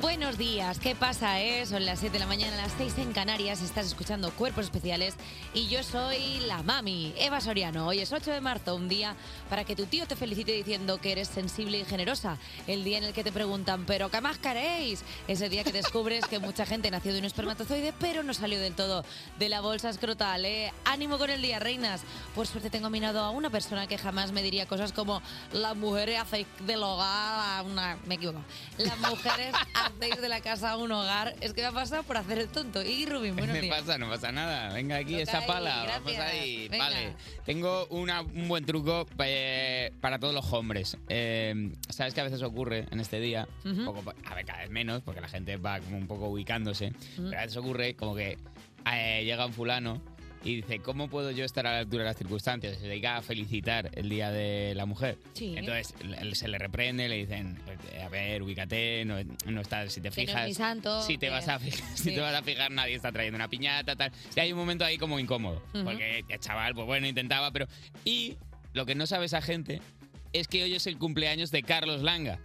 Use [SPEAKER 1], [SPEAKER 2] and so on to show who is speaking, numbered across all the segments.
[SPEAKER 1] Buenos días, ¿qué pasa? Eh? Son las 7 de la mañana, las 6 en Canarias, estás escuchando Cuerpos Especiales y yo soy la mami, Eva Soriano. Hoy es 8 de marzo, un día para que tu tío te felicite diciendo que eres sensible y generosa. El día en el que te preguntan, ¿pero qué más queréis? Ese día que descubres que mucha gente nació de un espermatozoide, pero no salió del todo de la bolsa escrotal. ¿eh? Ánimo con el día, reinas. Por suerte tengo minado a una persona que jamás me diría cosas como, las mujeres hacéis del hogar a una... Me equivoco. Las mujeres hacéis de la casa un hogar. Es que me ha pasado por hacer el tonto. Y Rubín, buenos
[SPEAKER 2] Me
[SPEAKER 1] días.
[SPEAKER 2] pasa, no pasa nada. Venga aquí,
[SPEAKER 1] Toca
[SPEAKER 2] esa
[SPEAKER 1] ahí,
[SPEAKER 2] pala. vamos
[SPEAKER 1] gracias.
[SPEAKER 2] ahí,
[SPEAKER 1] Venga.
[SPEAKER 2] vale. Tengo una- un buen truco eh, para todos los hombres. Eh, Sabes que a veces ocurre en este día,
[SPEAKER 3] Ujú.
[SPEAKER 2] un poco pa- a ver, cada vez menos, porque la gente va como un poco ubicándose,
[SPEAKER 3] Ujú.
[SPEAKER 2] pero a veces ocurre como que eh, llega un fulano y dice, ¿cómo puedo yo estar a la altura de las circunstancias? Se dedica a felicitar el Día de la Mujer.
[SPEAKER 1] Sí.
[SPEAKER 2] Entonces le- se le reprende, le dicen, eh, a ver, ubícate, no, no estás, si te
[SPEAKER 1] Que no es
[SPEAKER 2] fijas,
[SPEAKER 1] mi santo,
[SPEAKER 2] si te
[SPEAKER 1] que-
[SPEAKER 2] vas a fijar, si te vas a fijar, nadie está trayendo una piñata, tal. Y hay un momento ahí como incómodo,
[SPEAKER 3] Ujú.
[SPEAKER 2] porque el chaval, pues bueno, intentaba, pero y lo que no sabe esa gente es que hoy es el cumpleaños de Carlos Langa.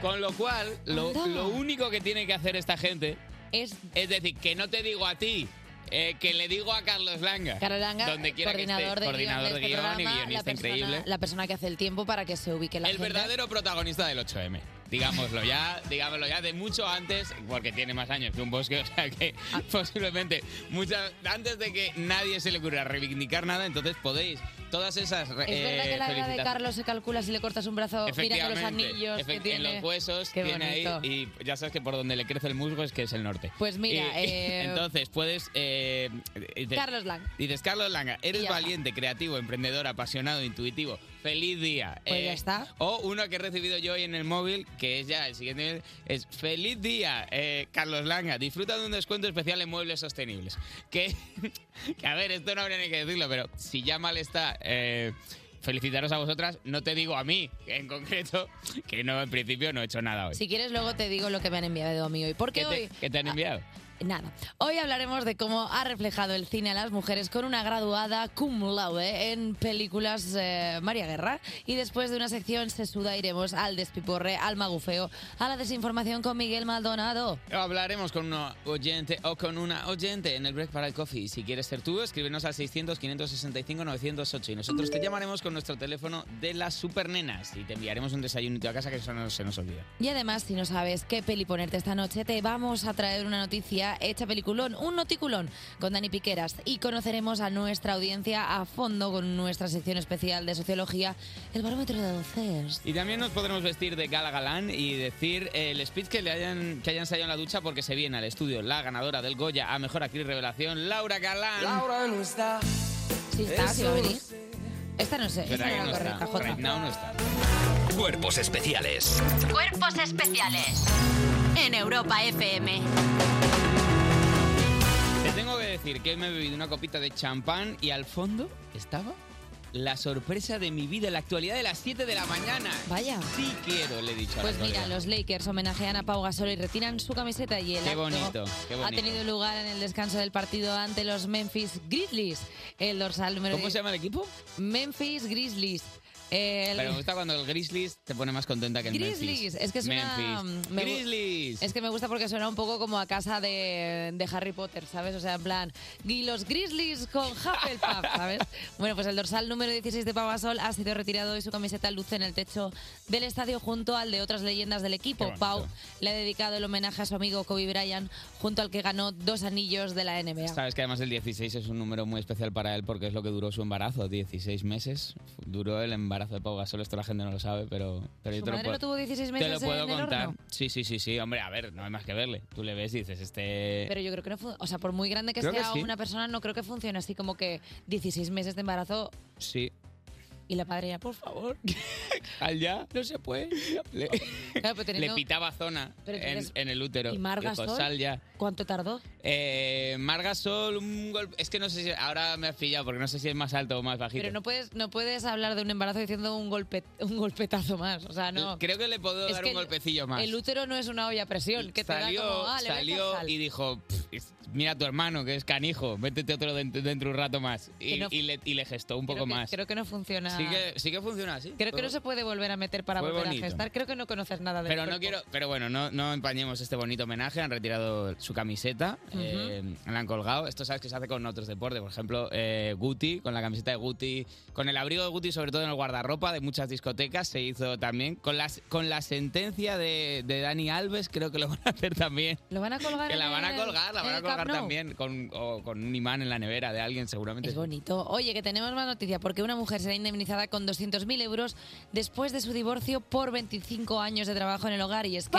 [SPEAKER 2] Con lo cual, lo,
[SPEAKER 1] Anda.
[SPEAKER 2] lo único que tiene que hacer esta gente
[SPEAKER 1] Es
[SPEAKER 2] es decir, que no te digo a ti, eh, que le digo a Carlos Langa.
[SPEAKER 1] Carlos Langa,
[SPEAKER 2] donde quiera que esté,
[SPEAKER 1] coordinador de
[SPEAKER 2] coordinador
[SPEAKER 1] guion
[SPEAKER 2] de
[SPEAKER 1] de este
[SPEAKER 2] guion
[SPEAKER 1] programa,
[SPEAKER 2] y guionista
[SPEAKER 1] la persona,
[SPEAKER 2] increíble.
[SPEAKER 1] La persona que hace el tiempo para que se ubique la
[SPEAKER 2] El
[SPEAKER 1] gente.
[SPEAKER 2] verdadero protagonista del 8M. Digámoslo ya, digámoslo ya, de mucho antes, porque tiene más años que un bosque, o sea que
[SPEAKER 1] Ah.
[SPEAKER 2] posiblemente muchas, antes de que nadie se le ocurra reivindicar nada, entonces podéis todas esas... re-
[SPEAKER 1] Es verdad
[SPEAKER 2] eh,
[SPEAKER 1] que la edad de
[SPEAKER 2] felicitaciones-
[SPEAKER 1] Carlos se calcula si le cortas un brazo mirando los
[SPEAKER 2] Efectivamente,
[SPEAKER 1] anillos que
[SPEAKER 2] efect-
[SPEAKER 1] tiene.
[SPEAKER 2] en los huesos
[SPEAKER 1] Qué
[SPEAKER 2] tiene ahí,
[SPEAKER 1] bonito.
[SPEAKER 2] y ya sabes que por donde le crece el musgo es que es el norte.
[SPEAKER 1] Pues mira,
[SPEAKER 2] Y- y-
[SPEAKER 1] eh,
[SPEAKER 2] entonces puedes... eh, dices-
[SPEAKER 1] Carlos Lang.
[SPEAKER 2] Dices, Carlos Langa,
[SPEAKER 1] Y
[SPEAKER 2] eres
[SPEAKER 1] ya está.
[SPEAKER 2] valiente, creativo, emprendedor, apasionado, intuitivo. ¡Feliz día! Eh,
[SPEAKER 1] Pues ya está.
[SPEAKER 2] O uno que he recibido yo hoy en el móvil, que es ya el siguiente nivel, es ¡Feliz día, eh, Carlos Langa! Disfruta de un descuento especial en muebles sostenibles. Que, que, a ver, esto no habría ni que decirlo, pero si ya mal está... eh, Felicitaros a vosotras, no te digo a mí en concreto, que no, en principio no he hecho nada hoy.
[SPEAKER 1] Si quieres, luego te digo lo que me han enviado a mí hoy. Porque
[SPEAKER 2] ¿Qué,
[SPEAKER 1] hoy
[SPEAKER 2] te, qué te han enviado?
[SPEAKER 1] Nada. Hoy hablaremos de cómo ha reflejado el cine a las mujeres con una graduada cum laude en películas eh, María Guerra. Y después de una sección sesuda iremos al despiporre, al magufeo, a la desinformación con Miguel Maldonado.
[SPEAKER 2] Hablaremos con un oyente o con una oyente en el Break para el Coffee. Si quieres ser tú, escríbenos al 600-565-908 y nosotros te llamaremos con nuestro teléfono de las supernenas y te enviaremos un desayunito a casa que eso no se nos olvida.
[SPEAKER 1] Y además, si no sabes qué peli ponerte esta noche, te vamos a traer una noticia hecha peliculón, un noticulón con Dani Piqueras. Y conoceremos a nuestra audiencia a fondo con nuestra sección especial de sociología, el barómetro de Docers.
[SPEAKER 2] Y también nos podremos vestir de gala galán y decir eh, el speech que le hayan que hayan salido en la ducha porque se viene al estudio la ganadora del Goya a Mejor Actriz Revelación, Laura Galán.
[SPEAKER 1] Laura
[SPEAKER 2] no está.
[SPEAKER 1] Sí, está, sí va a venir. Esta no sé, esta
[SPEAKER 2] ¿Verdad
[SPEAKER 1] no
[SPEAKER 2] que no
[SPEAKER 1] era correcta,
[SPEAKER 2] está?
[SPEAKER 1] Jota.
[SPEAKER 2] Right now no está.
[SPEAKER 4] Cuerpos especiales.
[SPEAKER 5] Cuerpos especiales en Europa FM.
[SPEAKER 2] Te tengo que decir que hoy me he bebido una copita de champán y al fondo estaba la sorpresa de mi vida, la actualidad de las 7 de la mañana.
[SPEAKER 1] Vaya.
[SPEAKER 2] Sí quiero, le he dicho a la
[SPEAKER 1] Pues mira,
[SPEAKER 2] actualidad.
[SPEAKER 1] los Lakers homenajean a Pau Gasol y retiran su camiseta y el
[SPEAKER 2] Qué
[SPEAKER 1] acto
[SPEAKER 2] bonito, qué
[SPEAKER 1] ha
[SPEAKER 2] bonito.
[SPEAKER 1] tenido lugar en el descanso del partido ante los Memphis Grizzlies. El dorsal número
[SPEAKER 2] ¿Cómo se llama el equipo?
[SPEAKER 1] Memphis Grizzlies. El-
[SPEAKER 2] Pero me gusta cuando el Grizzlies te pone más contenta que el Memphis.
[SPEAKER 1] Grizzlies, es que suena...
[SPEAKER 2] Memphis.
[SPEAKER 1] me gu-
[SPEAKER 2] Grizzlies.
[SPEAKER 1] Es que me gusta porque suena un poco como a casa de, de Harry Potter, ¿sabes? O sea, en plan, y los Grizzlies con Hufflepuff, ¿sabes? bueno, pues el dorsal número 16 de Pavasol ha sido retirado y su camiseta luce en el techo del estadio junto al de otras leyendas del equipo.
[SPEAKER 2] bonito.
[SPEAKER 1] Pau le ha dedicado el homenaje a su amigo Kobe Bryant, junto al que ganó dos anillos de la NBA.
[SPEAKER 2] Sabes que además el 16 es un número muy especial para él porque es lo que duró su embarazo, 16 meses. Duró el embarazo de Pau Gasol, esto la gente no lo sabe, pero, pero yo
[SPEAKER 1] ¿Su
[SPEAKER 2] te lo
[SPEAKER 1] madre
[SPEAKER 2] puedo...
[SPEAKER 1] lo tuvo 16
[SPEAKER 2] te
[SPEAKER 1] meses
[SPEAKER 2] lo puedo
[SPEAKER 1] en el
[SPEAKER 2] contar.
[SPEAKER 1] horno?
[SPEAKER 2] Sí, sí, sí, sí, hombre, a ver, no hay más que verle. Tú le ves y dices, este...
[SPEAKER 1] Pero yo creo que no fun- O sea, por muy grande que
[SPEAKER 2] Creo que
[SPEAKER 1] sea
[SPEAKER 2] sí.
[SPEAKER 1] una persona, no creo que funcione así como que 16 meses de embarazo
[SPEAKER 2] Sí.
[SPEAKER 1] Y la padre ya, por favor.
[SPEAKER 2] Al ya, no se puede. Le,
[SPEAKER 1] Claro, pero
[SPEAKER 2] le
[SPEAKER 1] teniendo-
[SPEAKER 2] pitaba zona
[SPEAKER 1] Pero
[SPEAKER 2] en,
[SPEAKER 1] tienes-
[SPEAKER 2] en el útero.
[SPEAKER 1] ¿Y Marga
[SPEAKER 2] Dijo,
[SPEAKER 1] Sol?
[SPEAKER 2] "Sal ya.
[SPEAKER 1] ¿Cuánto tardó?
[SPEAKER 2] Eh, Marga Sol, un golpe. Es que no sé si. Ahora me has pillado porque no sé si es más alto o más bajito.
[SPEAKER 1] Pero no puedes, no puedes hablar de un embarazo diciendo un, golpe, un golpetazo más. O sea, no.
[SPEAKER 2] Creo que le puedo
[SPEAKER 1] Es
[SPEAKER 2] dar
[SPEAKER 1] que
[SPEAKER 2] un
[SPEAKER 1] el-
[SPEAKER 2] golpecillo más.
[SPEAKER 1] El útero no es una olla a presión que
[SPEAKER 2] salió,
[SPEAKER 1] te da como, ah, le voy a echar
[SPEAKER 2] salió
[SPEAKER 1] sal.
[SPEAKER 2] y dijo, "Pff, es- mira a tu hermano que es canijo, métete otro dent- dentro, un rato más.
[SPEAKER 1] Que
[SPEAKER 2] Y,
[SPEAKER 1] no-
[SPEAKER 2] y le, y le gestó un poco
[SPEAKER 1] creo que,
[SPEAKER 2] más.
[SPEAKER 1] Creo que no funciona.
[SPEAKER 2] sí, que, sí que funciona así.
[SPEAKER 1] Creo que no se puede volver a meter para
[SPEAKER 2] Fue
[SPEAKER 1] volver
[SPEAKER 2] bonito.
[SPEAKER 1] a gestar. Creo que no conoces nada de
[SPEAKER 2] Pero no quiero, pero bueno, no, no empañemos este bonito homenaje. Han retirado su camiseta,
[SPEAKER 1] Ujú.
[SPEAKER 2] eh, la han colgado. Esto sabes que se hace con otros deportes, por ejemplo, eh, Guti, con la camiseta de Guti, con el abrigo de Guti, sobre todo en el guardarropa de muchas discotecas, se hizo también. Con las, con la sentencia de, de Dani Alves, creo que lo van a hacer también.
[SPEAKER 1] ¿Lo van a colgar?
[SPEAKER 2] Que la
[SPEAKER 1] en
[SPEAKER 2] van a
[SPEAKER 1] el-
[SPEAKER 2] colgar, la
[SPEAKER 1] en
[SPEAKER 2] van a
[SPEAKER 1] el Camp
[SPEAKER 2] colgar
[SPEAKER 1] Nou?
[SPEAKER 2] también con, o con un imán en la nevera de alguien seguramente.
[SPEAKER 1] Es bonito. Oye, que tenemos más noticia porque una mujer será indemnizada con 200.000 euros después de su divorcio por 25 años de trabajo en el hogar. Y es que...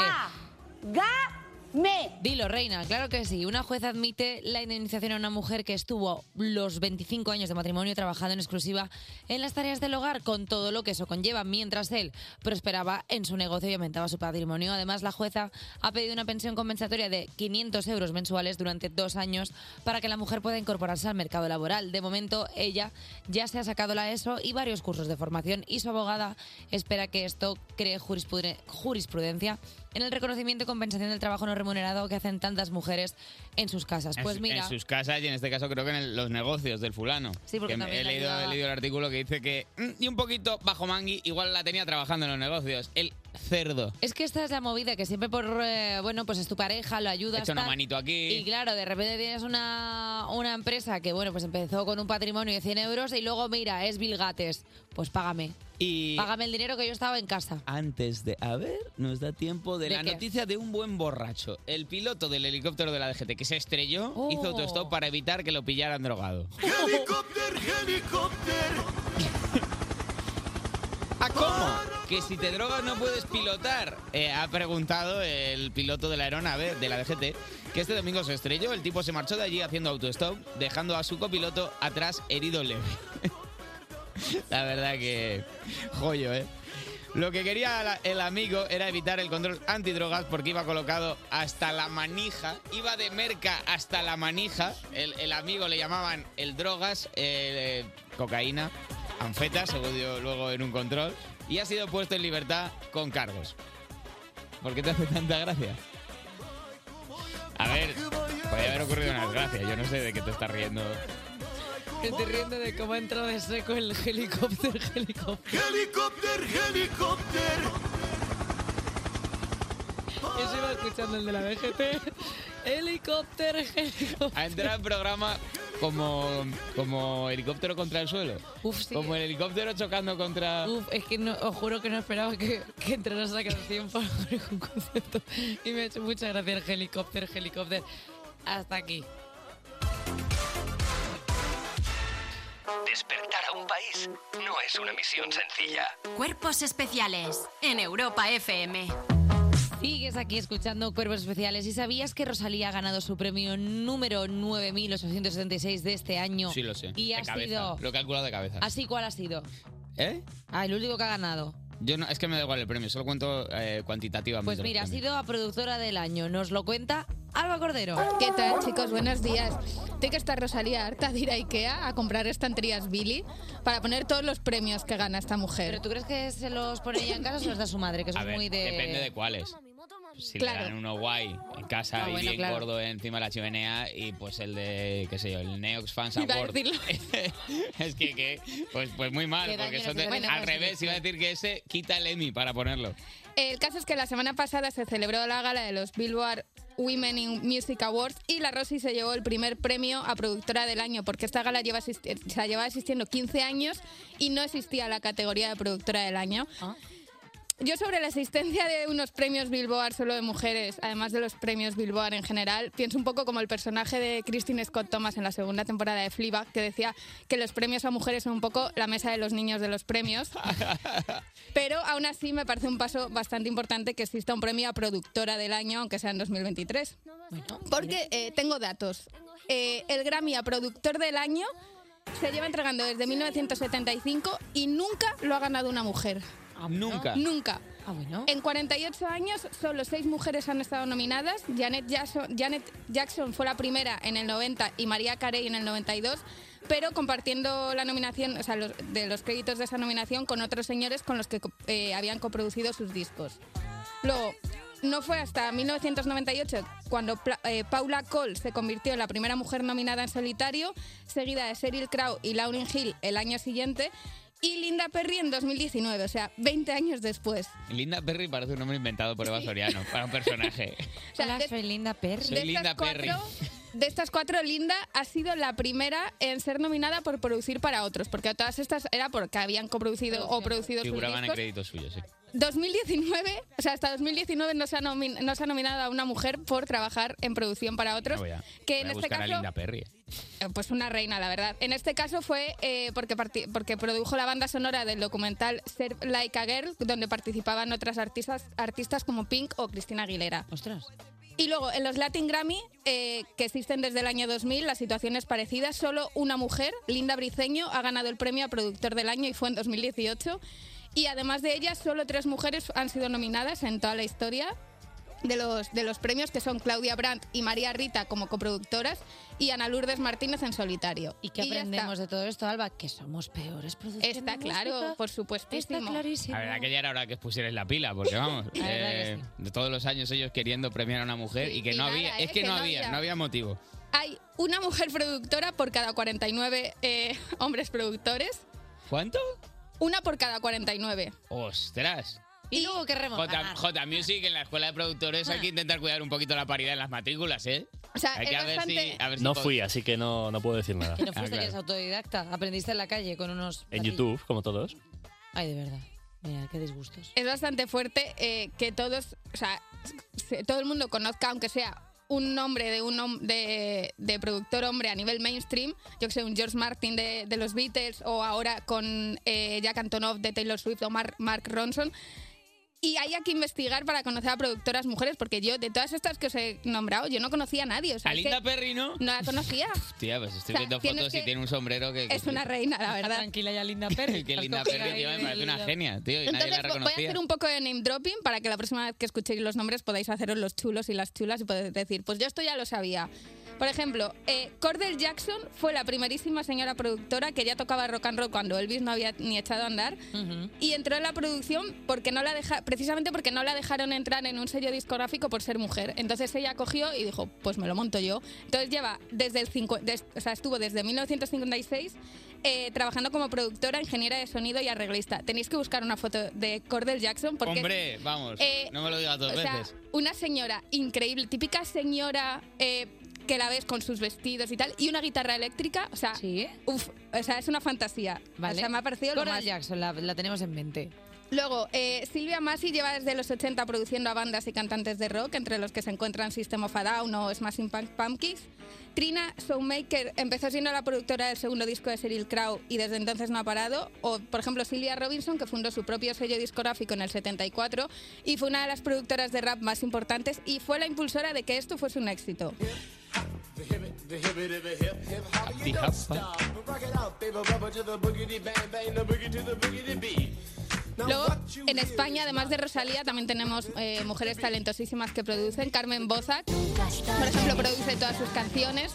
[SPEAKER 1] ¡Ga-me! Dilo, reina, claro que sí. Una jueza admite la indemnización a una mujer que estuvo los 25 años de matrimonio trabajando en exclusiva en las tareas del hogar, con todo lo que eso conlleva, mientras él prosperaba en su negocio y aumentaba su patrimonio. Además, la jueza ha pedido una pensión compensatoria de 500 euros mensuales durante dos años para que la mujer pueda incorporarse al mercado laboral. De momento, ella ya se ha sacado la ESO y varios cursos de formación y su abogada espera que esto cree jurisprude- jurisprudencia en el reconocimiento y compensación del trabajo no remunerado que hacen tantas mujeres en sus casas.
[SPEAKER 2] En
[SPEAKER 1] Pues
[SPEAKER 2] su-
[SPEAKER 1] mira,
[SPEAKER 2] En sus casas y en este caso creo que en el- los negocios del fulano.
[SPEAKER 1] Sí, porque
[SPEAKER 2] Que
[SPEAKER 1] también
[SPEAKER 2] he,
[SPEAKER 1] le
[SPEAKER 2] leído,
[SPEAKER 1] ayudaba.
[SPEAKER 2] he leído el artículo que dice que. "Mm, Y un poquito bajo mangui, igual la tenía trabajando en los negocios. El cerdo.
[SPEAKER 1] es que esta es la movida que siempre por, eh, bueno, pues es tu pareja, lo ayudas.
[SPEAKER 2] Echa una
[SPEAKER 1] tal.
[SPEAKER 2] manito aquí.
[SPEAKER 1] Y claro, de repente tienes una, una empresa que, bueno, pues empezó con un patrimonio de 100 euros y luego, mira, es Vilgates. Pues págame.
[SPEAKER 2] Y
[SPEAKER 1] Págame el dinero que yo estaba en casa.
[SPEAKER 2] antes de. A ver, nos da tiempo de,
[SPEAKER 1] ¿De
[SPEAKER 2] la
[SPEAKER 1] qué?
[SPEAKER 2] noticia de un buen borracho. El piloto del helicóptero de la DGT que se estrelló
[SPEAKER 1] Oh.
[SPEAKER 2] hizo autostop para evitar que lo pillaran drogado. ¿A cómo? Que si te drogas no puedes pilotar, eh, ha preguntado el piloto de la aeronave de la DGT, que este domingo se estrelló, el tipo se marchó de allí haciendo autostop, dejando a su copiloto atrás herido leve. la verdad que joyo, ¿eh? Lo que quería la- el amigo era evitar el control antidrogas porque iba colocado hasta la manija, iba de merca hasta la manija. El, el amigo le llamaban el drogas, eh, cocaína, anfeta, según dio luego en un control, y ha sido puesto en libertad con cargos. ¿Por qué te hace tanta gracia? A ver, puede haber ocurrido una desgracia, yo no sé de qué te estás riendo.
[SPEAKER 1] Estoy riendo de cómo entró de seco el helicóptero, helicóptero.
[SPEAKER 3] Helicóptero, helicóptero.
[SPEAKER 1] Eso iba escuchando el de la BGT. Helicóptero, helicóptero.
[SPEAKER 2] Ha entrado en programa como, como helicóptero contra el suelo.
[SPEAKER 1] Uf, sí.
[SPEAKER 2] Como el helicóptero chocando contra...
[SPEAKER 1] Uf, es que no, os juro que no esperaba que, que entraras a canción para un concepto. Y me ha hecho mucha gracia el helicóptero, helicóptero. Hasta aquí.
[SPEAKER 4] Despertar a un país no es una misión sencilla.
[SPEAKER 5] Cuerpos especiales en Europa FM.
[SPEAKER 1] Sigues aquí escuchando Cuervos Especiales y sabías que Rosalía ha ganado su premio número 9876 de este año.
[SPEAKER 2] Sí, lo sé.
[SPEAKER 1] Y
[SPEAKER 2] de
[SPEAKER 1] ha
[SPEAKER 2] cabeza.
[SPEAKER 1] sido.
[SPEAKER 2] Lo he calculado de cabeza.
[SPEAKER 1] ¿Así cuál ha sido?
[SPEAKER 2] ¿Eh?
[SPEAKER 1] Ah, el último que ha ganado.
[SPEAKER 2] Yo no, es que me da igual el premio, solo cuento eh, cuantitativamente.
[SPEAKER 1] Pues
[SPEAKER 2] los
[SPEAKER 1] mira, ha
[SPEAKER 2] premios.
[SPEAKER 1] sido a productora del año. Nos lo cuenta Alba Cordero.
[SPEAKER 6] ¿Qué tal, chicos? Buenos días. Tengo que estar Rosalía harta de ir a Ikea a comprar estanterías Billy para poner todos los premios que gana esta mujer.
[SPEAKER 1] ¿Pero tú crees que se los pone ella en casa o se los da su madre? Que eso
[SPEAKER 2] A
[SPEAKER 1] es
[SPEAKER 2] ver,
[SPEAKER 1] muy de.
[SPEAKER 2] depende de cuáles. Si
[SPEAKER 6] Claro.
[SPEAKER 2] le dan uno guay en casa
[SPEAKER 1] Ah,
[SPEAKER 2] y
[SPEAKER 1] bueno,
[SPEAKER 2] bien
[SPEAKER 1] claro.
[SPEAKER 2] gordo encima de la chimenea y pues el de, qué sé yo, el Neox Fans
[SPEAKER 6] Iba a
[SPEAKER 2] Award.
[SPEAKER 6] decirlo.
[SPEAKER 2] es que, que, pues, pues muy mal,
[SPEAKER 1] Qué
[SPEAKER 2] porque
[SPEAKER 1] daño
[SPEAKER 2] son
[SPEAKER 1] nos
[SPEAKER 2] de-
[SPEAKER 1] hace la
[SPEAKER 2] al revés,
[SPEAKER 1] Constitución.
[SPEAKER 2] iba a decir que ese quita el Emmy para ponerlo.
[SPEAKER 6] El caso es que la semana pasada se celebró la gala de los Billboard Women in Music Awards y la Rosy se llevó el primer premio a productora del año porque esta gala lleva asisti- o sea, llevaba existiendo 15 años y no existía la categoría de productora del año.
[SPEAKER 1] Ah.
[SPEAKER 6] Yo sobre la existencia de unos premios Billboard solo de mujeres, además de los premios Billboard en general, pienso un poco como el personaje de Christine Scott Thomas en la segunda temporada de Fleabag, que decía que los premios a mujeres son un poco la mesa de los niños de los premios. Pero aún así me parece un paso bastante importante que exista un premio a productora del año, aunque sea en 2023. Porque eh, tengo datos. Eh, el Grammy a productor del año Se lleva entregando desde 1975 y nunca lo ha ganado una mujer.
[SPEAKER 1] Ah,
[SPEAKER 2] Nunca.
[SPEAKER 6] Nunca.
[SPEAKER 1] bueno.
[SPEAKER 6] En 48 años, solo seis mujeres han estado nominadas. Janet Jackson, Janet Jackson fue la primera en el 90 y María Carey en el 92, pero compartiendo la nominación, o sea, los- de los créditos de esa nominación con otros señores con los que co- eh, habían coproducido sus discos. Luego, no fue hasta 1998 cuando Pla- eh, Paula Cole se convirtió en la primera mujer nominada en solitario, seguida de Sheryl Crow y Lauryn Hill el año siguiente, y Linda Perry en 2019, o sea, 20 años después.
[SPEAKER 2] Linda Perry parece un nombre inventado por Eva Soriano para un personaje.
[SPEAKER 6] O sea, de-
[SPEAKER 1] soy Linda Perry.
[SPEAKER 2] Soy Linda Perry.
[SPEAKER 6] de estas cuatro, Linda ha sido la primera en ser nominada por producir para otros, porque todas estas era porque habían coproducido o producido sus
[SPEAKER 2] Figuraban en
[SPEAKER 6] discos.
[SPEAKER 2] créditos suyos, sí.
[SPEAKER 6] 2019, o sea, hasta 2019 no se, ha nomin- no se ha nominado a una mujer por trabajar en producción para otros,
[SPEAKER 2] Ah, Voy a-
[SPEAKER 6] que
[SPEAKER 2] voy
[SPEAKER 6] en
[SPEAKER 2] a
[SPEAKER 6] este
[SPEAKER 2] buscar a
[SPEAKER 6] caso,
[SPEAKER 2] Linda Perry.
[SPEAKER 6] eh, pues una reina, la verdad. En este caso fue eh, porque, parti- porque produjo la banda sonora del documental Ser Like a Girl, donde participaban otras artistas, artistas como Pink o Cristina Aguilera.
[SPEAKER 1] Ostras.
[SPEAKER 6] Y luego, en los Latin Grammy, eh, que existen desde el año 2000, la situación es parecida. Solo una mujer, Linda Briceño, ha ganado el premio a Productor del Año y fue en 2018. Y además de ella, solo tres mujeres han sido nominadas en toda la historia de los, de los premios, que son Claudia Brandt y María Rita como coproductoras y Ana Lourdes Martínez en solitario.
[SPEAKER 1] ¿Y qué
[SPEAKER 6] ya está.
[SPEAKER 1] aprendemos de todo esto, Alba? Que somos peores productores.
[SPEAKER 6] Está claro, por supuestísimo.
[SPEAKER 1] Está clarísimo.
[SPEAKER 2] La verdad que ya era hora que pusierais la pila, porque vamos,
[SPEAKER 1] La verdad que
[SPEAKER 2] eh, de todos los años ellos queriendo premiar a una mujer y que
[SPEAKER 6] y
[SPEAKER 2] no
[SPEAKER 6] nada,
[SPEAKER 2] había,
[SPEAKER 6] eh,
[SPEAKER 2] es que, no, había, no había motivo.
[SPEAKER 6] Hay una mujer productora por cada 49 eh, hombres productores,
[SPEAKER 2] ¿Cuánto?
[SPEAKER 6] una por cada 49.
[SPEAKER 2] ¡Ostras!
[SPEAKER 1] Y luego que
[SPEAKER 2] J, J Music en la escuela de productores hay que intentar cuidar un poquito la paridad en las matrículas, ¿eh?
[SPEAKER 6] O sea,
[SPEAKER 2] hay
[SPEAKER 1] es
[SPEAKER 2] que a ver
[SPEAKER 1] bastante-
[SPEAKER 2] si, a ver si
[SPEAKER 7] No
[SPEAKER 2] pod-
[SPEAKER 7] fui, así que no, no puedo decir nada.
[SPEAKER 1] Que no fuiste que eres autodidacta. Aprendiste en la calle con unos.
[SPEAKER 7] En YouTube, como todos.
[SPEAKER 1] Ay, de verdad. Mira, qué disgustos.
[SPEAKER 6] es bastante fuerte eh, que todos, o sea, se- todo el mundo conozca, aunque sea un nombre de un hom- de, de productor hombre a nivel mainstream, yo que sé, un George Martin de, de los Beatles o ahora con eh, Jack Antonoff de Taylor Swift o Mar- Mark Ronson. Y hay que investigar para conocer a productoras mujeres, porque yo, de todas estas que os he nombrado, yo no conocía a nadie. O sea,
[SPEAKER 2] ¿A
[SPEAKER 6] es
[SPEAKER 2] Linda
[SPEAKER 6] que
[SPEAKER 2] Perry no?
[SPEAKER 6] No la conocía.
[SPEAKER 2] Tía, pues estoy
[SPEAKER 6] O sea,
[SPEAKER 2] viendo
[SPEAKER 6] tienes
[SPEAKER 2] fotos y
[SPEAKER 6] que-
[SPEAKER 2] tiene un sombrero que...
[SPEAKER 6] Es una reina, la verdad.
[SPEAKER 1] Tranquila ya, Linda Perry.
[SPEAKER 2] que Linda
[SPEAKER 1] Has cogido
[SPEAKER 2] Perry, tío,
[SPEAKER 1] ahí
[SPEAKER 2] me parece una
[SPEAKER 1] el-
[SPEAKER 2] genia, tío, y nadie la
[SPEAKER 6] Entonces vo- voy a
[SPEAKER 2] reconocía.
[SPEAKER 6] hacer un poco de name dropping para que la próxima vez que escuchéis los nombres podáis haceros los chulos y las chulas y poder decir, pues yo esto ya lo sabía. Por ejemplo, eh, Cordell Jackson fue la primerísima señora productora que ya tocaba rock and roll cuando Elvis no había ni echado a andar y entró en la producción porque no la deja, precisamente porque no la dejaron entrar en un sello discográfico por ser mujer. Entonces ella cogió y dijo, pues me lo monto yo. Entonces lleva desde el cincu- des- o sea, estuvo desde 1956 eh, trabajando como productora, ingeniera de sonido y arreglista. Tenéis que buscar una foto de Cordell Jackson porque es-
[SPEAKER 2] Hombre, vamos,
[SPEAKER 6] Eh,
[SPEAKER 2] no me lo digas dos
[SPEAKER 6] o sea,
[SPEAKER 2] veces.
[SPEAKER 6] una señora increíble, típica señora eh, que la ves con sus vestidos y tal, y una guitarra eléctrica, o sea, uf, o sea, es una fantasía.
[SPEAKER 1] Vale.
[SPEAKER 6] O sea, me ha parecido lo
[SPEAKER 1] Cora
[SPEAKER 6] más.
[SPEAKER 1] Jackson, la, la tenemos en mente.
[SPEAKER 6] Luego, eh, Silvia Masi lleva desde los 80 produciendo a bandas y cantantes de rock, entre los que se encuentran System of a Down o Smashing Punk Pumpkins. Trina Showmaker empezó siendo la productora del segundo disco de Sheryl Crow y desde entonces no ha parado. O, por ejemplo, Silvia Robinson, que fundó su propio sello discográfico en el 74 y fue una de las productoras de rap más importantes y fue la impulsora de que esto fuese un éxito.
[SPEAKER 3] The hippity the hip hip hop,
[SPEAKER 2] The
[SPEAKER 3] you don't
[SPEAKER 2] hop,
[SPEAKER 3] stop. Rock it out, baby, rubber to the boogity bang bang, the boogie to the boogity beat. Now
[SPEAKER 6] Luego,
[SPEAKER 3] what you
[SPEAKER 6] en
[SPEAKER 3] hear
[SPEAKER 6] España, además de Rosalía, también tenemos eh, mujeres talentosísimas que producen. Carmen Bozac, por ejemplo, produce todas sus canciones.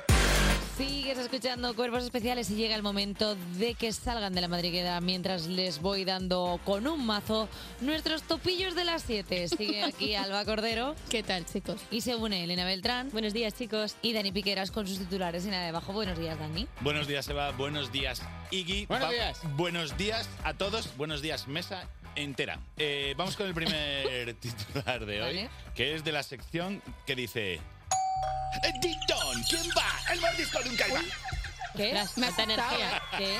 [SPEAKER 1] Sigues escuchando Cuerpos Especiales y llega el momento de que salgan de la madriguera mientras les voy dando con un mazo nuestros topillos de las 7. Sigue aquí Alba Cordero.
[SPEAKER 6] ¿Qué tal, chicos?
[SPEAKER 1] Y se une Elena Beltrán. Buenos días, chicos. Y Dani Piqueras con sus titulares y nada debajo. Buenos días, Dani.
[SPEAKER 8] Buenos días, Eva. Buenos días, Iggy.
[SPEAKER 1] Buenos
[SPEAKER 8] Va-
[SPEAKER 1] días.
[SPEAKER 8] Buenos días a todos. Buenos días, mesa entera. Eh, vamos con el primer titular de hoy,
[SPEAKER 9] Vale.
[SPEAKER 8] que es de la sección que dice...
[SPEAKER 9] Dictón, ¿quién va? El mordisco nunca iba.
[SPEAKER 1] ¿Qué?
[SPEAKER 6] Me ha
[SPEAKER 2] Falta
[SPEAKER 6] asustado.
[SPEAKER 2] energía.
[SPEAKER 1] ¿Qué?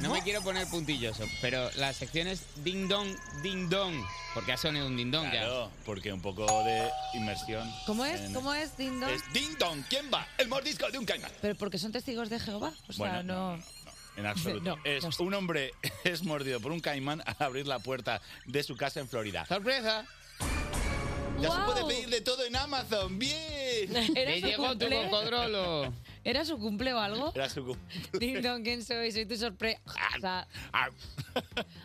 [SPEAKER 2] No me quiero poner puntilloso, pero la sección es ding dong, ding dong. Porque ha sonido un ding dong
[SPEAKER 8] Claro, porque un poco de inmersión.
[SPEAKER 1] ¿Cómo es?
[SPEAKER 8] en-
[SPEAKER 1] ¿Cómo es, Dindo?
[SPEAKER 8] Es Ding Dong, ¿quién va? El mordisco de un caimán.
[SPEAKER 1] Pero porque son testigos de Jehová. O sea,
[SPEAKER 8] Bueno,
[SPEAKER 1] no.
[SPEAKER 8] En absoluto.
[SPEAKER 1] No,
[SPEAKER 8] es un hombre es mordido por un caimán al abrir la puerta de su casa en Florida.
[SPEAKER 2] ¡Sorpresa!
[SPEAKER 8] Ya se
[SPEAKER 1] Guau.
[SPEAKER 8] puede pedir de todo en Amazon. ¡Bien!
[SPEAKER 1] Era su cumple. ¿Era su cumple o algo?
[SPEAKER 8] Era su cu-
[SPEAKER 1] Ding dong, ¿quién soy? Soy tu sorpresa.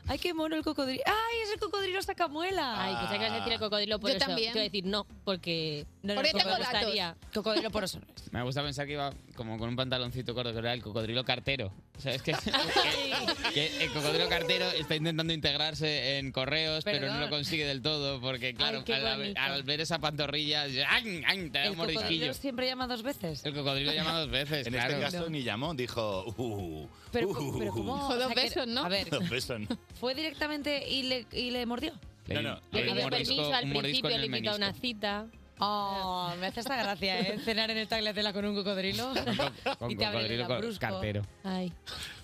[SPEAKER 1] Ay, qué mono el cocodrilo. ¡Ay, es el cocodrilo sacamuela!
[SPEAKER 10] Ay, pensé que ibas a decir el cocodrilo por
[SPEAKER 1] Yo
[SPEAKER 10] eso.
[SPEAKER 1] también.
[SPEAKER 10] Te iba a decir no, porque
[SPEAKER 1] No, no,
[SPEAKER 10] porque
[SPEAKER 1] tengo
[SPEAKER 10] me
[SPEAKER 1] datos.
[SPEAKER 10] gustaría.
[SPEAKER 1] Cocodrilo por eso.
[SPEAKER 2] Me gusta pensar que iba como con un pantaloncito corto, que era el cocodrilo cartero. O sea, es que, que el cocodrilo cartero está intentando integrarse en correos, pero no
[SPEAKER 1] Perdón.
[SPEAKER 2] lo consigue del todo, porque claro,
[SPEAKER 1] Ay, qué
[SPEAKER 2] al, al-
[SPEAKER 1] bonito.
[SPEAKER 2] al ver esa pantorrilla, ¡ang, ang! te da
[SPEAKER 1] El
[SPEAKER 2] un
[SPEAKER 1] cocodrilo
[SPEAKER 2] mordisquillo.
[SPEAKER 1] siempre llama dos veces.
[SPEAKER 2] El cocodrilo llama dos veces,
[SPEAKER 8] En
[SPEAKER 2] claro.
[SPEAKER 8] este caso ni llamó, dijo. Uh,
[SPEAKER 1] Pero,
[SPEAKER 8] uh,
[SPEAKER 1] co- pero ¿cómo?
[SPEAKER 6] Dijo
[SPEAKER 1] O sea,
[SPEAKER 6] dos
[SPEAKER 1] que-
[SPEAKER 6] besos, ¿no?
[SPEAKER 1] A ver,
[SPEAKER 8] Dos besos, no.
[SPEAKER 1] fue directamente y le, y le mordió.
[SPEAKER 8] No, no.
[SPEAKER 10] Le
[SPEAKER 8] hay un mordisco-
[SPEAKER 10] pidió permiso al
[SPEAKER 8] un mordisco
[SPEAKER 10] principio,
[SPEAKER 8] en
[SPEAKER 10] le
[SPEAKER 8] el
[SPEAKER 10] invitó a una
[SPEAKER 8] menisco.
[SPEAKER 10] cita.
[SPEAKER 1] Oh, me hace esta gracia, ¿eh? Cenar en el tagliatella con un cocodrilo.
[SPEAKER 8] Con
[SPEAKER 1] y te abre el
[SPEAKER 8] cocodrilo con-
[SPEAKER 1] brusco.
[SPEAKER 8] cartero.
[SPEAKER 10] Ay.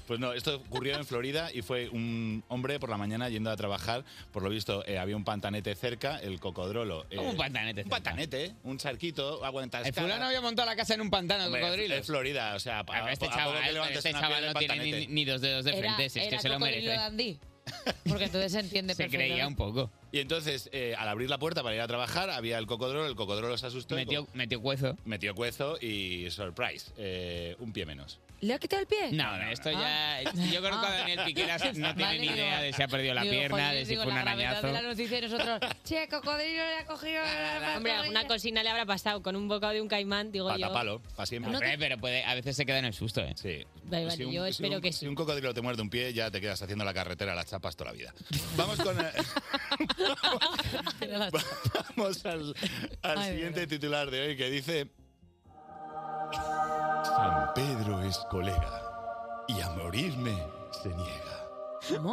[SPEAKER 8] Pues no, esto ocurrió en Florida y fue un hombre por la mañana yendo a trabajar. Por lo visto, eh, había un pantanete cerca, el cocodrolo. eh,
[SPEAKER 2] Como un pantanete.
[SPEAKER 8] Un pantanete, un charquito, agua
[SPEAKER 2] El fulano había montado la casa en un pantano de cocodrilos.
[SPEAKER 8] Es Florida, o sea, a,
[SPEAKER 2] Pero este
[SPEAKER 8] a poco
[SPEAKER 2] chaval,
[SPEAKER 8] que
[SPEAKER 2] pero
[SPEAKER 8] levantes
[SPEAKER 2] este
[SPEAKER 8] una
[SPEAKER 2] chaval
[SPEAKER 8] piedra,
[SPEAKER 2] no
[SPEAKER 8] el
[SPEAKER 2] tiene ni,
[SPEAKER 8] pantanete.
[SPEAKER 2] ni dos dedos de
[SPEAKER 1] Era,
[SPEAKER 2] frente, si es que
[SPEAKER 1] era
[SPEAKER 2] se lo
[SPEAKER 1] cocodrilo
[SPEAKER 2] merece.
[SPEAKER 1] dandí. Porque entonces se entiende
[SPEAKER 2] Se creía un poco.
[SPEAKER 8] Y entonces, eh, al abrir la puerta para ir a trabajar, había el cocodrolo, el cocodrolo se asustó.
[SPEAKER 2] Metió- metió cuezo.
[SPEAKER 8] Metió cuezo y, surprise, eh, un pie menos.
[SPEAKER 1] ¿Le ha quitado el pie?
[SPEAKER 2] No, no, esto ya. Yo creo que
[SPEAKER 1] Ah.
[SPEAKER 2] Daniel Piqueras no tiene
[SPEAKER 1] Vale,
[SPEAKER 2] ni
[SPEAKER 1] digo-
[SPEAKER 2] idea de si ha perdido la
[SPEAKER 1] digo,
[SPEAKER 2] pierna,
[SPEAKER 1] joder,
[SPEAKER 2] de si
[SPEAKER 1] digo,
[SPEAKER 2] fue un
[SPEAKER 1] la gravedad
[SPEAKER 2] arañazo.
[SPEAKER 1] de la noticia y nosotros, che, cocodrilo le ha cogido... la
[SPEAKER 10] Hombre, alguna cocina le habrá pasado con un bocado de un caimán, digo yo.
[SPEAKER 8] Patapalo, para siempre.
[SPEAKER 10] No te-
[SPEAKER 2] Pero puede, a veces se queda en el susto, ¿eh?
[SPEAKER 8] Sí.
[SPEAKER 10] Vale, vale, yo espero
[SPEAKER 8] un,
[SPEAKER 10] que
[SPEAKER 8] Si un cocodrilo te muerde un pie, ya te quedas haciendo la carretera a las chapas toda la vida. Vamos con. eh, Vamos al, al
[SPEAKER 9] Ay,
[SPEAKER 8] siguiente titular de hoy que dice. San Pedro es colega y a morirme se niega.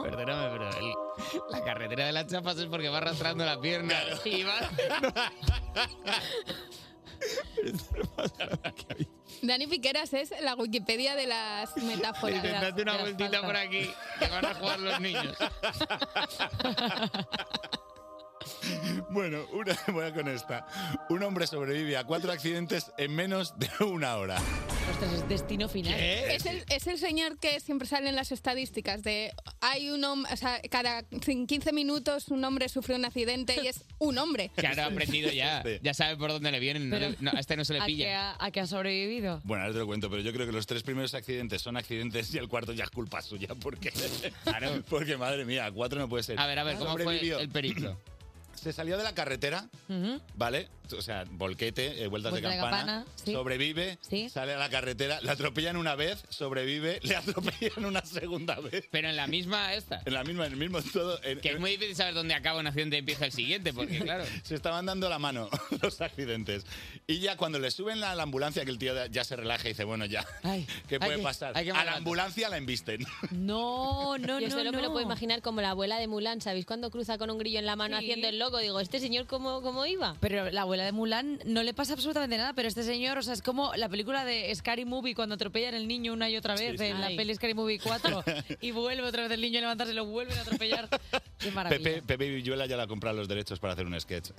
[SPEAKER 2] Perdóname, pero el- la carretera de las chapas es porque va arrastrando la pierna. Y va.
[SPEAKER 6] Dani Piqueras es la Wikipedia de las metáforas.
[SPEAKER 2] Dicen, "Date una vueltita por aquí, que van a jugar los niños.
[SPEAKER 8] Bueno, una, voy a con esta. Un hombre sobrevive a cuatro accidentes en menos de una hora.
[SPEAKER 1] Ostras, es destino final.
[SPEAKER 2] ¿Eh?
[SPEAKER 9] ¿Eh?
[SPEAKER 8] ¿Qué?
[SPEAKER 6] Es el, es el señor que siempre sale en las estadísticas de hay un hombre, o sea, cada 15 minutos un hombre sufre un accidente y es un hombre.
[SPEAKER 2] Claro, ha aprendido ya. Ya sabe por dónde le vienen. no le- no, a este no se le
[SPEAKER 1] ¿A que,
[SPEAKER 2] pilla.
[SPEAKER 1] ha, a que ha sobrevivido?
[SPEAKER 8] Bueno, ahora te lo cuento, pero yo creo que los tres primeros accidentes son accidentes y el cuarto ya es culpa suya, porque. Claro. Porque madre mía, a cuatro no puede ser.
[SPEAKER 2] A ver, a ver, ¿cómo fue
[SPEAKER 8] Sobrevivió.
[SPEAKER 2] el periplo?
[SPEAKER 8] Se salió de la carretera, ¿vale? O sea, volquete, eh, vueltas
[SPEAKER 9] Vuelta
[SPEAKER 8] de
[SPEAKER 9] de
[SPEAKER 8] campana.
[SPEAKER 9] campana, sí.
[SPEAKER 8] Sobrevive, sale a la carretera, le atropellan una vez, sobrevive, le atropellan una segunda vez.
[SPEAKER 2] Pero en la misma esta.
[SPEAKER 8] En la misma, en el mismo todo. en-
[SPEAKER 2] Que es muy difícil saber dónde acaba un accidente y empieza el siguiente, porque claro.
[SPEAKER 8] Se estaban dando la mano los accidentes. Y ya cuando le suben a la ambulancia, que el tío ya se relaja y dice, bueno, ya, ¿qué puede
[SPEAKER 2] hay que-
[SPEAKER 8] pasar?
[SPEAKER 2] hay que
[SPEAKER 8] a la
[SPEAKER 2] matarlo.
[SPEAKER 8] ambulancia la embisten.
[SPEAKER 1] No, Oh, no,
[SPEAKER 10] Yo
[SPEAKER 1] no,
[SPEAKER 10] solo me
[SPEAKER 1] no.
[SPEAKER 10] lo puedo imaginar como la abuela de Mulan, ¿sabéis? Cuando cruza con un grillo en la mano
[SPEAKER 1] Sí.
[SPEAKER 10] haciendo el loco, digo, ¿este señor cómo, cómo iba?
[SPEAKER 1] Pero la abuela de Mulan no le pasa absolutamente nada, pero este señor, o sea, es como la película de Scary Movie cuando atropellan el niño una y otra vez
[SPEAKER 8] sí.
[SPEAKER 1] en la
[SPEAKER 8] Ay.
[SPEAKER 1] peli Scary Movie 4 y vuelve otra vez el niño a levantarse, lo vuelven a atropellar. Qué maravilla.
[SPEAKER 8] Pepe, Pepe Villuela ya le ha comprado los derechos para hacer un sketch.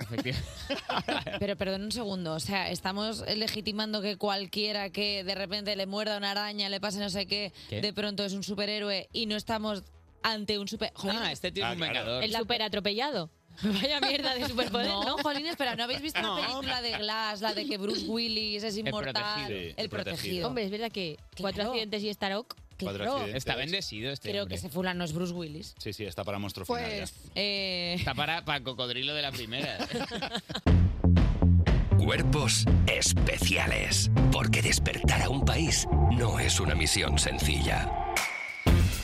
[SPEAKER 1] Pero perdón un segundo, o sea, estamos legitimando que cualquiera que de repente le muerda una araña, le pase no sé qué,
[SPEAKER 8] ¿Qué?
[SPEAKER 1] de pronto es un superhéroe y no estamos ante un super... Jolín.
[SPEAKER 2] Ah, este tío es Ah, un claro. vengador.
[SPEAKER 10] El super atropellado. Vaya mierda de superpoder, ¿no?
[SPEAKER 1] No, Jolín, espera, ¿no habéis visto
[SPEAKER 10] No.
[SPEAKER 1] la película de Glass, la de que Bruce Willis es inmortal?
[SPEAKER 2] protegido. Sí, el protegido.
[SPEAKER 10] Hombre, es verdad que cuatro accidentes y estar ok.
[SPEAKER 8] Cuatro
[SPEAKER 10] Claro.
[SPEAKER 8] accidentes.
[SPEAKER 2] Está bendecido este
[SPEAKER 1] Creo
[SPEAKER 2] hombre.
[SPEAKER 1] que ese fulano es Bruce Willis.
[SPEAKER 8] Sí, sí, está para monstruo
[SPEAKER 10] Pues,
[SPEAKER 8] final ya.
[SPEAKER 1] Eh,
[SPEAKER 2] Está para, para cocodrilo de la primera.
[SPEAKER 4] Cuerpos especiales. Porque despertar a un país no es una misión sencilla.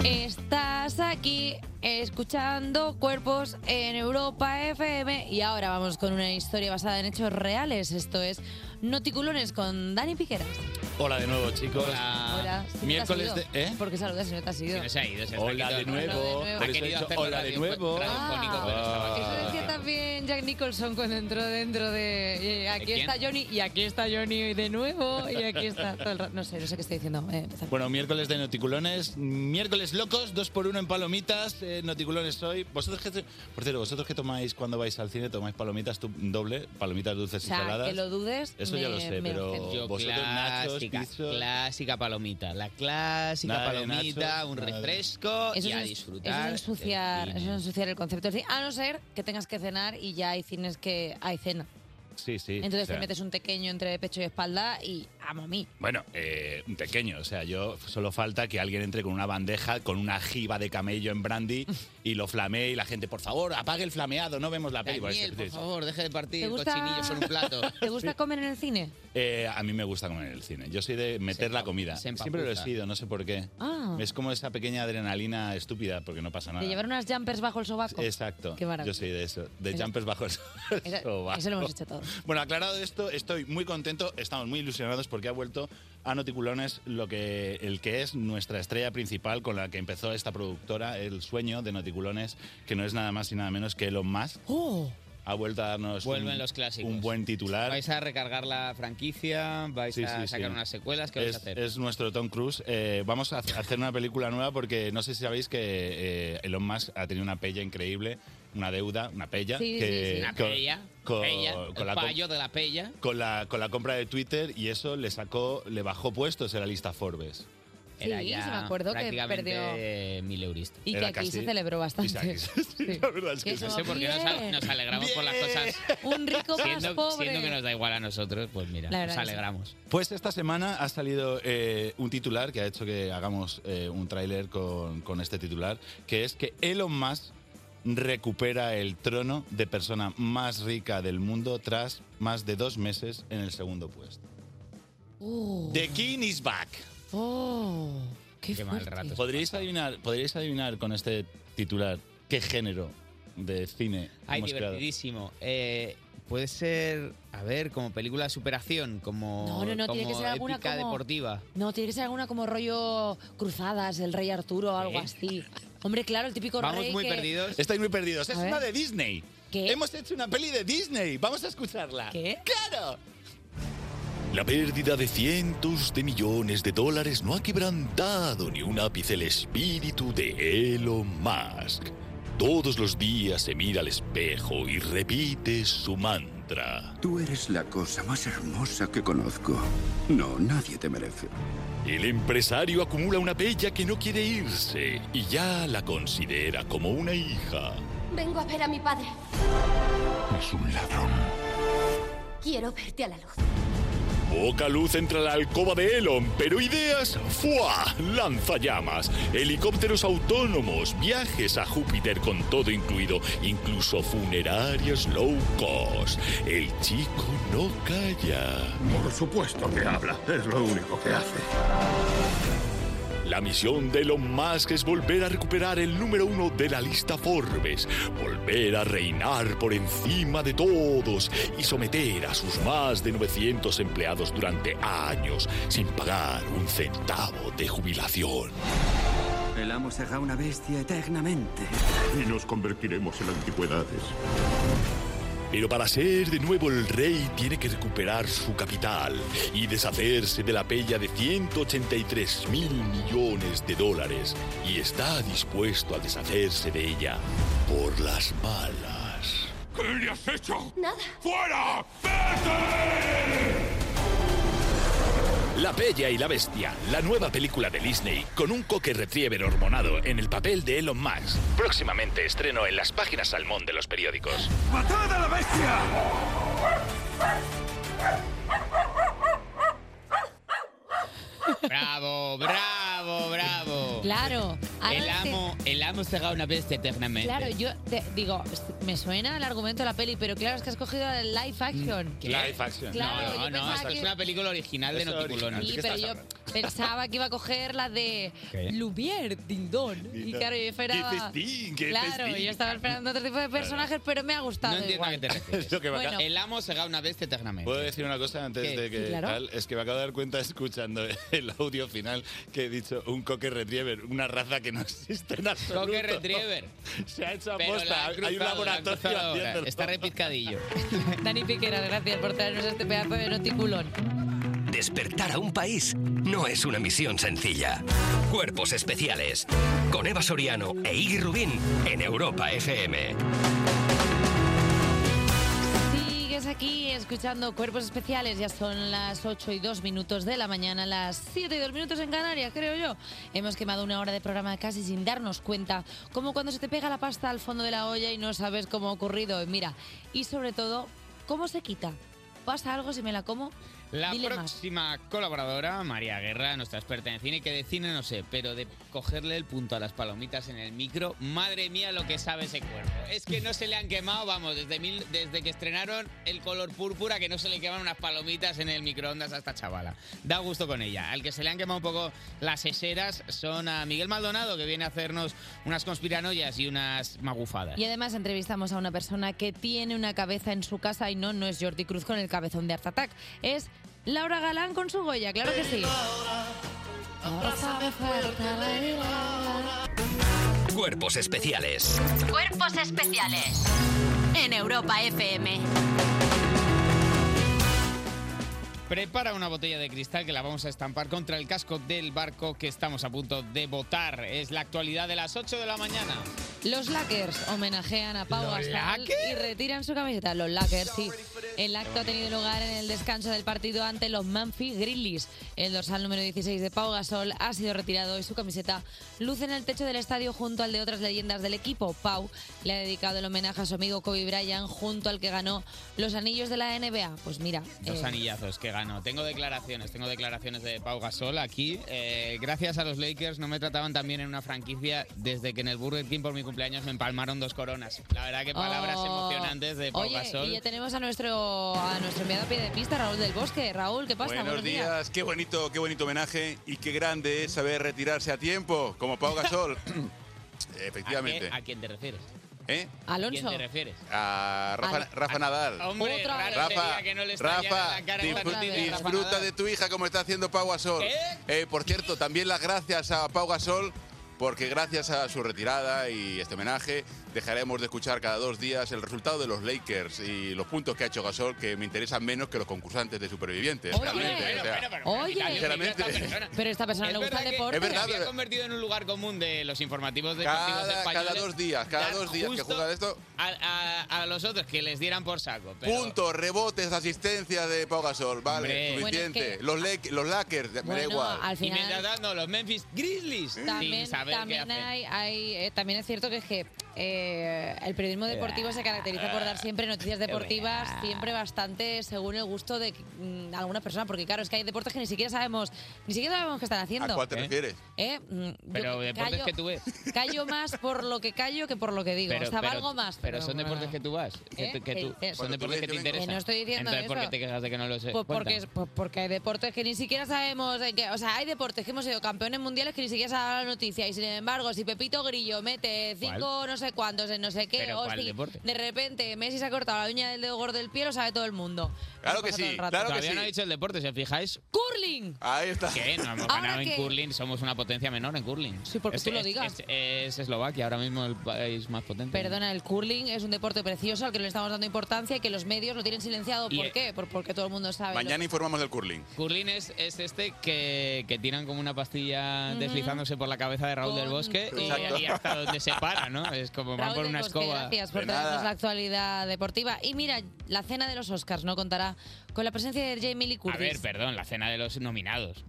[SPEAKER 1] Estás aquí escuchando Cuerpos en Europa FM y ahora vamos con una historia basada en hechos reales. Esto es Noticulones con Dani Piqueras.
[SPEAKER 8] Hola de nuevo, chicos.
[SPEAKER 1] Hola, si no te has
[SPEAKER 8] Ah, Miércoles
[SPEAKER 1] ido.
[SPEAKER 8] de. ¿Eh?
[SPEAKER 1] Porque saludas si no te has ido.
[SPEAKER 2] Se ha ido, se
[SPEAKER 8] Hola
[SPEAKER 2] está
[SPEAKER 8] de
[SPEAKER 2] quitando.
[SPEAKER 8] nuevo.
[SPEAKER 1] Hola de nuevo.
[SPEAKER 8] Por
[SPEAKER 2] Ha
[SPEAKER 8] eso he
[SPEAKER 2] querido
[SPEAKER 8] dicho,
[SPEAKER 2] hacerlo
[SPEAKER 8] hola de
[SPEAKER 2] radio-
[SPEAKER 8] nuevo.
[SPEAKER 2] radiofónico, pero estaba
[SPEAKER 8] Ah.
[SPEAKER 1] Eso decía también Jack Nicholson cuando entró dentro de... eh, aquí
[SPEAKER 8] ¿Quién?
[SPEAKER 1] está Johnny y aquí está Johnny de nuevo y aquí está todo el rato. No sé, no sé qué estoy diciendo. Eh, empezar.
[SPEAKER 8] Bueno, miércoles de noticulones, miércoles locos, dos por uno en palomitas, eh, noticulones hoy. Vosotros que, por cierto, vosotros que tomáis cuando vais al cine, tomáis palomitas tu- doble, palomitas dulces
[SPEAKER 1] o
[SPEAKER 8] y
[SPEAKER 1] sea,
[SPEAKER 8] saladas.
[SPEAKER 1] que lo dudes.
[SPEAKER 8] Eso ya
[SPEAKER 1] me-
[SPEAKER 8] lo sé,
[SPEAKER 1] me
[SPEAKER 8] pero
[SPEAKER 1] ofende.
[SPEAKER 2] Yo
[SPEAKER 8] vosotros nachos,
[SPEAKER 2] clásica,
[SPEAKER 8] pizzas.
[SPEAKER 2] clásica palomita, la clásica
[SPEAKER 8] Nada de
[SPEAKER 2] palomita,
[SPEAKER 8] nachos,
[SPEAKER 2] un
[SPEAKER 8] nada de-
[SPEAKER 2] refresco
[SPEAKER 1] Eso
[SPEAKER 2] y a
[SPEAKER 1] es-
[SPEAKER 2] disfrutar.
[SPEAKER 1] Eso es ensuciar, eso es ensuciar el concepto del cine, a no ser que tengas que cenar y ya hay cines que hay cena.
[SPEAKER 8] Sí, sí.
[SPEAKER 1] Entonces
[SPEAKER 8] o sea,
[SPEAKER 1] te metes un pequeño entre pecho y espalda y amo a mí.
[SPEAKER 8] Bueno, eh, un pequeño, o sea, yo solo falta que alguien entre con una bandeja, con una jiba de camello en brandy y lo flamee y la gente, por favor, apague el flameado, no vemos la peli. Bueno,
[SPEAKER 2] Daniel,
[SPEAKER 8] es-
[SPEAKER 2] por
[SPEAKER 8] es-
[SPEAKER 2] favor, deje de partir
[SPEAKER 1] ¿Te
[SPEAKER 2] el
[SPEAKER 1] gusta,
[SPEAKER 2] cochinillo por un plato.
[SPEAKER 1] ¿Te gusta comer en el cine?
[SPEAKER 8] Eh, a mí me gusta comer en el cine. Yo soy de meter la comida.
[SPEAKER 2] se empapuza.
[SPEAKER 8] Siempre lo he sido, no sé por qué.
[SPEAKER 1] Ah.
[SPEAKER 8] Es como esa pequeña adrenalina estúpida porque no pasa nada.
[SPEAKER 1] De llevar unas jumpers bajo el sobaco.
[SPEAKER 8] Exacto.
[SPEAKER 1] Qué maravilla.
[SPEAKER 8] Yo soy de eso, de
[SPEAKER 1] Eso-
[SPEAKER 8] jumpers bajo el
[SPEAKER 1] Eso,
[SPEAKER 8] sobaco.
[SPEAKER 1] eso lo hemos hecho todos.
[SPEAKER 8] Bueno, aclarado esto, estoy muy contento, estamos muy ilusionados porque ha vuelto a Noticulones lo que, el que es nuestra estrella principal con la que empezó esta productora, el sueño de Noticulones, que no es nada más y nada menos que Elon Musk. Ha vuelto a darnos
[SPEAKER 2] ¡Oh! Vuelven
[SPEAKER 8] un,
[SPEAKER 2] los clásicos.
[SPEAKER 8] un buen titular.
[SPEAKER 2] Vais a recargar la franquicia, vais
[SPEAKER 8] Sí,
[SPEAKER 2] a
[SPEAKER 8] sí,
[SPEAKER 2] sacar
[SPEAKER 8] sí.
[SPEAKER 2] unas secuelas, ¿qué vais
[SPEAKER 8] es,
[SPEAKER 2] a hacer?
[SPEAKER 8] es nuestro Tom Cruise. Eh, vamos a hac- hacer una película nueva porque no sé si sabéis que eh, Elon Musk ha tenido una pella increíble, una deuda, una pella.
[SPEAKER 2] Sí,
[SPEAKER 8] que,
[SPEAKER 2] sí, sí. Una
[SPEAKER 8] con-
[SPEAKER 2] pella,
[SPEAKER 8] Con,
[SPEAKER 2] pella,
[SPEAKER 8] con
[SPEAKER 2] el
[SPEAKER 8] la com-
[SPEAKER 2] payo de la pella.
[SPEAKER 8] con la, con la compra de Twitter y eso le sacó, le bajó puestos en la lista Forbes.
[SPEAKER 1] Sí, sí me acuerdo que perdió-
[SPEAKER 2] mil eurista.
[SPEAKER 1] Y que aquí se celebró bastante. que
[SPEAKER 2] no
[SPEAKER 1] eso
[SPEAKER 2] sé por qué nos, al-
[SPEAKER 1] bien.
[SPEAKER 2] nos alegramos por las cosas.
[SPEAKER 1] Un rico más
[SPEAKER 2] Siendo,
[SPEAKER 1] pobre.
[SPEAKER 2] siendo que nos da igual a nosotros, pues mira,
[SPEAKER 1] La
[SPEAKER 2] nos
[SPEAKER 1] verdad que sí.
[SPEAKER 2] alegramos.
[SPEAKER 8] Pues esta semana ha salido eh, un titular que ha hecho que hagamos eh, un tráiler con, con este titular, que es que Elon Musk recupera el trono de persona más rica del mundo tras más de dos meses en el segundo puesto.
[SPEAKER 1] Oh,
[SPEAKER 8] The King is back.
[SPEAKER 1] oh, qué,
[SPEAKER 8] mal
[SPEAKER 1] fuerte.
[SPEAKER 8] rato. ¿Podríais adivinar, podríais adivinar con este titular qué género de cine
[SPEAKER 2] Ay,
[SPEAKER 8] hemos creado?
[SPEAKER 2] divertidísimo. Eh, puede ser, a ver, como película de superación, como,
[SPEAKER 1] No, no, no, tiene
[SPEAKER 2] como
[SPEAKER 1] que ser alguna
[SPEAKER 2] épica
[SPEAKER 1] como-
[SPEAKER 2] deportiva.
[SPEAKER 1] No, tiene que ser alguna como rollo cruzadas, el rey Arturo o algo
[SPEAKER 2] ¿Eh?
[SPEAKER 1] así. Hombre, claro, el típico rey que-
[SPEAKER 8] Estáis muy perdidos.
[SPEAKER 1] A
[SPEAKER 8] Es
[SPEAKER 1] ver.
[SPEAKER 8] una de Disney.
[SPEAKER 1] ¿Qué?
[SPEAKER 8] Hemos hecho una peli de Disney. Vamos a escucharla.
[SPEAKER 1] ¿Qué?
[SPEAKER 8] ¡Claro!
[SPEAKER 11] La pérdida de cientos de millones de dólares no ha quebrantado ni un ápice el espíritu de Elon Musk. Todos los días se mira al espejo y repite su mantra.
[SPEAKER 12] Tú eres la cosa más hermosa que conozco. No, nadie te merece.
[SPEAKER 11] El empresario acumula una bella que no quiere irse y ya la considera como una hija.
[SPEAKER 13] Vengo a ver a mi padre.
[SPEAKER 11] Es un ladrón.
[SPEAKER 13] Quiero verte a la luz.
[SPEAKER 11] Poca luz entra a la alcoba de Elon, pero ideas, ¡fua! Lanzallamas, helicópteros autónomos, viajes a Júpiter con todo incluido, incluso funerarias low cost. El chico no calla.
[SPEAKER 12] Por supuesto que habla. Es lo único que hace.
[SPEAKER 11] La misión de Elon Musk es volver a recuperar el número uno de la lista Forbes, volver a reinar por encima de todos y someter a sus más de 900 empleados durante años sin pagar un centavo de jubilación.
[SPEAKER 12] El amo será una bestia eternamente.
[SPEAKER 11] Y nos convertiremos en antigüedades. Pero para ser de nuevo el rey tiene que recuperar su capital y deshacerse de la pella de 183 mil millones de dólares. Y está dispuesto a deshacerse de ella por las malas.
[SPEAKER 9] ¿Qué le has hecho? Nada.
[SPEAKER 11] ¡Fuera! La Bella y la Bestia, la nueva película de Disney, con un coque retriever hormonado en el papel de Elon Musk. Próximamente estreno en las páginas salmón de los periódicos.
[SPEAKER 9] ¡Matad a la bestia!
[SPEAKER 2] ¡Bravo, bravo! Bravo, bravo.
[SPEAKER 1] Claro, ahora este
[SPEAKER 2] El
[SPEAKER 1] te-
[SPEAKER 2] amo, el amo será una bestia eternamente.
[SPEAKER 1] Claro, yo te- digo, s- me suena el argumento de la peli, pero claro, es que has cogido el live
[SPEAKER 2] Mm.
[SPEAKER 1] action.
[SPEAKER 2] ¿Qué?
[SPEAKER 8] Live action.
[SPEAKER 1] Claro,
[SPEAKER 2] no,
[SPEAKER 1] yo
[SPEAKER 2] no, no,
[SPEAKER 1] pensaba
[SPEAKER 2] esta
[SPEAKER 1] que-
[SPEAKER 2] es una película original de
[SPEAKER 8] Eso es
[SPEAKER 2] Noticulona.
[SPEAKER 1] Sí, pero yo pensaba que iba a coger la de
[SPEAKER 2] ¿Qué?
[SPEAKER 1] Lumière, Dindón. Y claro, yo esperaba.
[SPEAKER 2] festín, qué
[SPEAKER 1] Claro,
[SPEAKER 2] festín.
[SPEAKER 1] yo estaba esperando otro tipo de personajes, pero me ha
[SPEAKER 2] No
[SPEAKER 1] gustado.
[SPEAKER 2] entiendo a
[SPEAKER 1] igual.
[SPEAKER 2] qué te refieres.
[SPEAKER 8] que va a- Bueno.
[SPEAKER 2] El amo será una bestia eternamente.
[SPEAKER 8] ¿Puedo decir una cosa antes
[SPEAKER 2] ¿Qué?
[SPEAKER 8] de que
[SPEAKER 2] Sí, claro.
[SPEAKER 8] tal? Es que me acabo de dar cuenta escuchando el audio final que he dicho un cocker retriever, una raza que no existe en absoluto.
[SPEAKER 2] Cocker Retriever.
[SPEAKER 8] Se ha hecho
[SPEAKER 2] Pero la
[SPEAKER 8] aposta.
[SPEAKER 2] han
[SPEAKER 8] Hay un
[SPEAKER 2] cruzado, la han
[SPEAKER 8] laboratorio
[SPEAKER 2] cruzado ahora.
[SPEAKER 8] haciéndolo.
[SPEAKER 2] Está repicadillo.
[SPEAKER 1] Dani Piqueras, gracias por traernos este pedazo de noticulón.
[SPEAKER 4] Despertar a un país no es una misión sencilla. Cuerpos especiales. Con Eva Soriano e Iggy Rubín en Europa FM.
[SPEAKER 1] Sigues aquí escuchando Cuerpos Especiales, ya son las 8 y 2 minutos de la mañana, las 7 y 2 minutos en Canarias, creo yo. Hemos quemado una hora de programa casi sin darnos cuenta, como cuando se te pega la pasta al fondo de la olla y no sabes cómo ha ocurrido. Y Mira, y sobre todo, ¿cómo se quita? ¿Pasa algo si me la como?
[SPEAKER 2] La
[SPEAKER 1] Dile más.
[SPEAKER 2] próxima colaboradora, María Guerra, nuestra experta en cine, que de cine no sé, pero de cogerle el punto a las palomitas en el micro, madre mía lo que sabe ese cuerpo. Es que no se le han quemado, vamos, desde, mil, desde que estrenaron el color púrpura, que no se le queman unas palomitas en el microondas a esta chavala. Da gusto con ella. Al que se le han quemado un poco las eseras son a Miguel Maldonado, que viene a hacernos unas conspiranoias y unas magufadas.
[SPEAKER 1] Y además entrevistamos a una persona que tiene una cabeza en su casa y no, no es Jordi Cruz con el cabezón de Art Attack, es Laura Galán con su Goya, claro que sí.
[SPEAKER 4] Cuerpos especiales.
[SPEAKER 5] Cuerpos especiales en Europa FM.
[SPEAKER 2] Prepara una botella de cristal que la vamos a estampar contra el casco del barco que estamos a punto de botar. Es la actualidad de las 8 de la mañana.
[SPEAKER 1] Los Lakers homenajean a Pau
[SPEAKER 2] ¿Los
[SPEAKER 1] Gasol y retiran su camiseta. Los Lakers, sí. El acto ha tenido lugar en el descanso del partido ante los Memphis Grizzlies. El dorsal número 16 de Pau Gasol ha sido retirado y su camiseta luce en el techo del estadio junto al de otras leyendas del equipo. Pau le ha dedicado el homenaje a su amigo Kobe Bryant junto al que ganó los anillos de la NBA. Pues mira,
[SPEAKER 2] Dos
[SPEAKER 1] eh,
[SPEAKER 2] anillazos que ganó. Tengo declaraciones, tengo declaraciones de Pau Gasol aquí. Eh, gracias a los Lakers no me trataban tan bien en una franquicia desde que en el Burger King por mi cumpleaños me empalmaron dos coronas. La verdad que palabras
[SPEAKER 1] Oh.
[SPEAKER 2] emocionantes de Pau
[SPEAKER 1] Oye,
[SPEAKER 2] Gasol.
[SPEAKER 1] y ya tenemos a nuestro, a nuestro enviado a pie de pista, Raúl del Bosque. Raúl, ¿qué pasa?
[SPEAKER 14] Buenos días. qué bonito, qué bonito homenaje y qué grande es saber retirarse a tiempo, como Pau Gasol. Efectivamente.
[SPEAKER 2] ¿A quién te refieres?
[SPEAKER 14] ¿Eh?
[SPEAKER 1] Alonso.
[SPEAKER 2] ¿A quién te refieres?
[SPEAKER 14] A Rafa,
[SPEAKER 2] Al-
[SPEAKER 14] Rafa
[SPEAKER 2] al-
[SPEAKER 14] Nadal.
[SPEAKER 2] Hombre, Otra raro vez. sería
[SPEAKER 14] Rafa,
[SPEAKER 2] que no le estallara
[SPEAKER 14] Rafa,
[SPEAKER 2] la cara
[SPEAKER 14] disfru-
[SPEAKER 2] esta noticia a Rafa
[SPEAKER 14] disfruta
[SPEAKER 2] Nadal.
[SPEAKER 14] de tu hija como está haciendo Pau Gasol. Eh, por cierto, también las gracias a Pau Gasol porque gracias a su retirada y este homenaje dejaremos de escuchar cada dos días el resultado de los Lakers y los puntos que ha hecho Gasol que me interesan menos que los concursantes de supervivientes.
[SPEAKER 1] Oye.
[SPEAKER 14] realmente,
[SPEAKER 1] Pero,
[SPEAKER 14] o sea,
[SPEAKER 1] pero, pero, Oye.
[SPEAKER 14] sinceramente,
[SPEAKER 1] Pero esta persona
[SPEAKER 2] Es
[SPEAKER 1] le gusta
[SPEAKER 2] verdad
[SPEAKER 1] el
[SPEAKER 2] que
[SPEAKER 1] deporte.
[SPEAKER 2] Se había convertido en un lugar común de los informativos deportivos
[SPEAKER 14] cada,
[SPEAKER 2] españoles.
[SPEAKER 14] cada dos días, cada
[SPEAKER 2] Dar
[SPEAKER 14] dos días que
[SPEAKER 2] justo
[SPEAKER 14] juega de esto,
[SPEAKER 2] A, a- a los otros que les dieran por saco. Pero
[SPEAKER 14] Puntos, rebotes, asistencia de Pau Gasol, vale,
[SPEAKER 2] Hombre.
[SPEAKER 14] suficiente.
[SPEAKER 2] Bueno, es que-
[SPEAKER 14] Los, Lake- los Lakers, me da
[SPEAKER 1] Bueno,
[SPEAKER 14] igual.
[SPEAKER 1] al final-
[SPEAKER 2] Y mientras tanto, los Memphis Grizzlies.
[SPEAKER 1] También,
[SPEAKER 2] sin saber
[SPEAKER 1] también
[SPEAKER 2] qué hacen.
[SPEAKER 1] hay, hay, eh, también es cierto que, es que eh, el periodismo deportivo se caracteriza por dar siempre noticias
[SPEAKER 2] Eh,
[SPEAKER 1] deportivas, siempre bastante según el gusto de mm, algunas personas, porque claro, es que hay deportes que ni siquiera sabemos, ni siquiera sabemos qué están haciendo.
[SPEAKER 14] ¿A cuál te
[SPEAKER 1] ¿Eh?
[SPEAKER 14] refieres?
[SPEAKER 1] Eh, mm, yo
[SPEAKER 2] Pero
[SPEAKER 1] que
[SPEAKER 2] deportes
[SPEAKER 1] callo-
[SPEAKER 2] que tú ves.
[SPEAKER 1] Callo más por lo que callo que por lo que digo.
[SPEAKER 2] Pero-
[SPEAKER 1] o sea,
[SPEAKER 2] pero-
[SPEAKER 1] valgo más.
[SPEAKER 2] Pero, son deportes que tú vas. Que,
[SPEAKER 1] ¿Eh?
[SPEAKER 2] tú- que tú-
[SPEAKER 1] Que dices-
[SPEAKER 2] son deportes que te interesan.
[SPEAKER 1] Que no estoy diciendo
[SPEAKER 2] Entonces, ¿por qué
[SPEAKER 1] eso.
[SPEAKER 2] te quejas de que no lo sé?
[SPEAKER 1] Pues porque,
[SPEAKER 2] Cuéntame.
[SPEAKER 1] es- pues porque hay deportes que ni siquiera sabemos. en qué- o sea, hay deportes que hemos sido campeones mundiales que ni siquiera se ha dado la noticia. Y sin embargo, si Pepito Grillo mete cinco no sé cuántos en no sé qué,
[SPEAKER 14] ¿Pero
[SPEAKER 1] o
[SPEAKER 14] cuál
[SPEAKER 1] si
[SPEAKER 14] deporte?
[SPEAKER 1] de repente Messi se ha cortado la uña del dedo gordo del pie, lo sabe todo el mundo.
[SPEAKER 14] Claro
[SPEAKER 1] Eso pasa todo
[SPEAKER 14] que sí,
[SPEAKER 1] el rato.
[SPEAKER 14] claro que
[SPEAKER 2] Todavía
[SPEAKER 14] sí.
[SPEAKER 2] no he dicho el deporte, si os fijáis.
[SPEAKER 1] ¡Curling!
[SPEAKER 14] Ahí está.
[SPEAKER 2] Que no hemos
[SPEAKER 1] Ahora
[SPEAKER 2] ganado
[SPEAKER 1] que-
[SPEAKER 2] en curling, somos una potencia menor en curling. Sí,
[SPEAKER 1] porque tú lo digas.
[SPEAKER 2] Es, es Eslovaquia, ahora mismo el país más potente.
[SPEAKER 1] Perdona, el curling es un deporte precioso al que no le estamos dando importancia y que los medios lo tienen silenciado.
[SPEAKER 2] Y,
[SPEAKER 1] ¿Por
[SPEAKER 2] eh,
[SPEAKER 1] qué? Por- porque todo el mundo sabe. lo
[SPEAKER 14] Mañana informamos del curling.
[SPEAKER 2] Curlín es, es este que, que tiran como una pastilla
[SPEAKER 1] Ujú.
[SPEAKER 2] deslizándose por la cabeza de Raúl del Bosque y,
[SPEAKER 14] Exacto.
[SPEAKER 2] y hasta donde se para, ¿no? Es como van
[SPEAKER 1] Raúl
[SPEAKER 2] por
[SPEAKER 1] del
[SPEAKER 2] una
[SPEAKER 1] Bosque,
[SPEAKER 2] escoba.
[SPEAKER 1] Gracias por traernos la actualidad deportiva. Y mira, la cena de los Oscars no contará con la presencia de Jamie Lee Curtis.
[SPEAKER 2] A ver, perdón, la cena de los nominados.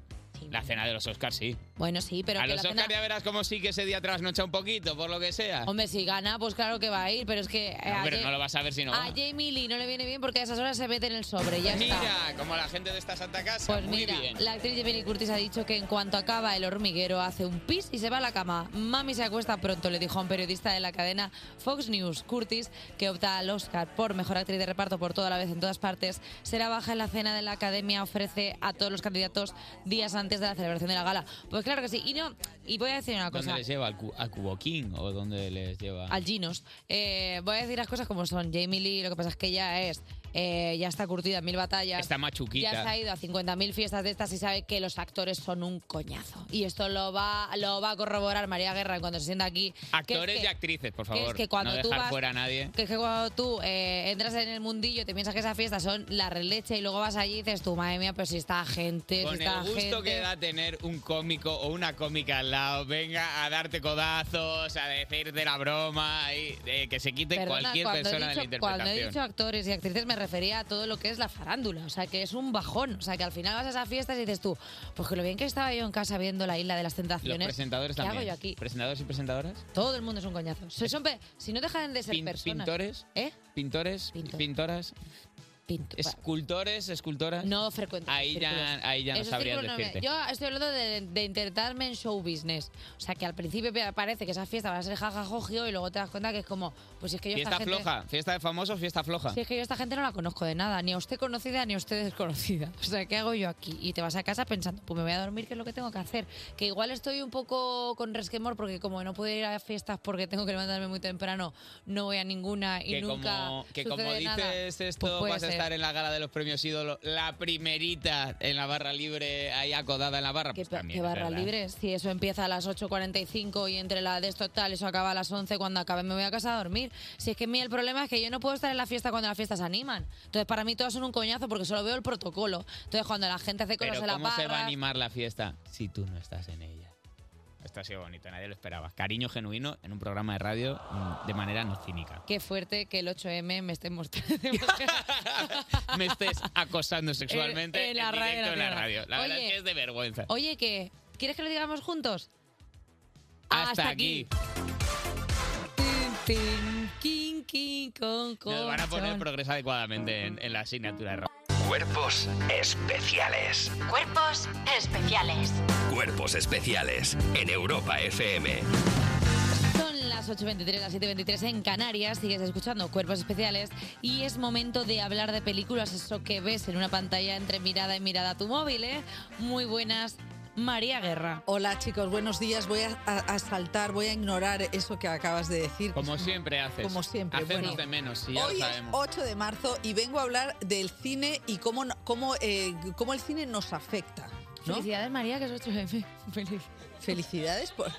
[SPEAKER 2] La cena de los Oscars, sí.
[SPEAKER 1] Bueno, sí, pero
[SPEAKER 2] a
[SPEAKER 1] que
[SPEAKER 2] los
[SPEAKER 1] la
[SPEAKER 2] Oscar
[SPEAKER 1] cena...
[SPEAKER 2] ya verás como sí que ese día trasnocha un poquito, por lo que sea.
[SPEAKER 1] Hombre, si gana, pues claro que va a ir, pero es que... eh,
[SPEAKER 2] No,
[SPEAKER 1] a
[SPEAKER 2] pero
[SPEAKER 1] Ja-
[SPEAKER 2] no lo vas a ver si no
[SPEAKER 1] a
[SPEAKER 2] va.
[SPEAKER 1] Jamie Lee no le viene bien porque a esas horas se mete en el sobre, ya está. Pues
[SPEAKER 2] Mira, como la gente de esta santa casa. muy
[SPEAKER 1] Mira,
[SPEAKER 2] bien.
[SPEAKER 1] la actriz Jamie Lee Curtis ha dicho que en cuanto acaba el hormiguero hace un pis y se va a la cama. Mami se acuesta pronto, le dijo a un periodista de la cadena Fox News. Curtis, que opta al Oscar por mejor actriz de reparto por toda la vez en todas partes, será baja en la cena de la academia. Ofrece a todos los candidatos días antes de la celebración de la gala. Pues claro que sí. Y no, y voy a decir una
[SPEAKER 2] ¿Dónde
[SPEAKER 1] cosa.
[SPEAKER 2] les lleva? ¿Al, cu al Cuboquín? ¿O dónde les lleva?
[SPEAKER 1] Al Ginos. Eh, voy a decir las cosas como son. Jamie Lee, lo que pasa es que ella es. eh, ya está curtida en mil batallas.
[SPEAKER 2] Está machuquita.
[SPEAKER 1] Ya se ha ido a 50.000 fiestas de estas y sabe que los actores son un coñazo. Y esto lo va, lo va a corroborar María Guerra cuando se sienta aquí. Que es
[SPEAKER 2] Actores
[SPEAKER 1] que-
[SPEAKER 2] y actrices, por
[SPEAKER 1] que es
[SPEAKER 2] favor.
[SPEAKER 1] que cuando
[SPEAKER 2] no
[SPEAKER 1] tú
[SPEAKER 2] dejar
[SPEAKER 1] vas-
[SPEAKER 2] fuera a nadie.
[SPEAKER 1] que es que cuando tú eh, entras en el mundillo te piensas que esas fiestas son la releche y luego vas allí y dices tú, madre mía, pero si está gente,
[SPEAKER 2] Con
[SPEAKER 1] si
[SPEAKER 2] el
[SPEAKER 1] está
[SPEAKER 2] gusto
[SPEAKER 1] gente.
[SPEAKER 2] que da tener un cómico o una cómica al lado, venga a darte codazos, a decirte la broma, y, eh, que se quite
[SPEAKER 1] Perdona,
[SPEAKER 2] cualquier
[SPEAKER 1] cuando he
[SPEAKER 2] persona de la
[SPEAKER 1] dicho- Cuando he dicho
[SPEAKER 2] interpretación.
[SPEAKER 1] actores y actrices me refería a todo lo que es la farándula, o sea, que es un bajón, o sea, que al final vas a esas fiestas y dices tú, pues que lo bien que estaba yo en casa viendo la isla de las
[SPEAKER 2] Los
[SPEAKER 1] tentaciones.
[SPEAKER 2] presentadores
[SPEAKER 1] ¿Qué
[SPEAKER 2] también.
[SPEAKER 1] hago yo aquí?
[SPEAKER 2] ¿Presentadores y presentadoras?
[SPEAKER 1] Todo el mundo es un coñazo. Si, son pe- si no dejan de ser
[SPEAKER 2] Pin-
[SPEAKER 1] personas.
[SPEAKER 2] pintores.
[SPEAKER 1] ¿Eh?
[SPEAKER 2] ¿Pintores? ¿Pintoras? ¿Escultores? ¿Escultoras?
[SPEAKER 1] No frecuento.
[SPEAKER 2] Ahí ya, ahí ya no
[SPEAKER 1] Esos
[SPEAKER 2] sabría
[SPEAKER 1] círculos no me-
[SPEAKER 2] decirte.
[SPEAKER 1] Yo estoy hablando de, de intentarme en show business. O sea, que al principio pe- parece que esas fiestas van a ser jajajogio y luego te das cuenta que es como, pues si es que yo
[SPEAKER 2] Fiesta
[SPEAKER 1] esta gente,
[SPEAKER 2] floja, fiesta de famosos, fiesta floja.
[SPEAKER 1] si es que yo esta gente no la conozco de nada, ni a usted conocida ni a usted desconocida. O sea, ¿qué hago yo aquí? Y te vas a casa pensando, pues me voy a dormir, que es lo que tengo que hacer. Que igual estoy un poco con resquemor porque como no puedo ir a fiestas porque tengo que levantarme muy temprano, no voy a ninguna y
[SPEAKER 2] que
[SPEAKER 1] nunca
[SPEAKER 2] como, que como
[SPEAKER 1] sucede
[SPEAKER 2] dices
[SPEAKER 1] nada. Pues
[SPEAKER 2] esto,
[SPEAKER 1] puede
[SPEAKER 2] vas a
[SPEAKER 1] ser.
[SPEAKER 2] estar en la gala de los premios ídolos, la primerita en la barra libre, ahí acodada en la barra. Pues también,
[SPEAKER 1] ¿Qué
[SPEAKER 2] es
[SPEAKER 1] barra
[SPEAKER 2] verdad.
[SPEAKER 1] libre? Si eso empieza a las 8.45 y entre la de esto tal, eso acaba a las 11, cuando acabe me voy a casa a dormir. Si es que a mí el problema es que yo no puedo estar en la fiesta cuando las fiestas se animan. Entonces para mí todas son un coñazo porque solo veo el protocolo. Entonces cuando la gente hace cosas
[SPEAKER 2] Pero
[SPEAKER 1] en la
[SPEAKER 2] ¿cómo se va a
[SPEAKER 1] barra...
[SPEAKER 2] animar la fiesta si tú no estás en ella? Esto ha sido bonito, nadie lo esperaba. Cariño genuino en un programa de radio mm, de manera no cínica.
[SPEAKER 1] Qué fuerte que el 8M me esté mostrando
[SPEAKER 2] Me estés acosando sexualmente
[SPEAKER 15] Eh,
[SPEAKER 2] en,
[SPEAKER 1] En- en la radio
[SPEAKER 2] directo en la
[SPEAKER 1] nacional.
[SPEAKER 2] radio. La verdad
[SPEAKER 1] Oye,
[SPEAKER 2] es que es de vergüenza.
[SPEAKER 1] Oye, ¿qué? ¿Quieres que lo digamos juntos?
[SPEAKER 2] hasta, aquí.
[SPEAKER 1] Tin, tin, quin, quin, con,
[SPEAKER 2] Nos van a poner
[SPEAKER 1] colchón.
[SPEAKER 2] progresa adecuadamente en, en la asignatura de radio.
[SPEAKER 4] Cuerpos especiales.
[SPEAKER 5] Cuerpos especiales.
[SPEAKER 4] Cuerpos especiales en Europa FM.
[SPEAKER 1] Son las 8.23, las 7.23 en Canarias, sigues escuchando Cuerpos Especiales y es momento de hablar de películas, eso que ves en una pantalla entre mirada y mirada a tu móvil, ¿eh? Muy buenas, María Guerra.
[SPEAKER 15] Hola chicos, buenos días. Voy a, a- a saltar, voy a ignorar eso que acabas de decir.
[SPEAKER 2] Como siempre haces.
[SPEAKER 15] Como siempre,
[SPEAKER 2] Hacernos
[SPEAKER 15] bueno.
[SPEAKER 2] de menos, si ya
[SPEAKER 15] Hoy
[SPEAKER 2] lo
[SPEAKER 15] es
[SPEAKER 2] sabemos.
[SPEAKER 15] 8 de marzo y vengo a hablar del cine y cómo, no- cómo, eh, cómo el cine nos afecta. ¿no?
[SPEAKER 1] Felicidades, María, que es 8M. Feliz.
[SPEAKER 15] Felicidades por...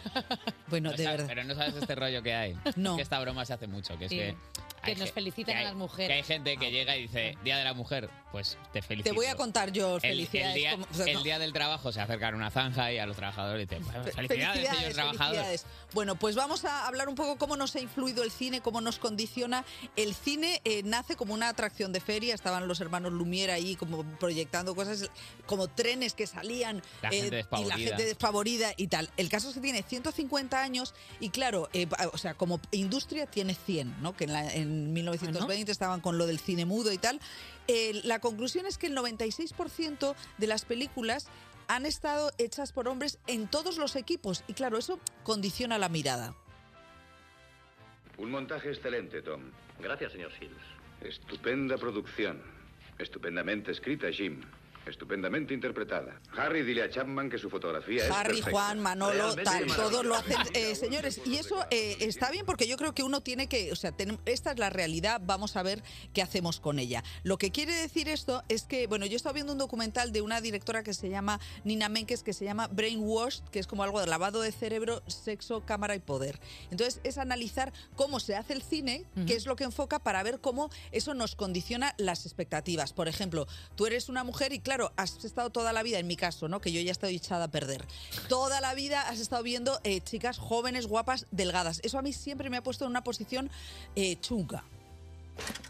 [SPEAKER 15] Bueno,
[SPEAKER 2] No
[SPEAKER 15] de
[SPEAKER 2] sabes-
[SPEAKER 15] verdad.
[SPEAKER 2] Pero no sabes este rollo que hay.
[SPEAKER 15] No.
[SPEAKER 2] Que esta broma se hace mucho, que es
[SPEAKER 15] Sí.
[SPEAKER 2] que...
[SPEAKER 1] Que
[SPEAKER 2] hay
[SPEAKER 1] nos
[SPEAKER 2] ge-
[SPEAKER 1] felicitan
[SPEAKER 2] que
[SPEAKER 1] a
[SPEAKER 2] hay- Que
[SPEAKER 1] las
[SPEAKER 2] hay
[SPEAKER 1] mujeres.
[SPEAKER 2] gente que llega y dice, Día de la Mujer, pues te felicito.
[SPEAKER 15] Te voy a contar yo
[SPEAKER 2] El- El,
[SPEAKER 15] felicidades.
[SPEAKER 2] día,
[SPEAKER 15] como- o sea,
[SPEAKER 2] el
[SPEAKER 15] no.
[SPEAKER 2] día del trabajo se acercan a una zanja y a los trabajadores y dicen, "Felicidades, señor trabajador.
[SPEAKER 15] felicidades. Bueno, pues vamos a hablar un poco cómo nos ha influido el cine, cómo nos condiciona. El cine eh, nace como una atracción de feria, estaban los hermanos Lumière ahí como proyectando cosas, como trenes que salían eh,
[SPEAKER 2] La gente
[SPEAKER 15] y la
[SPEAKER 2] despavorida.
[SPEAKER 15] gente despavorida y tal. El caso es que tiene 150 años y claro, eh, pa- o sea, como industria tiene 100, ¿no? Que en, la- en 1920 estaban con lo del cine mudo y tal. Eh, la conclusión es que el 96% de las películas han estado hechas por hombres en todos los equipos y claro, eso condiciona la mirada.
[SPEAKER 16] Un montaje excelente, Tom. Gracias, señor Shields. Estupenda producción. Estupendamente escrita, Jim. Estupendamente interpretada. Harry, dile a Chapman que su fotografía es
[SPEAKER 15] Harry,
[SPEAKER 16] perfecta.
[SPEAKER 15] Juan, Manolo,
[SPEAKER 16] Realmente
[SPEAKER 15] tal,
[SPEAKER 16] maravillosa.
[SPEAKER 15] todos lo hacen. eh, señores, y eso eh, está bien porque yo creo que uno tiene que, o sea, tenem- esta es la realidad, vamos a ver qué hacemos con ella. Lo que quiere decir esto es que, bueno, yo estaba viendo un documental de una directora que se llama Nina Menkes, que se llama Brainwashed, que es como algo de lavado de cerebro, sexo, cámara y poder. Entonces, es analizar cómo se hace el cine, qué es lo que enfoca para ver cómo eso nos condiciona las expectativas. Por ejemplo, tú eres una mujer y claro, has estado toda la vida, en mi caso, ¿no? Que yo ya estoy echada a perder. Toda la vida has estado viendo eh, chicas jóvenes, guapas, delgadas. Eso a mí siempre me ha puesto en una posición eh, chunga.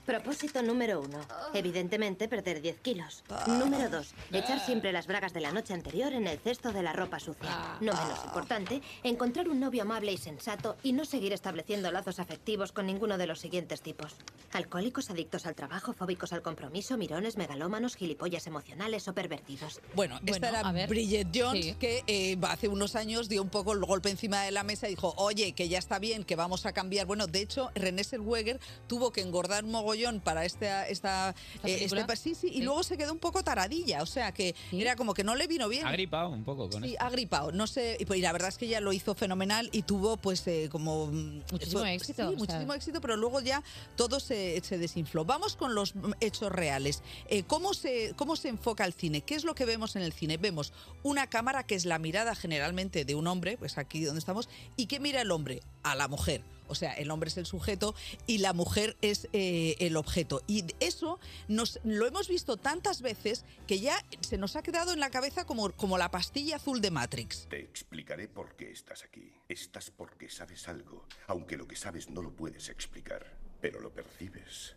[SPEAKER 17] Propósito número uno. Evidentemente, perder 10 kilos. Número dos. Echar siempre las bragas de la noche anterior en el cesto de la ropa sucia. No menos importante, encontrar un novio amable y sensato y no seguir estableciendo lazos afectivos con ninguno de los siguientes tipos. Alcohólicos, adictos al trabajo, fóbicos al compromiso, mirones, megalómanos, gilipollas emocionales o pervertidos.
[SPEAKER 15] Bueno, esta era Bridget Jones, que eh, hace unos años dio un poco el golpe encima de la mesa y dijo, oye, que ya está bien, que vamos a cambiar. Bueno, de hecho, René Selweger tuvo que engordar un mogollón para esta, esta, eh,
[SPEAKER 2] película?
[SPEAKER 15] este pa- sí, sí, y luego se quedó un poco taradilla, o sea, que era como que no le vino bien.
[SPEAKER 2] Ha gripado un poco con
[SPEAKER 15] Sí,
[SPEAKER 2] esto.
[SPEAKER 15] ha gripado, no sé, y pues, y la verdad es que ella lo hizo fenomenal y tuvo pues eh, como...
[SPEAKER 1] Muchísimo éxito,
[SPEAKER 15] Sí,
[SPEAKER 1] o
[SPEAKER 15] muchísimo
[SPEAKER 1] sea.
[SPEAKER 15] éxito, pero luego ya todo se, se desinfló. Vamos con los mm, hechos reales. Eh, ¿cómo, se, ¿Cómo se enfoca el cine? ¿Qué es lo que vemos en el cine? Vemos una cámara que es la mirada generalmente de un hombre, pues aquí donde estamos, y ¿qué mira el hombre? A la mujer. O sea, el hombre es el sujeto y la mujer es eh, el objeto. Y eso nos, lo hemos visto tantas veces que ya se nos ha quedado en la cabeza como, como la pastilla azul de Matrix.
[SPEAKER 18] Te explicaré por qué estás aquí. Estás porque sabes algo, aunque lo que sabes no lo puedes explicar, pero lo percibes.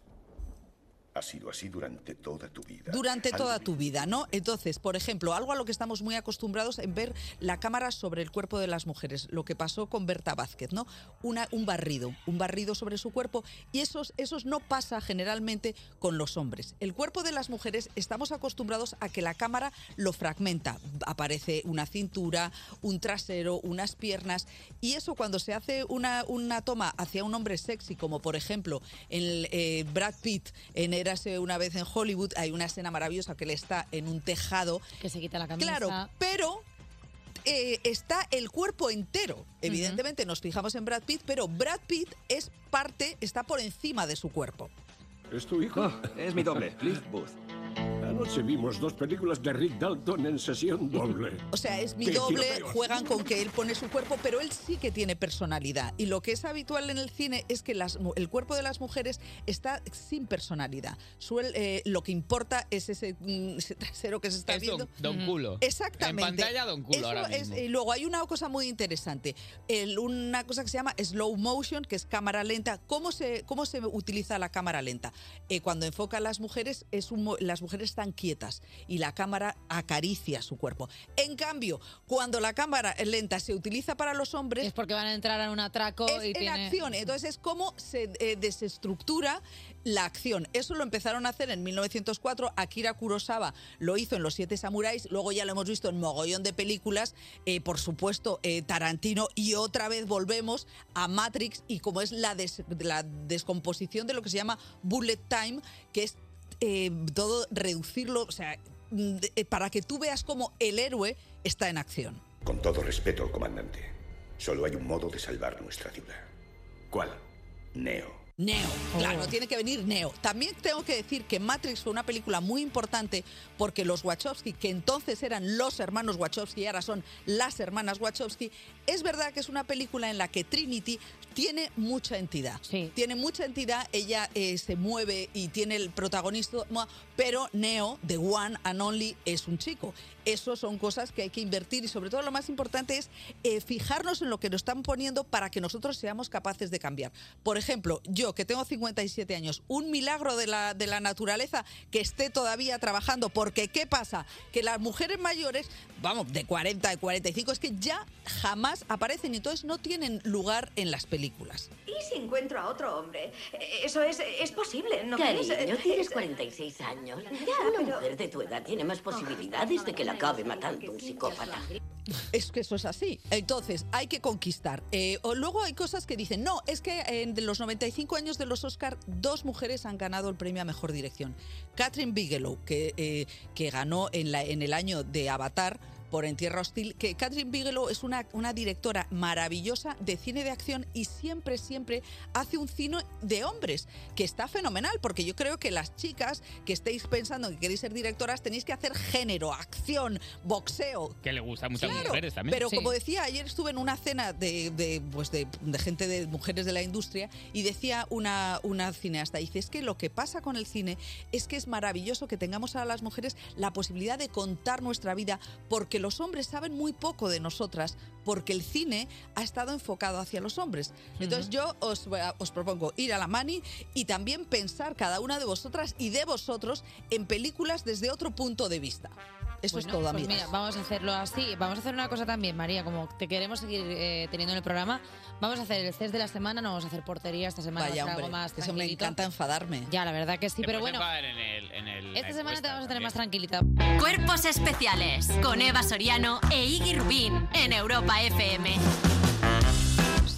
[SPEAKER 18] Ha sido así durante toda tu vida.
[SPEAKER 15] Durante
[SPEAKER 18] Algo
[SPEAKER 15] toda tu vida, ¿no? Entonces, por ejemplo, algo a lo que estamos muy acostumbrados en ver la cámara sobre el cuerpo de las mujeres, lo que pasó con Berta Vázquez, ¿no? Una, un barrido, un barrido sobre su cuerpo y esos, esos no pasa generalmente con los hombres. El cuerpo de las mujeres estamos acostumbrados a que la cámara lo fragmenta. Aparece una cintura, un trasero, unas piernas y eso cuando se hace una, una toma hacia un hombre sexy, como por ejemplo el, eh, Brad Pitt en Érase una vez en Hollywood, hay una escena maravillosa que él está en un tejado.
[SPEAKER 1] Que se quita la camisa.
[SPEAKER 15] Claro, pero eh, está el cuerpo entero. Evidentemente nos fijamos en Brad Pitt, pero Brad Pitt es parte, está por encima de su cuerpo.
[SPEAKER 19] ¿Es tu hijo? Ah, es mi doble, Cliff Booth. Anoche vimos dos películas de Rick Dalton en sesión doble.
[SPEAKER 15] O sea, es mi
[SPEAKER 19] ¿Qué
[SPEAKER 15] doble,
[SPEAKER 19] tiroteo?
[SPEAKER 15] juegan con que él pone su cuerpo, pero él sí que tiene personalidad. Y lo que es habitual en el cine es que las mu- el cuerpo de las mujeres está sin personalidad. Suel- eh, lo que importa es ese, mm, ese trasero que se está
[SPEAKER 2] Es don-
[SPEAKER 15] viendo.
[SPEAKER 2] don
[SPEAKER 15] Ujú.
[SPEAKER 2] culo.
[SPEAKER 15] Exactamente.
[SPEAKER 2] En pantalla, don culo
[SPEAKER 15] Eso
[SPEAKER 2] ahora
[SPEAKER 15] es-
[SPEAKER 2] mismo.
[SPEAKER 15] y luego hay una cosa muy interesante, el- una cosa que se llama slow motion, que es cámara lenta. ¿Cómo se, cómo se utiliza la cámara lenta? Eh, cuando enfoca a las mujeres, es un mo- las mujeres están quietas y la cámara acaricia su cuerpo. En cambio, cuando la cámara lenta se utiliza para los hombres... Es
[SPEAKER 1] porque van a entrar en un atraco
[SPEAKER 15] es
[SPEAKER 1] y
[SPEAKER 15] en
[SPEAKER 1] tiene-
[SPEAKER 15] acción. Entonces es cómo se eh, desestructura la acción. Eso lo empezaron a hacer en 1904. Akira Kurosawa lo hizo en Los Siete Samuráis. Luego ya lo hemos visto en mogollón de películas. eh, por supuesto, eh, Tarantino. Y otra vez volvemos a Matrix y como es la, des- la descomposición de lo que se llama bullet time, que es eh, todo reducirlo, o sea, mm, de- eh, para que tú veas cómo el héroe está en acción.
[SPEAKER 18] Con todo respeto, comandante, solo hay un modo de salvar nuestra ciudad. ¿Cuál? Neo.
[SPEAKER 15] Neo, claro, tiene que venir Neo. También tengo que decir que Matrix fue una película muy importante porque los Wachowski, que entonces eran los hermanos Wachowski y ahora son las hermanas Wachowski, es verdad que es una película en la que Trinity tiene mucha entidad. Tiene mucha entidad, ella eh, se mueve y tiene el protagonismo, pero Neo, The One and Only, es un chico. Eso son cosas que hay que invertir y sobre todo lo más importante es eh, fijarnos en lo que nos están poniendo para que nosotros seamos capaces de cambiar. Por ejemplo, yo que tengo 57 años, un milagro de la, de la naturaleza que esté todavía trabajando, porque ¿qué pasa? Que las mujeres mayores, vamos, de 40, de 45, es que ya jamás aparecen y entonces no tienen lugar en las películas.
[SPEAKER 17] ¿Y si encuentro a otro hombre? Eso es, es posible, ¿no crees?
[SPEAKER 20] Cariño, tienes
[SPEAKER 17] Es-
[SPEAKER 20] 46 años.
[SPEAKER 17] Ya,
[SPEAKER 20] Una
[SPEAKER 17] pero-
[SPEAKER 20] mujer de tu edad tiene más posibilidades de que la acabe matando un psicópata.
[SPEAKER 15] Es que eso es así. Entonces, hay que conquistar. Eh, o luego hay cosas que dicen, no, es que en de los 95 años de los Oscar, dos mujeres han ganado el premio a Mejor Dirección. Catherine Bigelow, que, eh, que ganó en, la- en el año de Avatar por En Tierra Hostil, que Catherine Bigelow es una, una directora maravillosa de cine de acción y siempre, siempre hace un cine de hombres, que está fenomenal, porque yo creo que las chicas que estéis pensando que queréis ser directoras tenéis que hacer género, acción, boxeo,
[SPEAKER 2] Que le gusta mucho a
[SPEAKER 15] Claro,
[SPEAKER 2] las mujeres también.
[SPEAKER 15] Pero como decía, ayer estuve en una cena de, de, pues de, de gente de mujeres de la industria y decía una, una cineasta, dice, es que lo que pasa con el cine es que es maravilloso que tengamos a las mujeres la posibilidad de contar nuestra vida porque los hombres saben muy poco de nosotras porque el cine ha estado enfocado hacia los hombres. Entonces yo os, voy a- os propongo ir a la Mani y también pensar cada una de vosotras y de vosotros en películas desde otro punto de vista. Eso es
[SPEAKER 1] Bueno,
[SPEAKER 15] todo,
[SPEAKER 1] pues
[SPEAKER 15] amigas.
[SPEAKER 1] mira, vamos a hacerlo así. Vamos a hacer una cosa también, María. Como te queremos seguir eh, teniendo en el programa, vamos a hacer el test de la semana. No vamos a hacer portería esta semana.
[SPEAKER 15] Vaya,
[SPEAKER 1] vamos a hacer
[SPEAKER 15] hombre,
[SPEAKER 1] algo más
[SPEAKER 15] eso me
[SPEAKER 1] tranquilito.
[SPEAKER 15] encanta enfadarme.
[SPEAKER 1] Ya, la verdad que sí,
[SPEAKER 2] Te
[SPEAKER 1] pero
[SPEAKER 2] puedes
[SPEAKER 1] bueno.
[SPEAKER 2] enfadar en el- en el- la
[SPEAKER 1] Esta semana te
[SPEAKER 2] encuesta
[SPEAKER 1] vamos a tener
[SPEAKER 2] también.
[SPEAKER 1] más tranquilita.
[SPEAKER 5] Cuerpos especiales con Eva Soriano e Iggy Rubín en Europa FM.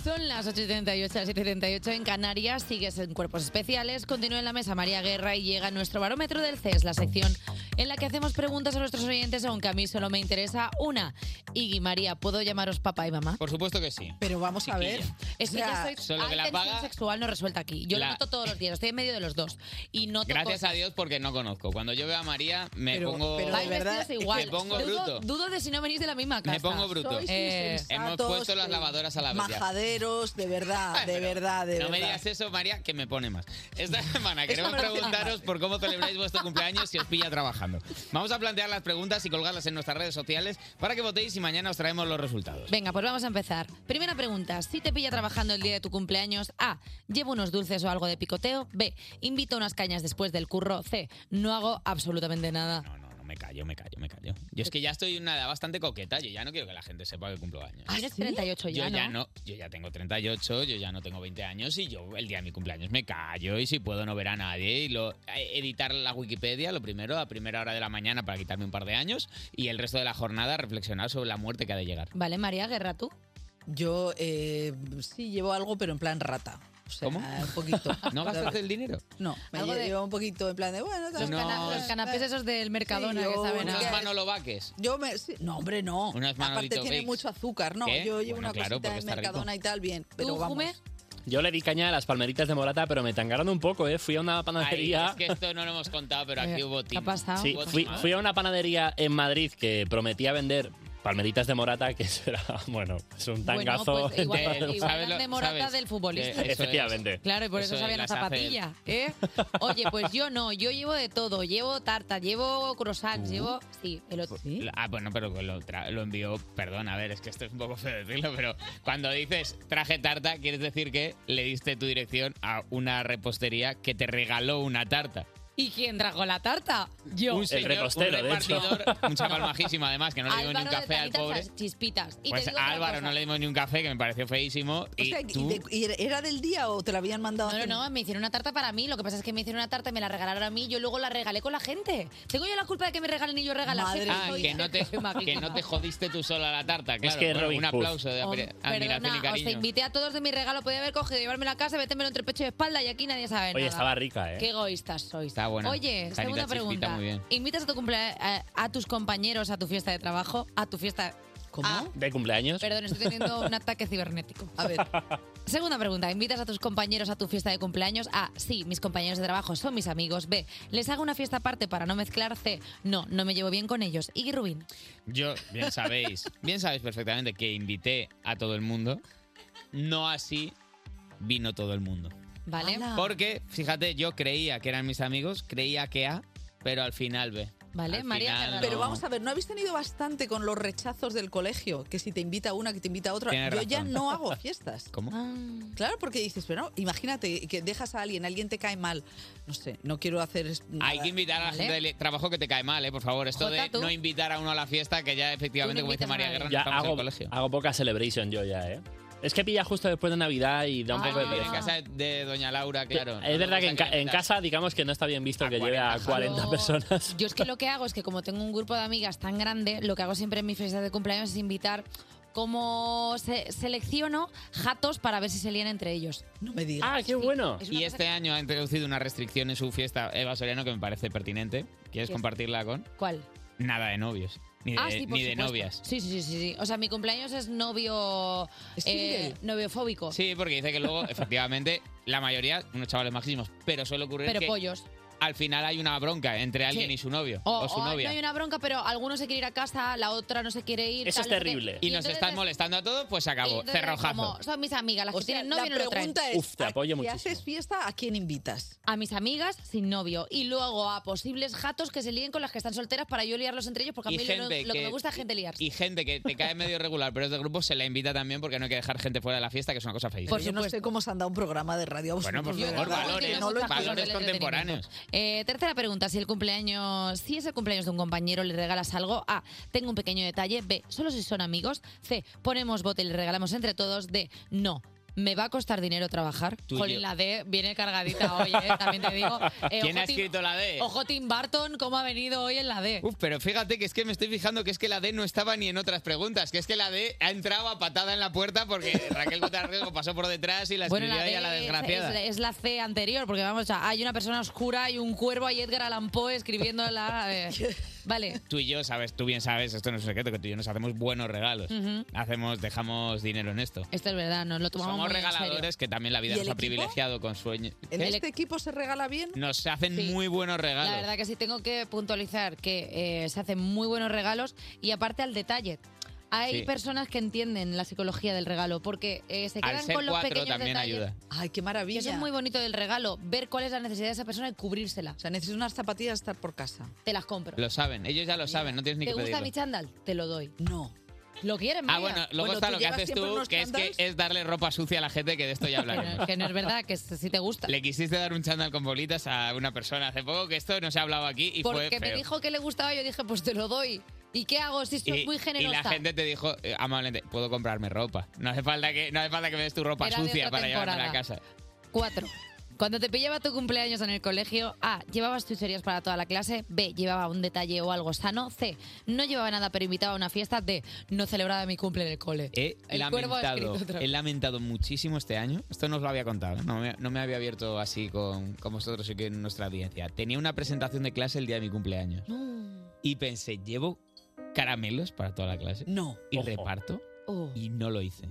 [SPEAKER 1] Son las 8.78, las 7.78 en Canarias. Sigues en Cuerpos Especiales. Continúa en la mesa María Guerra y llega nuestro barómetro del CES, la sección en la que hacemos preguntas a nuestros oyentes, aunque a mí solo me interesa una. Iggy, María, ¿puedo llamaros papá y mamá?
[SPEAKER 2] Por supuesto que sí.
[SPEAKER 15] Pero vamos
[SPEAKER 2] a ver.
[SPEAKER 1] Es que
[SPEAKER 2] O sea,
[SPEAKER 1] ya soy,
[SPEAKER 2] Solo que
[SPEAKER 1] hay
[SPEAKER 2] la
[SPEAKER 1] tensión
[SPEAKER 2] paga-
[SPEAKER 1] sexual no resuelta aquí. Yo
[SPEAKER 2] La-
[SPEAKER 1] lo noto todos los días, estoy en medio de los dos. Y noto
[SPEAKER 2] Gracias
[SPEAKER 1] cosas.
[SPEAKER 2] a Dios porque no conozco. Cuando yo veo a María me
[SPEAKER 1] Pero-
[SPEAKER 2] pongo.
[SPEAKER 1] pero de Vais verdad- vestidos igual.
[SPEAKER 2] Me pongo
[SPEAKER 1] dudo,
[SPEAKER 2] bruto.
[SPEAKER 1] dudo de si no venís de la misma casa.
[SPEAKER 2] Me pongo bruto.
[SPEAKER 1] Eh,
[SPEAKER 2] Hemos puesto las lavadoras a la vez. ya.
[SPEAKER 15] Majaderos, de verdad, de verdad, de
[SPEAKER 2] No me
[SPEAKER 15] verdad.
[SPEAKER 2] digas eso, María, que me pone más. Esta semana
[SPEAKER 15] Esta
[SPEAKER 2] queremos
[SPEAKER 15] me lo hace
[SPEAKER 2] preguntaros por cómo celebráis vuestro cumpleaños si os pilla trabajando. Vamos a plantear las preguntas y colgarlas en nuestras redes sociales para que votéis y mañana os traemos los resultados.
[SPEAKER 1] Venga, pues vamos a empezar. Primera pregunta, si te pilla trabajando el día de tu cumpleaños, A, llevo unos dulces o algo de picoteo, B, invito unas cañas después del curro, C, no hago absolutamente nada.
[SPEAKER 2] No, me callo, me callo, me callo. Yo es que ya estoy en una edad bastante coqueta. Yo ya no quiero que la gente sepa que cumplo años.
[SPEAKER 1] Tienes 38 ya,
[SPEAKER 2] yo
[SPEAKER 1] ¿no?
[SPEAKER 2] ya no, yo ya tengo 38, yo ya no tengo 20 años y yo el día de mi cumpleaños me callo y si puedo no ver a nadie y lo eh, editar la Wikipedia lo primero a primera hora de la mañana para quitarme un par de años y el resto de la jornada reflexionar sobre la muerte que ha de llegar.
[SPEAKER 1] Vale, María Guerra, tú.
[SPEAKER 15] Yo eh, sí llevo algo, pero en plan rata. O sea,
[SPEAKER 2] ¿Cómo?
[SPEAKER 15] Un poquito.
[SPEAKER 2] ¿No gastas el dinero?
[SPEAKER 15] No, me
[SPEAKER 1] Algo
[SPEAKER 15] lle-
[SPEAKER 1] de-
[SPEAKER 15] llevo un poquito en plan de bueno.
[SPEAKER 1] Los,
[SPEAKER 15] tal,
[SPEAKER 1] cana-
[SPEAKER 15] tal,
[SPEAKER 1] los
[SPEAKER 15] tal.
[SPEAKER 1] canapés esos del Mercadona
[SPEAKER 15] Sí,
[SPEAKER 1] que
[SPEAKER 15] yo-
[SPEAKER 1] saben
[SPEAKER 15] Unos
[SPEAKER 1] a-
[SPEAKER 2] Manolo Vaques.
[SPEAKER 15] Yo me. sí, no, hombre, no.
[SPEAKER 2] Unas
[SPEAKER 15] Aparte
[SPEAKER 2] Manolito
[SPEAKER 15] tiene
[SPEAKER 2] Bakes.
[SPEAKER 15] mucho azúcar, no.
[SPEAKER 2] ¿Qué?
[SPEAKER 15] Yo llevo
[SPEAKER 2] Bueno,
[SPEAKER 15] una
[SPEAKER 2] claro,
[SPEAKER 15] cosita
[SPEAKER 2] porque
[SPEAKER 15] de
[SPEAKER 2] está rico.
[SPEAKER 15] Mercadona y tal, bien. Pero vamos.
[SPEAKER 7] Yo le di caña a las palmeritas de Morata, pero me tangaron un poco, ¿eh? Fui a una
[SPEAKER 2] Ahí,
[SPEAKER 7] panadería...
[SPEAKER 2] es que esto no lo hemos contado, pero
[SPEAKER 1] Eh,
[SPEAKER 2] aquí hubo team.
[SPEAKER 7] Sí,
[SPEAKER 2] Hubo
[SPEAKER 7] fui,
[SPEAKER 2] team, ¿eh?
[SPEAKER 7] fui a una panadería en Madrid que prometía vender palmeritas de Morata, que será, bueno, es un
[SPEAKER 1] Bueno,
[SPEAKER 7] tangazo.
[SPEAKER 1] pues igual- igual eran de Morata del futbolista.
[SPEAKER 7] Eh, Efectivamente.
[SPEAKER 1] Claro, y por eso, sabían la
[SPEAKER 7] las hace
[SPEAKER 1] zapatilla, ¿eh? Oye, pues yo no, yo llevo de todo, llevo tarta, llevo croissants, llevo...
[SPEAKER 2] Uh.
[SPEAKER 1] Sí, el otro...
[SPEAKER 2] Ah, bueno, pero lo, tra- lo envió. Perdón, a ver, es que esto es un poco feo decirlo, pero cuando dices traje tarta, quieres decir que le diste tu dirección a una repostería que te regaló una tarta.
[SPEAKER 1] ¿Y quién trajo la tarta? Yo.
[SPEAKER 2] un señor, un repartidor, un chaval majísimo además, que no le dimos ni un
[SPEAKER 1] Álvaro de
[SPEAKER 2] café al
[SPEAKER 1] Tanitas
[SPEAKER 2] pobre.
[SPEAKER 1] Las Chispitas. Y te
[SPEAKER 2] Pues
[SPEAKER 1] digo
[SPEAKER 2] a
[SPEAKER 1] otra
[SPEAKER 2] Álvaro
[SPEAKER 1] cosa.
[SPEAKER 2] no le dimos ni un café, que me pareció feísimo.
[SPEAKER 15] O
[SPEAKER 2] y
[SPEAKER 15] sea, ¿y
[SPEAKER 2] tú,
[SPEAKER 15] de- y era- ¿era del día o te la habían mandado?
[SPEAKER 1] No, no, no, me hicieron una tarta para mí. Lo que pasa es que me hicieron una tarta y me la regalaron a mí. Yo luego la regalé con la gente. Tengo yo la culpa de que me regalen y yo regalar. Sí,
[SPEAKER 2] ah,
[SPEAKER 1] soy-
[SPEAKER 2] que no, te,
[SPEAKER 1] soy
[SPEAKER 2] que
[SPEAKER 1] majísima.
[SPEAKER 2] no te jodiste tú sola la tarta, claro.
[SPEAKER 7] que
[SPEAKER 2] Bueno,
[SPEAKER 7] Robin
[SPEAKER 2] un
[SPEAKER 7] Hood.
[SPEAKER 2] aplauso de
[SPEAKER 7] Hom-
[SPEAKER 2] apre- admiración y
[SPEAKER 1] Perdona, os
[SPEAKER 2] cariño.
[SPEAKER 1] invité a todos de mi regalo. Podía haber cogido, llevármelo a casa, metérmelo entre pecho y espalda y aquí nadie sabe
[SPEAKER 7] Oye,
[SPEAKER 1] nada.
[SPEAKER 7] estaba rica, ¿eh?
[SPEAKER 1] Qué egoístas sois.
[SPEAKER 7] Está buena.
[SPEAKER 1] Oye,
[SPEAKER 7] Sanita
[SPEAKER 1] segunda
[SPEAKER 7] chispita,
[SPEAKER 1] pregunta.
[SPEAKER 7] muy bien.
[SPEAKER 1] ¿Invitas a, tu cumplea- a, a tus compañeros a tu fiesta de trabajo? ¿A tu fiesta...? ¿Cómo?
[SPEAKER 7] ¿De cumpleaños?
[SPEAKER 1] Perdón, estoy teniendo un ataque cibernético. A ver. Segunda pregunta. ¿Invitas a tus compañeros a tu fiesta de cumpleaños? A. Sí, mis compañeros de trabajo son mis amigos. B. Les hago una fiesta aparte para no mezclar. C. No, no me llevo bien con ellos. Iggy Rubin.
[SPEAKER 2] Yo, bien sabéis, bien sabéis perfectamente que invité a todo el mundo. No así vino todo el mundo.
[SPEAKER 1] ¿Vale?
[SPEAKER 15] Ah.
[SPEAKER 2] Porque, fíjate, yo creía que eran mis amigos, creía que A, pero al final B.
[SPEAKER 1] Vale,
[SPEAKER 2] Al
[SPEAKER 1] María
[SPEAKER 2] final no.
[SPEAKER 15] Pero vamos a ver, ¿no habéis tenido bastante con los rechazos del colegio? Que si te invita una, que te invita otra.
[SPEAKER 2] Tienes
[SPEAKER 15] Yo ya
[SPEAKER 2] razón.
[SPEAKER 15] no hago fiestas.
[SPEAKER 2] ¿Cómo?
[SPEAKER 15] Claro, porque dices, pero no, imagínate que dejas a alguien, alguien te cae mal. No sé, no quiero hacer. es-
[SPEAKER 2] Hay
[SPEAKER 15] nada.
[SPEAKER 2] que invitar a la
[SPEAKER 15] ¿Vale?
[SPEAKER 2] gente del e- trabajo que te cae mal, ¿eh? por favor. Esto
[SPEAKER 15] Jota,
[SPEAKER 2] de
[SPEAKER 15] tú.
[SPEAKER 2] no invitar a uno a la fiesta, que ya efectivamente, como dice María Guerra, no
[SPEAKER 7] Ya
[SPEAKER 2] estamos en
[SPEAKER 7] hago,
[SPEAKER 2] el colegio.
[SPEAKER 7] hago poca celebration yo ya, ¿eh? Es que pilla justo después de Navidad y da un
[SPEAKER 2] Ah,
[SPEAKER 7] poco de
[SPEAKER 2] en
[SPEAKER 7] pereza.
[SPEAKER 2] casa de Doña Laura, claro.
[SPEAKER 7] Eh, es verdad que en, ca- en casa, digamos que no está bien visto que lleve a 40 personas.
[SPEAKER 1] Yo es que lo que hago es que como tengo un grupo de amigas tan grande, lo que hago siempre en mis fiestas de cumpleaños es invitar como se- selecciono jatos para ver si se lían entre ellos.
[SPEAKER 15] No me digas.
[SPEAKER 7] Ah, qué bueno.
[SPEAKER 2] Y este año ha introducido una restricción en su fiesta Eva Soriano que me parece pertinente. ¿Quieres
[SPEAKER 1] ¿Qué?
[SPEAKER 2] compartirla con?
[SPEAKER 1] ¿Cuál?
[SPEAKER 2] Nada de novios. Ni de,
[SPEAKER 1] ah, sí, por
[SPEAKER 2] ni de
[SPEAKER 1] supuesto.
[SPEAKER 2] novias.
[SPEAKER 1] Sí, sí, sí, sí, sí. O sea, mi cumpleaños es novio eh, noviofóbico.
[SPEAKER 2] Sí, porque dice que luego, efectivamente, la mayoría, unos chavales máximos, pero suele ocurrir
[SPEAKER 1] Pero
[SPEAKER 2] que
[SPEAKER 1] pollos.
[SPEAKER 2] al final hay una bronca entre alguien
[SPEAKER 1] Sí.
[SPEAKER 2] y su novio
[SPEAKER 1] O,
[SPEAKER 2] o, su
[SPEAKER 1] o
[SPEAKER 2] novia.
[SPEAKER 1] no hay una bronca, pero alguno se quiere ir a casa, la otra no se quiere ir.
[SPEAKER 2] Eso es
[SPEAKER 1] tal, no sé qué.
[SPEAKER 2] terrible. Y nos
[SPEAKER 1] entonces
[SPEAKER 2] estás
[SPEAKER 1] es-
[SPEAKER 2] molestando a todos, pues se acabó.
[SPEAKER 1] entonces es
[SPEAKER 2] Cerrojazo.
[SPEAKER 1] como, son mis amigas, las que tienen novio
[SPEAKER 15] la
[SPEAKER 1] no lo traen.
[SPEAKER 15] pregunta es,
[SPEAKER 2] Uf, te apoyo
[SPEAKER 15] ¿a- si
[SPEAKER 2] muchísimo.
[SPEAKER 15] haces fiesta, ¿a quién invitas?
[SPEAKER 1] A mis amigas sin novio. Y luego a posibles jatos que se líen con las que están solteras para yo liarlos entre ellos, porque a
[SPEAKER 2] Y
[SPEAKER 1] mí lo, lo
[SPEAKER 2] gente
[SPEAKER 1] que me
[SPEAKER 2] que-
[SPEAKER 1] gusta es gente liarse.
[SPEAKER 2] Y gente que te cae medio regular, pero es de grupo, se la invita también porque no hay que dejar gente fuera de la fiesta, que es una cosa feliz.
[SPEAKER 15] Por yo no sé cómo se han dado un programa de radio. a
[SPEAKER 2] Bueno, por
[SPEAKER 15] vosotros, de
[SPEAKER 2] favor,
[SPEAKER 15] verdad, porque
[SPEAKER 2] valores,
[SPEAKER 15] no lo
[SPEAKER 2] valores
[SPEAKER 15] entiendo.
[SPEAKER 2] contemporáneos.
[SPEAKER 1] Eh, tercera pregunta, si el cumpleaños, si es el cumpleaños de un compañero, le regalas algo. A, tengo un pequeño detalle. B, solo si son amigos. C, ponemos bote y le regalamos entre todos. D, no. Me va a costar dinero trabajar.
[SPEAKER 2] Tú y
[SPEAKER 1] Con
[SPEAKER 2] yo.
[SPEAKER 1] la D viene cargadita hoy, eh, también te digo. Eh,
[SPEAKER 2] ¿Quién
[SPEAKER 1] ojo,
[SPEAKER 2] ha
[SPEAKER 1] Tim-
[SPEAKER 2] escrito la D?
[SPEAKER 1] Ojo Tim Burton, cómo ha venido hoy en la D.
[SPEAKER 2] Uf, pero fíjate que es que me estoy fijando que es que la D no estaba ni en otras preguntas, que es que la D ha entrado a patada en la puerta porque Raquel Gutarriego pasó por detrás y la escribió
[SPEAKER 1] Bueno, la D
[SPEAKER 2] ella, la
[SPEAKER 1] es-
[SPEAKER 2] desgraciada.
[SPEAKER 1] Es, es la C anterior, porque vamos, o sea, hay una persona oscura y un cuervo y Edgar Allan Poe escribiendo la... eh, Vale.
[SPEAKER 2] Tú y yo, sabes, tú bien sabes, esto no es un secreto, que tú y yo nos hacemos buenos regalos.
[SPEAKER 1] Ujú.
[SPEAKER 2] Hacemos, dejamos dinero en esto.
[SPEAKER 1] Esto es verdad, nos lo tomamos
[SPEAKER 2] Somos
[SPEAKER 1] muy en serio.
[SPEAKER 2] regaladores que también la vida
[SPEAKER 1] ¿Y
[SPEAKER 2] nos ha
[SPEAKER 1] el equipo?
[SPEAKER 2] privilegiado con sueños.
[SPEAKER 15] ¿En este equipo se regala bien?
[SPEAKER 2] Nos hacen muy buenos regalos.
[SPEAKER 1] La verdad que sí, tengo que puntualizar que eh, se hacen muy buenos regalos y aparte al detalle. Hay
[SPEAKER 2] Sí.
[SPEAKER 1] personas que entienden la psicología del regalo porque eh, se
[SPEAKER 2] Al
[SPEAKER 1] quedan
[SPEAKER 2] ser
[SPEAKER 1] con los
[SPEAKER 2] cuatro
[SPEAKER 1] pequeños
[SPEAKER 2] también
[SPEAKER 1] detalles.
[SPEAKER 2] ayuda.
[SPEAKER 15] Ay, qué maravilla.
[SPEAKER 1] Eso es muy bonito del regalo, ver cuál es la necesidad de esa persona y cubrírsela. O
[SPEAKER 15] sea, necesito unas zapatillas estar por casa.
[SPEAKER 1] Te las compro.
[SPEAKER 2] Lo saben, ellos ya lo saben, no tienes ni
[SPEAKER 1] ¿Te
[SPEAKER 2] que
[SPEAKER 1] gusta
[SPEAKER 2] pedirlo.
[SPEAKER 1] mi chándal? Te lo doy.
[SPEAKER 15] No.
[SPEAKER 1] ¿Lo quieres,
[SPEAKER 2] Ah,
[SPEAKER 1] María?
[SPEAKER 2] bueno, luego está lo que haces tú, que es, que es darle ropa sucia a la gente, que de esto ya hablaremos.
[SPEAKER 1] Que no es verdad, que si te gusta.
[SPEAKER 2] Le quisiste dar un chándal con bolitas a una persona hace poco, que esto no se ha hablado aquí y fue
[SPEAKER 1] Porque me
[SPEAKER 2] feo.
[SPEAKER 1] dijo que le gustaba, yo dije, pues te lo doy. ¿Y qué hago si soy
[SPEAKER 2] y,
[SPEAKER 1] muy
[SPEAKER 2] y
[SPEAKER 1] generosa?
[SPEAKER 2] la gente te dijo, eh, amablemente, puedo comprarme ropa. No hace falta que, no hace falta que me des tu ropa
[SPEAKER 1] Era de
[SPEAKER 2] sucia
[SPEAKER 1] otra
[SPEAKER 2] para llevarme a la
[SPEAKER 1] temporada.
[SPEAKER 2] casa.
[SPEAKER 1] Cuatro. Cuando te pillaba tu cumpleaños en el colegio, A. Llevabas chucherías para toda la clase. B. Llevaba un detalle o algo sano. C. No llevaba nada, pero invitaba a una fiesta. D. No celebraba mi cumple en el cole.
[SPEAKER 2] He
[SPEAKER 1] El cuervo ha
[SPEAKER 2] lamentado,
[SPEAKER 1] escrito otra
[SPEAKER 2] he
[SPEAKER 1] vez.
[SPEAKER 2] lamentado muchísimo este año. Esto no os lo había contado. ¿eh? No me, no me había abierto así con, con vosotros y con nuestra audiencia. Tenía una presentación de clase el día de mi cumpleaños. Y pensé, ¿llevo caramelos para toda la clase?
[SPEAKER 15] No.
[SPEAKER 2] ¿Y reparto?
[SPEAKER 1] Oh.
[SPEAKER 2] Y no lo hice.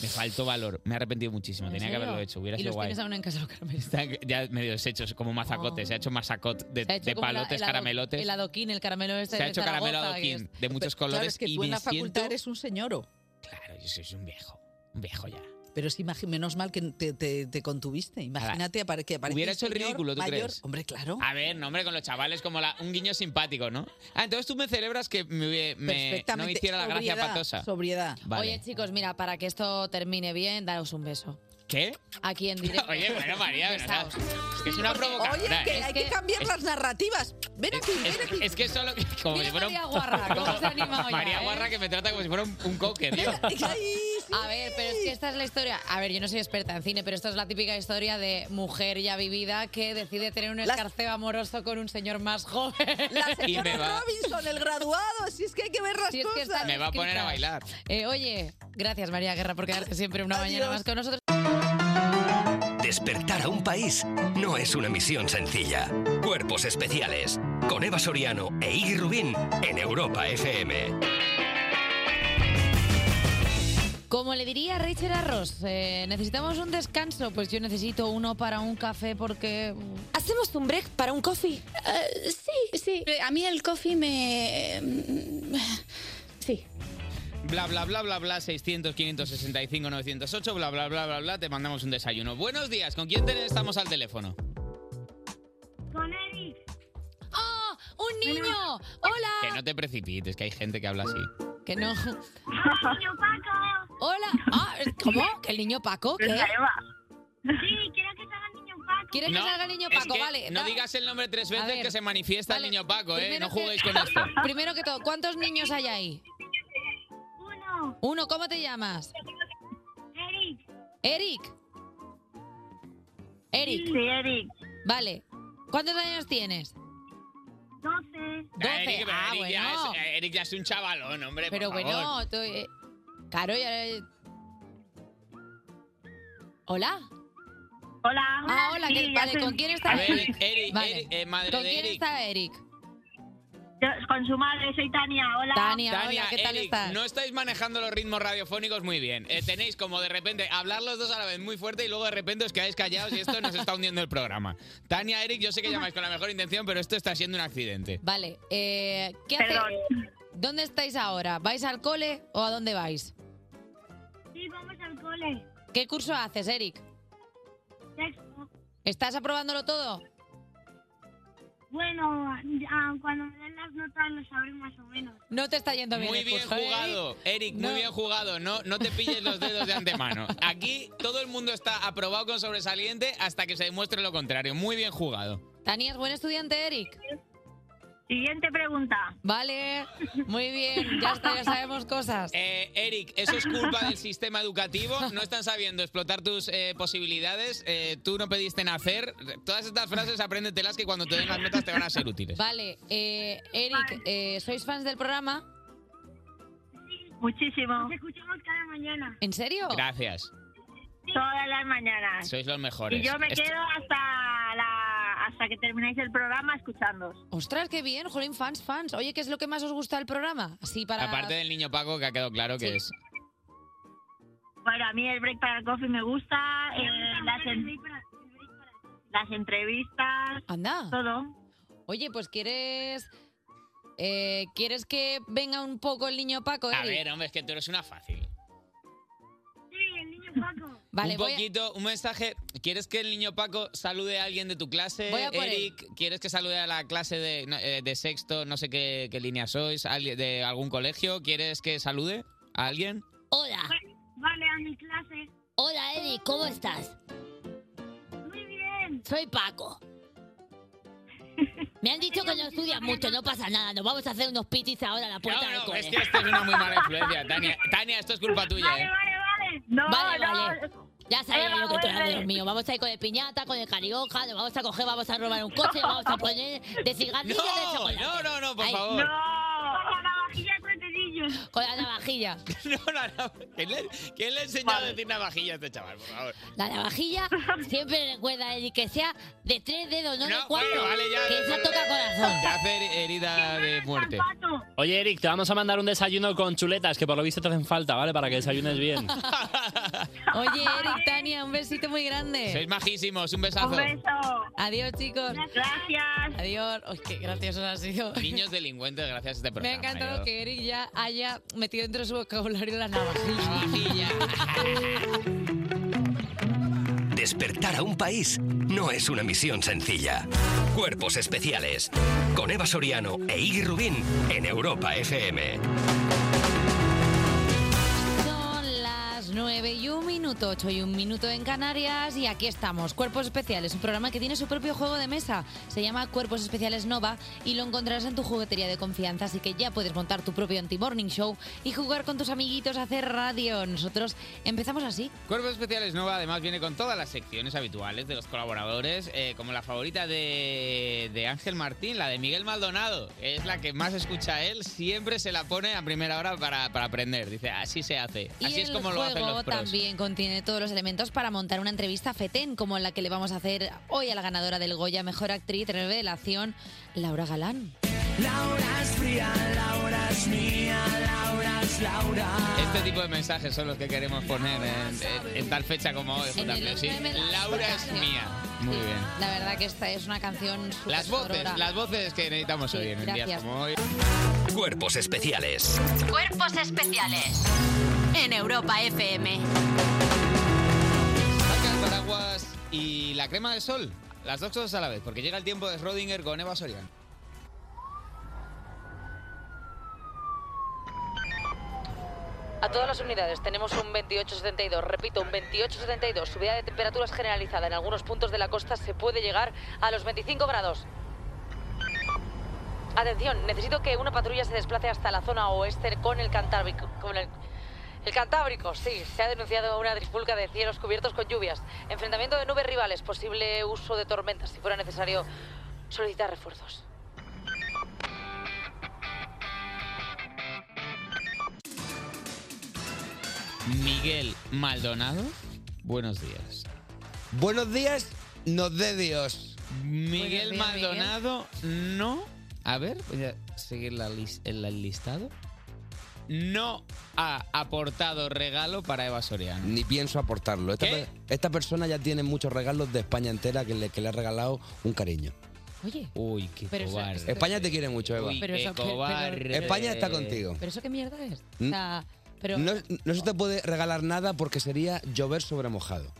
[SPEAKER 2] Me faltó valor. Me he arrepentido muchísimo.
[SPEAKER 1] ¿En
[SPEAKER 2] Tenía que
[SPEAKER 1] serio?
[SPEAKER 2] haberlo hecho. Hubiera
[SPEAKER 1] y
[SPEAKER 2] sido
[SPEAKER 1] los
[SPEAKER 2] guay.
[SPEAKER 1] tienes aún en casa los caramelos.
[SPEAKER 2] Están ya medio hechos como mazacotes. Se ha hecho mazacot de,
[SPEAKER 1] Se ha hecho
[SPEAKER 2] de
[SPEAKER 1] como la-
[SPEAKER 2] palotes,
[SPEAKER 1] el ado-
[SPEAKER 2] caramelotes.
[SPEAKER 1] El adoquín, el caramelo este.
[SPEAKER 2] se ha
[SPEAKER 1] de
[SPEAKER 2] hecho caramelo
[SPEAKER 1] Zaragoza, que
[SPEAKER 2] adoquín
[SPEAKER 1] es-
[SPEAKER 2] de muchos
[SPEAKER 15] Claro,
[SPEAKER 2] colores.
[SPEAKER 15] es que
[SPEAKER 2] y
[SPEAKER 15] tú en
[SPEAKER 2] me
[SPEAKER 15] la facultad
[SPEAKER 2] siento-
[SPEAKER 15] eres un señoro.
[SPEAKER 2] Claro, yo soy un viejo. Un viejo ya.
[SPEAKER 15] Pero es imagi- menos mal que te, te- te contuviste. Imagínate para que aparece
[SPEAKER 2] Hubiera
[SPEAKER 15] un
[SPEAKER 2] hecho el
[SPEAKER 15] señor
[SPEAKER 2] ridículo, ¿tú
[SPEAKER 15] mayor.
[SPEAKER 2] crees?
[SPEAKER 15] Hombre, claro.
[SPEAKER 2] A ver, no, hombre, con los chavales como la- un guiño simpático, ¿no? Ah, entonces tú me celebras que me, hubie- me- no me
[SPEAKER 15] Perfectamente.
[SPEAKER 2] hiciera la gracia
[SPEAKER 15] Sobriedad,
[SPEAKER 2] patosa.
[SPEAKER 15] Sobriedad.
[SPEAKER 2] Vale.
[SPEAKER 1] Oye, chicos, mira, para que esto termine bien, daos un beso.
[SPEAKER 2] ¿Qué?
[SPEAKER 1] Aquí en directo.
[SPEAKER 2] Oye, bueno, María, pero no, es que es una ¿eh? provocación.
[SPEAKER 15] Oye, que hay que cambiar las narrativas. Ven aquí, ven aquí.
[SPEAKER 2] Es que solo. Como si fuera un-
[SPEAKER 1] María Guarra, cómo se ha animado ya,
[SPEAKER 2] María
[SPEAKER 1] ¿eh?
[SPEAKER 2] Guarra que me trata como si fuera un, un cocker. tío.
[SPEAKER 1] A ver, pero es que esta es la historia. A ver, yo no soy experta en cine, pero esta es la típica historia de mujer ya vivida que decide tener un escarceo amoroso con un señor más joven.
[SPEAKER 15] La
[SPEAKER 2] Y me
[SPEAKER 15] señora
[SPEAKER 2] va-
[SPEAKER 15] Robinson, el graduado. Si es que hay que ver las
[SPEAKER 1] Si es que
[SPEAKER 15] cosas.
[SPEAKER 1] están
[SPEAKER 2] Me va a poner a
[SPEAKER 1] escritas.
[SPEAKER 2] bailar.
[SPEAKER 1] Eh, oye, gracias María Guerra por quedarte siempre una mañana más con nosotros.
[SPEAKER 4] Despertar a un país no es una misión sencilla. Cuerpos especiales con Eva Soriano e Iggy Rubín en Europa FM.
[SPEAKER 1] Como le diría Rachel Arroz, eh, necesitamos un descanso. Pues yo necesito uno para un café porque... mm,
[SPEAKER 21] ¿Hacemos un break para un coffee? Eh, sí, sí. A mí el coffee me... Sí.
[SPEAKER 2] Bla, bla, bla, bla, bla, 600, 565, 908, bla, bla, bla, bla, bla, te mandamos un desayuno. Buenos días, ¿con quién te- estamos al teléfono?
[SPEAKER 1] Con Eric. ¡Oh! ¡Un niño!
[SPEAKER 2] Que
[SPEAKER 1] ¡Hola!
[SPEAKER 2] no te precipites, que hay gente que habla así.
[SPEAKER 1] Que no. ¡Hola! Ah, ¿Cómo? ¿Que el niño Paco? ¿Qué?
[SPEAKER 2] Venga, Eva.
[SPEAKER 1] Sí, quiero que salga el niño Paco. ¿Quieres que
[SPEAKER 2] No,
[SPEAKER 1] salga el niño
[SPEAKER 2] es
[SPEAKER 1] Paco?
[SPEAKER 2] que
[SPEAKER 1] vale.
[SPEAKER 2] No
[SPEAKER 1] da-
[SPEAKER 2] digas el nombre tres veces
[SPEAKER 1] ver,
[SPEAKER 2] que se manifiesta el niño Paco, ¿eh?
[SPEAKER 1] primero
[SPEAKER 2] No
[SPEAKER 1] que-
[SPEAKER 2] juguéis con esto.
[SPEAKER 1] Primero que todo, ¿cuántos niños hay ahí? Uno. Uno, ¿cómo te llamas? Eric. Eric. Eric.
[SPEAKER 22] Sí, Eric.
[SPEAKER 1] Vale. ¿Cuántos años tienes?
[SPEAKER 22] 12.
[SPEAKER 2] Ah, Eric,
[SPEAKER 1] 12.
[SPEAKER 2] pero
[SPEAKER 1] Ah,
[SPEAKER 2] Eric
[SPEAKER 1] bueno.
[SPEAKER 2] ya es, Eric ya es un chavalón, hombre. por
[SPEAKER 1] Pero
[SPEAKER 2] favor.
[SPEAKER 1] bueno, tú, eh, claro, ya. Hola. Hola. Ah, hola,
[SPEAKER 22] sí,
[SPEAKER 1] que-
[SPEAKER 22] ya
[SPEAKER 1] vale,
[SPEAKER 22] sé.
[SPEAKER 1] ¿con quién está
[SPEAKER 2] A ver,
[SPEAKER 1] Eric?
[SPEAKER 2] Eric,
[SPEAKER 1] Vale.
[SPEAKER 2] Eric, eh, madre
[SPEAKER 1] ¿Con
[SPEAKER 2] de
[SPEAKER 1] quién
[SPEAKER 2] Eric.
[SPEAKER 1] está Eric?
[SPEAKER 22] Yo, con su madre, soy Tania. Hola.
[SPEAKER 2] Tania, Eric, No estáis manejando los ritmos radiofónicos muy bien. Eh, tenéis como de repente hablar los dos a la vez muy fuerte y luego de repente os quedáis callados y esto nos está hundiendo el programa. Tania, Eric, yo sé que llamáis con la mejor intención, pero esto está siendo un accidente.
[SPEAKER 1] Vale, eh, ¿qué hace- ¿Dónde estáis ahora? ¿Vais al cole o a dónde vais?
[SPEAKER 22] Sí, vamos al cole.
[SPEAKER 1] ¿Qué curso haces, Eric?
[SPEAKER 22] Sexto.
[SPEAKER 1] ¿Estás aprobándolo todo?
[SPEAKER 22] Bueno, ya, ah, cuando me den las notas lo sabré más o menos.
[SPEAKER 1] No te está yendo bien.
[SPEAKER 2] Muy
[SPEAKER 1] el
[SPEAKER 2] bien
[SPEAKER 1] curso, ¿eh?
[SPEAKER 2] jugado, Eric,
[SPEAKER 1] No.
[SPEAKER 2] muy bien jugado. No, no te pilles los dedos de antemano. Aquí todo el mundo está aprobado con sobresaliente hasta que se demuestre lo contrario. Muy bien jugado.
[SPEAKER 1] Tania, es buen estudiante, Eric.
[SPEAKER 22] Siguiente pregunta.
[SPEAKER 1] Vale, muy bien, ya está, ya sabemos cosas.
[SPEAKER 2] Eh, Eric, eso es culpa del sistema educativo. No están sabiendo explotar tus eh, posibilidades. Eh, tú no pediste nacer. Todas estas frases apréndetelas que cuando te den las notas te van a ser útiles.
[SPEAKER 1] Vale, eh, Eric, eh, ¿sois fans del programa?
[SPEAKER 22] Muchísimo. Nos escuchamos cada mañana.
[SPEAKER 1] ¿En serio?
[SPEAKER 2] Gracias.
[SPEAKER 22] Todas las mañanas.
[SPEAKER 2] Sois los mejores.
[SPEAKER 22] Ah. Y yo me
[SPEAKER 2] Esto-
[SPEAKER 22] quedo hasta la, hasta que termináis el programa escuchándoos.
[SPEAKER 1] Ostras, qué bien, jolín, fans, fans. Oye, ¿qué es lo que más os gusta del programa? Así para...
[SPEAKER 2] Aparte del niño Paco, que ha quedado claro que es.
[SPEAKER 22] Bueno, a mí el break para el coffee me gusta. eh, las, en- las entrevistas.
[SPEAKER 1] Anda.
[SPEAKER 22] Todo.
[SPEAKER 1] Oye, pues quieres... eh, ¿Quieres que venga un poco el niño Paco, Eric?
[SPEAKER 2] A ver, hombre, es que tú eres una fácil.
[SPEAKER 1] Vale,
[SPEAKER 2] un
[SPEAKER 1] voy a-
[SPEAKER 2] poquito, un mensaje. ¿Quieres que el niño Paco salude a alguien de tu clase?
[SPEAKER 1] Voy a por él.
[SPEAKER 2] Eric, ¿quieres que salude a la clase de, no, eh, de sexto, no sé qué, qué línea sois, alguien de algún colegio? ¿Quieres que salude a alguien?
[SPEAKER 3] Hola.
[SPEAKER 22] Vale, a mi clase.
[SPEAKER 3] Hola, Eric, ¿cómo estás?
[SPEAKER 22] Muy bien.
[SPEAKER 3] Soy Paco. Me han dicho que no estudias mucho, no pasa nada. Nos vamos a hacer unos pitis ahora a la puerta
[SPEAKER 2] No,
[SPEAKER 3] del
[SPEAKER 2] no,
[SPEAKER 3] cole.
[SPEAKER 2] es que esto es una muy mala influencia, Tania. Tania, esto es culpa tuya, ¿eh?
[SPEAKER 22] vale.
[SPEAKER 3] vale,
[SPEAKER 22] no.
[SPEAKER 3] vale. Ya sabía Eva, yo que tú eras de vuelve. los míos. Vamos a ir con el piñata, con el carioca, nos vamos a coger, vamos a robar un coche, vamos a poner de cigarrillo de
[SPEAKER 2] No,
[SPEAKER 3] chocolate.
[SPEAKER 2] no, no, no, por
[SPEAKER 3] Ay.
[SPEAKER 2] favor.
[SPEAKER 22] Con la vajilla de cuetecillos.
[SPEAKER 3] Con la navajilla.
[SPEAKER 2] No, no, no. ¿Quién le, quién le ha enseñado a decir navajilla a este chaval, por favor?
[SPEAKER 3] La navajilla siempre recuerda, Eric, que sea de tres dedos, no, de cuatro.
[SPEAKER 2] Bueno, vale, ya.
[SPEAKER 3] que esa toca corazón.
[SPEAKER 2] Te hace herida de muerte.
[SPEAKER 7] Oye, Eric, te vamos a mandar un desayuno con chuletas, que por lo visto te hacen falta, ¿vale? Para que desayunes bien.
[SPEAKER 1] Oye, Eric, Tania, un besito muy grande.
[SPEAKER 2] Sois majísimos, un besazo.
[SPEAKER 1] Adiós, chicos.
[SPEAKER 22] Gracias.
[SPEAKER 1] Adiós. Uy, qué gracioso ha sido.
[SPEAKER 2] Niños delincuentes, gracias a este
[SPEAKER 1] Me ha
[SPEAKER 2] programa.
[SPEAKER 1] encantado
[SPEAKER 2] yo-
[SPEAKER 1] que Eric ya haya metido dentro de su vocabulario la navajilla.
[SPEAKER 4] Despertar a un país no es una misión sencilla. Cuerpos especiales con Eva Soriano e Iggy Rubín en Europa FM.
[SPEAKER 1] Son las 9 y un minuto, 8 y un minuto en Canarias y aquí estamos, Cuerpos Especiales, un programa que tiene su propio juego de mesa. Se llama Cuerpos Especiales Nova y lo encontrarás en tu juguetería de confianza, así que ya puedes montar tu propio anti-morning show y jugar con tus amiguitos a hacer radio. Nosotros empezamos así.
[SPEAKER 2] Cuerpos Especiales Nova además viene con todas las secciones habituales de los colaboradores, eh, como la favorita de, de Ángel Martín, la de Miguel Maldonado. Es la que más escucha él, siempre se la pone a primera hora para, para aprender. Dice, así se hace,
[SPEAKER 1] Y
[SPEAKER 2] así es
[SPEAKER 1] el
[SPEAKER 2] como lo
[SPEAKER 1] juego
[SPEAKER 2] hacen los pros.
[SPEAKER 1] también contiene todos los elementos para montar una entrevista FETEN, como la que le vamos a hacer hoy a la ganadora del Goya Mejor Actriz Revelación, Laura Galán.
[SPEAKER 9] Laura es fría, Laura es mía, Laura es Laura.
[SPEAKER 2] Este tipo de mensajes son los que queremos poner en, en- en tal fecha como hoy.
[SPEAKER 1] En el
[SPEAKER 2] JP, sí.
[SPEAKER 1] meme de la
[SPEAKER 2] Laura es
[SPEAKER 1] Laura.
[SPEAKER 2] mía. Muy bien.
[SPEAKER 1] La verdad que esta es una canción súper
[SPEAKER 2] Las voces,
[SPEAKER 1] sonora.
[SPEAKER 2] las voces que necesitamos hoy en
[SPEAKER 1] gracias.
[SPEAKER 2] días como hoy.
[SPEAKER 4] Cuerpos especiales
[SPEAKER 5] Cuerpos especiales en Europa FM.
[SPEAKER 2] Saca el paraguas y la crema del sol. Las dos cosas a la vez, porque llega el tiempo de Schrödinger con Eva Soriano.
[SPEAKER 1] A todas las unidades tenemos un 2872, repito, un 2872. Subida de temperaturas generalizada. En algunos puntos de la costa se puede llegar a los 25 grados. Atención, necesito que una patrulla se desplace hasta la zona oeste con el Cantábrico. Con el, el Cantábrico, sí, se ha denunciado una trifulca de cielos cubiertos con lluvias. Enfrentamiento de nubes rivales, posible uso de tormentas si fuera necesario solicitar refuerzos.
[SPEAKER 2] Miguel Maldonado, buenos días.
[SPEAKER 6] Buenos días, nos dé Dios.
[SPEAKER 2] Miguel Maldonado no A ver, voy a seguir la lis- el el listado. No ha aportado regalo para Eva Soriano.
[SPEAKER 10] Ni pienso aportarlo. ¿eh? Esta,
[SPEAKER 2] ¿Qué?
[SPEAKER 10] pe- esta persona ya tiene muchos regalos de España entera que le, que le ha regalado un cariño.
[SPEAKER 1] Oye.
[SPEAKER 2] Uy, qué
[SPEAKER 1] Pero eso- cobarde.
[SPEAKER 10] España te quiere mucho, Eva.
[SPEAKER 1] Uy, Pero qué eso- pero- cobarde.
[SPEAKER 10] España está contigo.
[SPEAKER 1] Pero eso qué mierda es. O
[SPEAKER 10] Mm.
[SPEAKER 1] sea, pero
[SPEAKER 10] No, no se te puede regalar nada porque sería llover sobre mojado.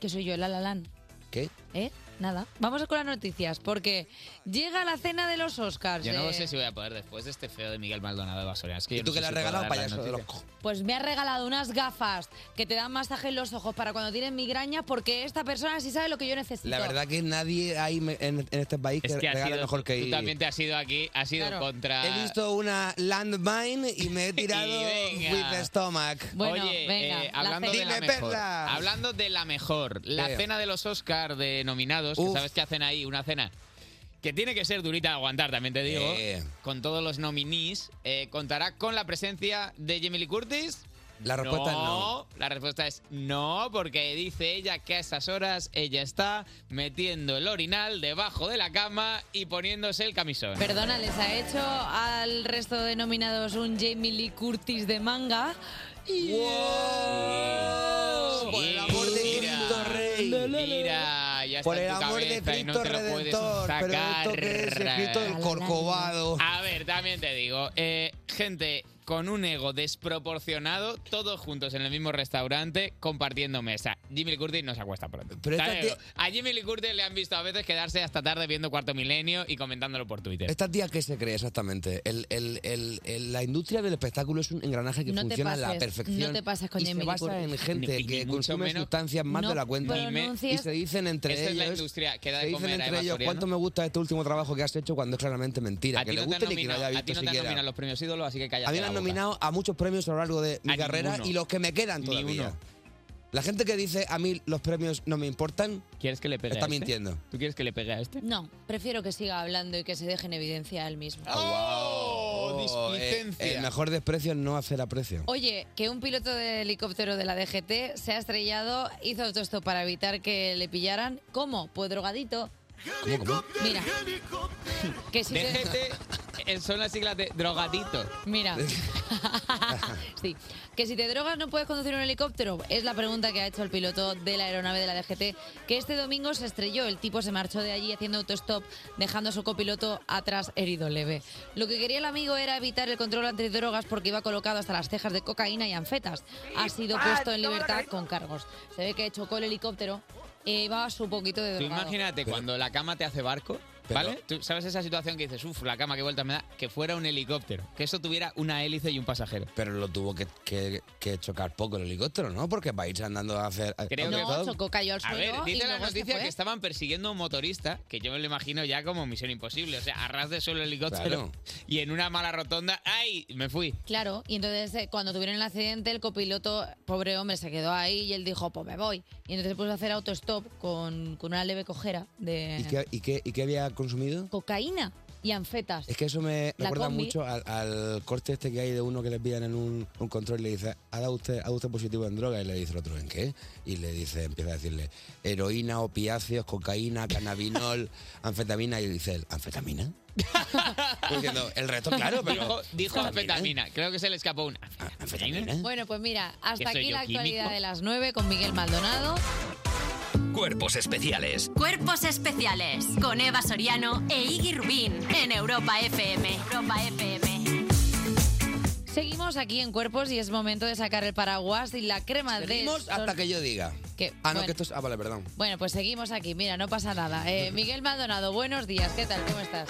[SPEAKER 1] que soy yo, la la Land.
[SPEAKER 10] ¿Qué?
[SPEAKER 1] ¿Eh? Nada. Vamos con las noticias, porque llega la cena de los Oscars.
[SPEAKER 2] Yo
[SPEAKER 1] eh.
[SPEAKER 2] no sé si voy a poder después de este feo de Miguel Maldonado Eva Soriano. Es que
[SPEAKER 10] ¿Y
[SPEAKER 2] yo
[SPEAKER 10] tú
[SPEAKER 2] no
[SPEAKER 10] qué
[SPEAKER 2] sé
[SPEAKER 10] le has
[SPEAKER 2] si puedo
[SPEAKER 10] regalado,
[SPEAKER 2] dar las
[SPEAKER 10] payaso de
[SPEAKER 2] noticias.
[SPEAKER 1] Pues me ha regalado unas gafas que te dan masaje en los ojos para cuando tienes migraña, porque esta persona sí sabe lo que yo necesito.
[SPEAKER 10] La verdad que nadie hay me- en, en este país que,
[SPEAKER 2] Es que has
[SPEAKER 10] regale
[SPEAKER 2] sido-
[SPEAKER 10] mejor que
[SPEAKER 2] Tú también te has ido aquí, has ido
[SPEAKER 10] Claro.
[SPEAKER 2] contra...
[SPEAKER 10] He visto una landmine y me he tirado
[SPEAKER 2] Y venga.
[SPEAKER 10] with the stomach.
[SPEAKER 2] Oye, eh, hablando, de la
[SPEAKER 10] Dime,
[SPEAKER 2] mejor,
[SPEAKER 10] perlas.
[SPEAKER 2] hablando de la mejor, la
[SPEAKER 10] Eh.
[SPEAKER 2] cena de los Oscar de nominados, que
[SPEAKER 10] Uf.
[SPEAKER 2] sabes que hacen ahí una cena que tiene que ser durita de aguantar, también te digo,
[SPEAKER 10] Eh.
[SPEAKER 2] con todos los nominees, eh, contará con la presencia de Jamie Lee Curtis.
[SPEAKER 10] La respuesta es no.
[SPEAKER 2] La respuesta es no, porque dice ella que a esas horas ella está metiendo el orinal debajo de la cama y poniéndose el camisón.
[SPEAKER 1] Perdona, les ha hecho al resto de nominados un Jamie Lee Curtis de manga.
[SPEAKER 10] Por el amor de Cristo Rey.
[SPEAKER 2] Mira, Ah, ya está
[SPEAKER 10] Por
[SPEAKER 2] en
[SPEAKER 10] el
[SPEAKER 2] tu
[SPEAKER 10] amor de
[SPEAKER 2] cabeza y no
[SPEAKER 10] Cristo
[SPEAKER 2] te lo puedes
[SPEAKER 10] Redentor. Pero esto que es
[SPEAKER 2] sacar.
[SPEAKER 10] escrito del Corcovado.
[SPEAKER 2] A ver, también te digo, eh, gente con un ego desproporcionado, todos juntos en el mismo restaurante, compartiendo mesa. Jimmy Lee Curtis no se acuesta pronto.
[SPEAKER 10] Pero esta
[SPEAKER 2] También
[SPEAKER 10] tía-
[SPEAKER 2] digo, A Jimmy Lee Curtis le han visto a veces quedarse hasta tarde viendo Cuarto Milenio y comentándolo por Twitter.
[SPEAKER 10] ¿Esta tía qué se cree exactamente? El- el- el- el- la industria del espectáculo es un engranaje que
[SPEAKER 1] No te
[SPEAKER 10] funciona a
[SPEAKER 1] pases,
[SPEAKER 10] la perfección.
[SPEAKER 1] no te pases con
[SPEAKER 10] y
[SPEAKER 1] Jamie
[SPEAKER 10] se
[SPEAKER 1] Lee
[SPEAKER 10] basa
[SPEAKER 1] Curtis.
[SPEAKER 10] en gente
[SPEAKER 2] Ni- ni
[SPEAKER 10] que
[SPEAKER 2] mucho
[SPEAKER 10] consume
[SPEAKER 2] menos.
[SPEAKER 10] sustancias más
[SPEAKER 2] No
[SPEAKER 10] de la cuenta.
[SPEAKER 2] pronuncies-
[SPEAKER 10] Y se dicen entre
[SPEAKER 2] Esta es
[SPEAKER 10] ellos.
[SPEAKER 2] la industria que da
[SPEAKER 10] se
[SPEAKER 2] de
[SPEAKER 10] dicen
[SPEAKER 2] comer a
[SPEAKER 10] entre
[SPEAKER 2] Eva
[SPEAKER 10] ellos
[SPEAKER 2] Soriano.
[SPEAKER 10] cuánto me gusta este último trabajo que has hecho cuando es claramente mentira.
[SPEAKER 2] A
[SPEAKER 10] Que
[SPEAKER 2] ti
[SPEAKER 10] le
[SPEAKER 2] no te han
[SPEAKER 10] guste ni que no
[SPEAKER 2] nominado-
[SPEAKER 10] haya
[SPEAKER 2] a ti
[SPEAKER 10] visto
[SPEAKER 2] no te han
[SPEAKER 10] siquiera.
[SPEAKER 2] nominado los premios ídolos, así que cállate
[SPEAKER 10] A mí me
[SPEAKER 2] la
[SPEAKER 10] han
[SPEAKER 2] boca.
[SPEAKER 10] nominado a muchos premios a lo largo de mi
[SPEAKER 2] A
[SPEAKER 10] carrera
[SPEAKER 2] ninguno.
[SPEAKER 10] y los que me quedan
[SPEAKER 2] Ni
[SPEAKER 10] todavía.
[SPEAKER 2] uno.
[SPEAKER 10] La gente que dice a mí los premios no me importan.
[SPEAKER 2] ¿Quieres que le pegue
[SPEAKER 10] Está
[SPEAKER 2] a este?
[SPEAKER 10] mintiendo.
[SPEAKER 2] ¿Tú quieres que le pegue a este?
[SPEAKER 1] No, prefiero que siga hablando y que se deje en evidencia él mismo.
[SPEAKER 10] Oh,
[SPEAKER 2] displicencia.
[SPEAKER 10] eh, el mejor desprecio es no hacer aprecio.
[SPEAKER 1] Oye, que un piloto de helicóptero de la DGT se ha estrellado, hizo autostop para evitar que le pillaran. ¿Cómo? Pues drogadito.
[SPEAKER 10] ¿Cómo, cómo?
[SPEAKER 1] Mira. Que si te-
[SPEAKER 2] DGT eh, son las siglas de drogadito.
[SPEAKER 1] Mira. sí. Que si te drogas no puedes conducir un helicóptero. Es la pregunta que ha hecho el piloto de la aeronave de la DGT, que este domingo se estrelló. El tipo se marchó de allí haciendo autostop, dejando a su copiloto atrás herido leve. Lo que quería el amigo era evitar el control antidrogas porque iba colocado hasta las cejas de cocaína y anfetas. Ha sido puesto en libertad con cargos. Se ve que chocó el helicóptero e iba su poquito de
[SPEAKER 2] Tú
[SPEAKER 1] drogado.
[SPEAKER 2] imagínate cuando la cama te hace barco, ¿vale? Tú sabes esa situación que dices, uff, la cama que vuelta me da, que fuera un helicóptero, que eso tuviera una hélice y un pasajero.
[SPEAKER 10] Pero lo tuvo que, que- que chocar poco el helicóptero, ¿no? Porque va a irse andando a hacer.
[SPEAKER 2] Creo que-
[SPEAKER 1] No, chocó, cayó al
[SPEAKER 2] A
[SPEAKER 1] suelo
[SPEAKER 2] ver,
[SPEAKER 1] y
[SPEAKER 2] dice la
[SPEAKER 1] luego se
[SPEAKER 2] noticia
[SPEAKER 1] fue.
[SPEAKER 2] que estaban persiguiendo a un motorista, que yo me lo imagino ya como misión imposible, o sea, a ras de suelo el helicóptero
[SPEAKER 10] Claro.
[SPEAKER 2] y en una mala rotonda, ¡ay! Me fui.
[SPEAKER 1] Claro, y entonces eh, cuando tuvieron el accidente, el copiloto, pobre hombre, se quedó ahí y él dijo, pues me voy. Y entonces puso a hacer autostop con, con una leve cojera de
[SPEAKER 10] ¿Y qué, y qué- y qué había consumido?
[SPEAKER 1] cocaína y anfetas.
[SPEAKER 10] Es que eso me
[SPEAKER 1] La
[SPEAKER 10] recuerda
[SPEAKER 1] combi.
[SPEAKER 10] mucho al, al corte este que hay de uno que le pillan en un, un control y le dice, ¿ha dado usted, ha dado usted positivo en droga? Y le dice el otro, ¿en qué? Y le dice, empieza a decirle, heroína, opiáceos, cocaína, cannabinol, anfetamina. Y dice él, ¿anfetamina? Pues Diciendo, el resto, claro, pero... Ah,
[SPEAKER 2] Dijo, dijo anfetamina, creo que se le escapó una. ¿Anfetamina?
[SPEAKER 1] Bueno, pues mira,
[SPEAKER 2] ¿Que
[SPEAKER 1] hasta
[SPEAKER 2] soy
[SPEAKER 1] aquí
[SPEAKER 2] yo
[SPEAKER 1] la actualidad
[SPEAKER 2] químico?
[SPEAKER 1] de las 9 con Miguel Maldonado.
[SPEAKER 4] Cuerpos especiales
[SPEAKER 5] Cuerpos especiales con Eva Soriano e Iggy Rubín en Europa FM. Europa FM.
[SPEAKER 1] Seguimos aquí en Cuerpos y es momento de sacar el paraguas y la crema de...
[SPEAKER 10] Seguimos hasta que yo diga.
[SPEAKER 1] Que-
[SPEAKER 10] ah, no,
[SPEAKER 1] bueno.
[SPEAKER 10] que esto es... Ah, vale, perdón.
[SPEAKER 1] Bueno, pues seguimos aquí, mira, no pasa nada. Eh, Miguel Maldonado, buenos días, ¿qué tal? ¿Cómo estás?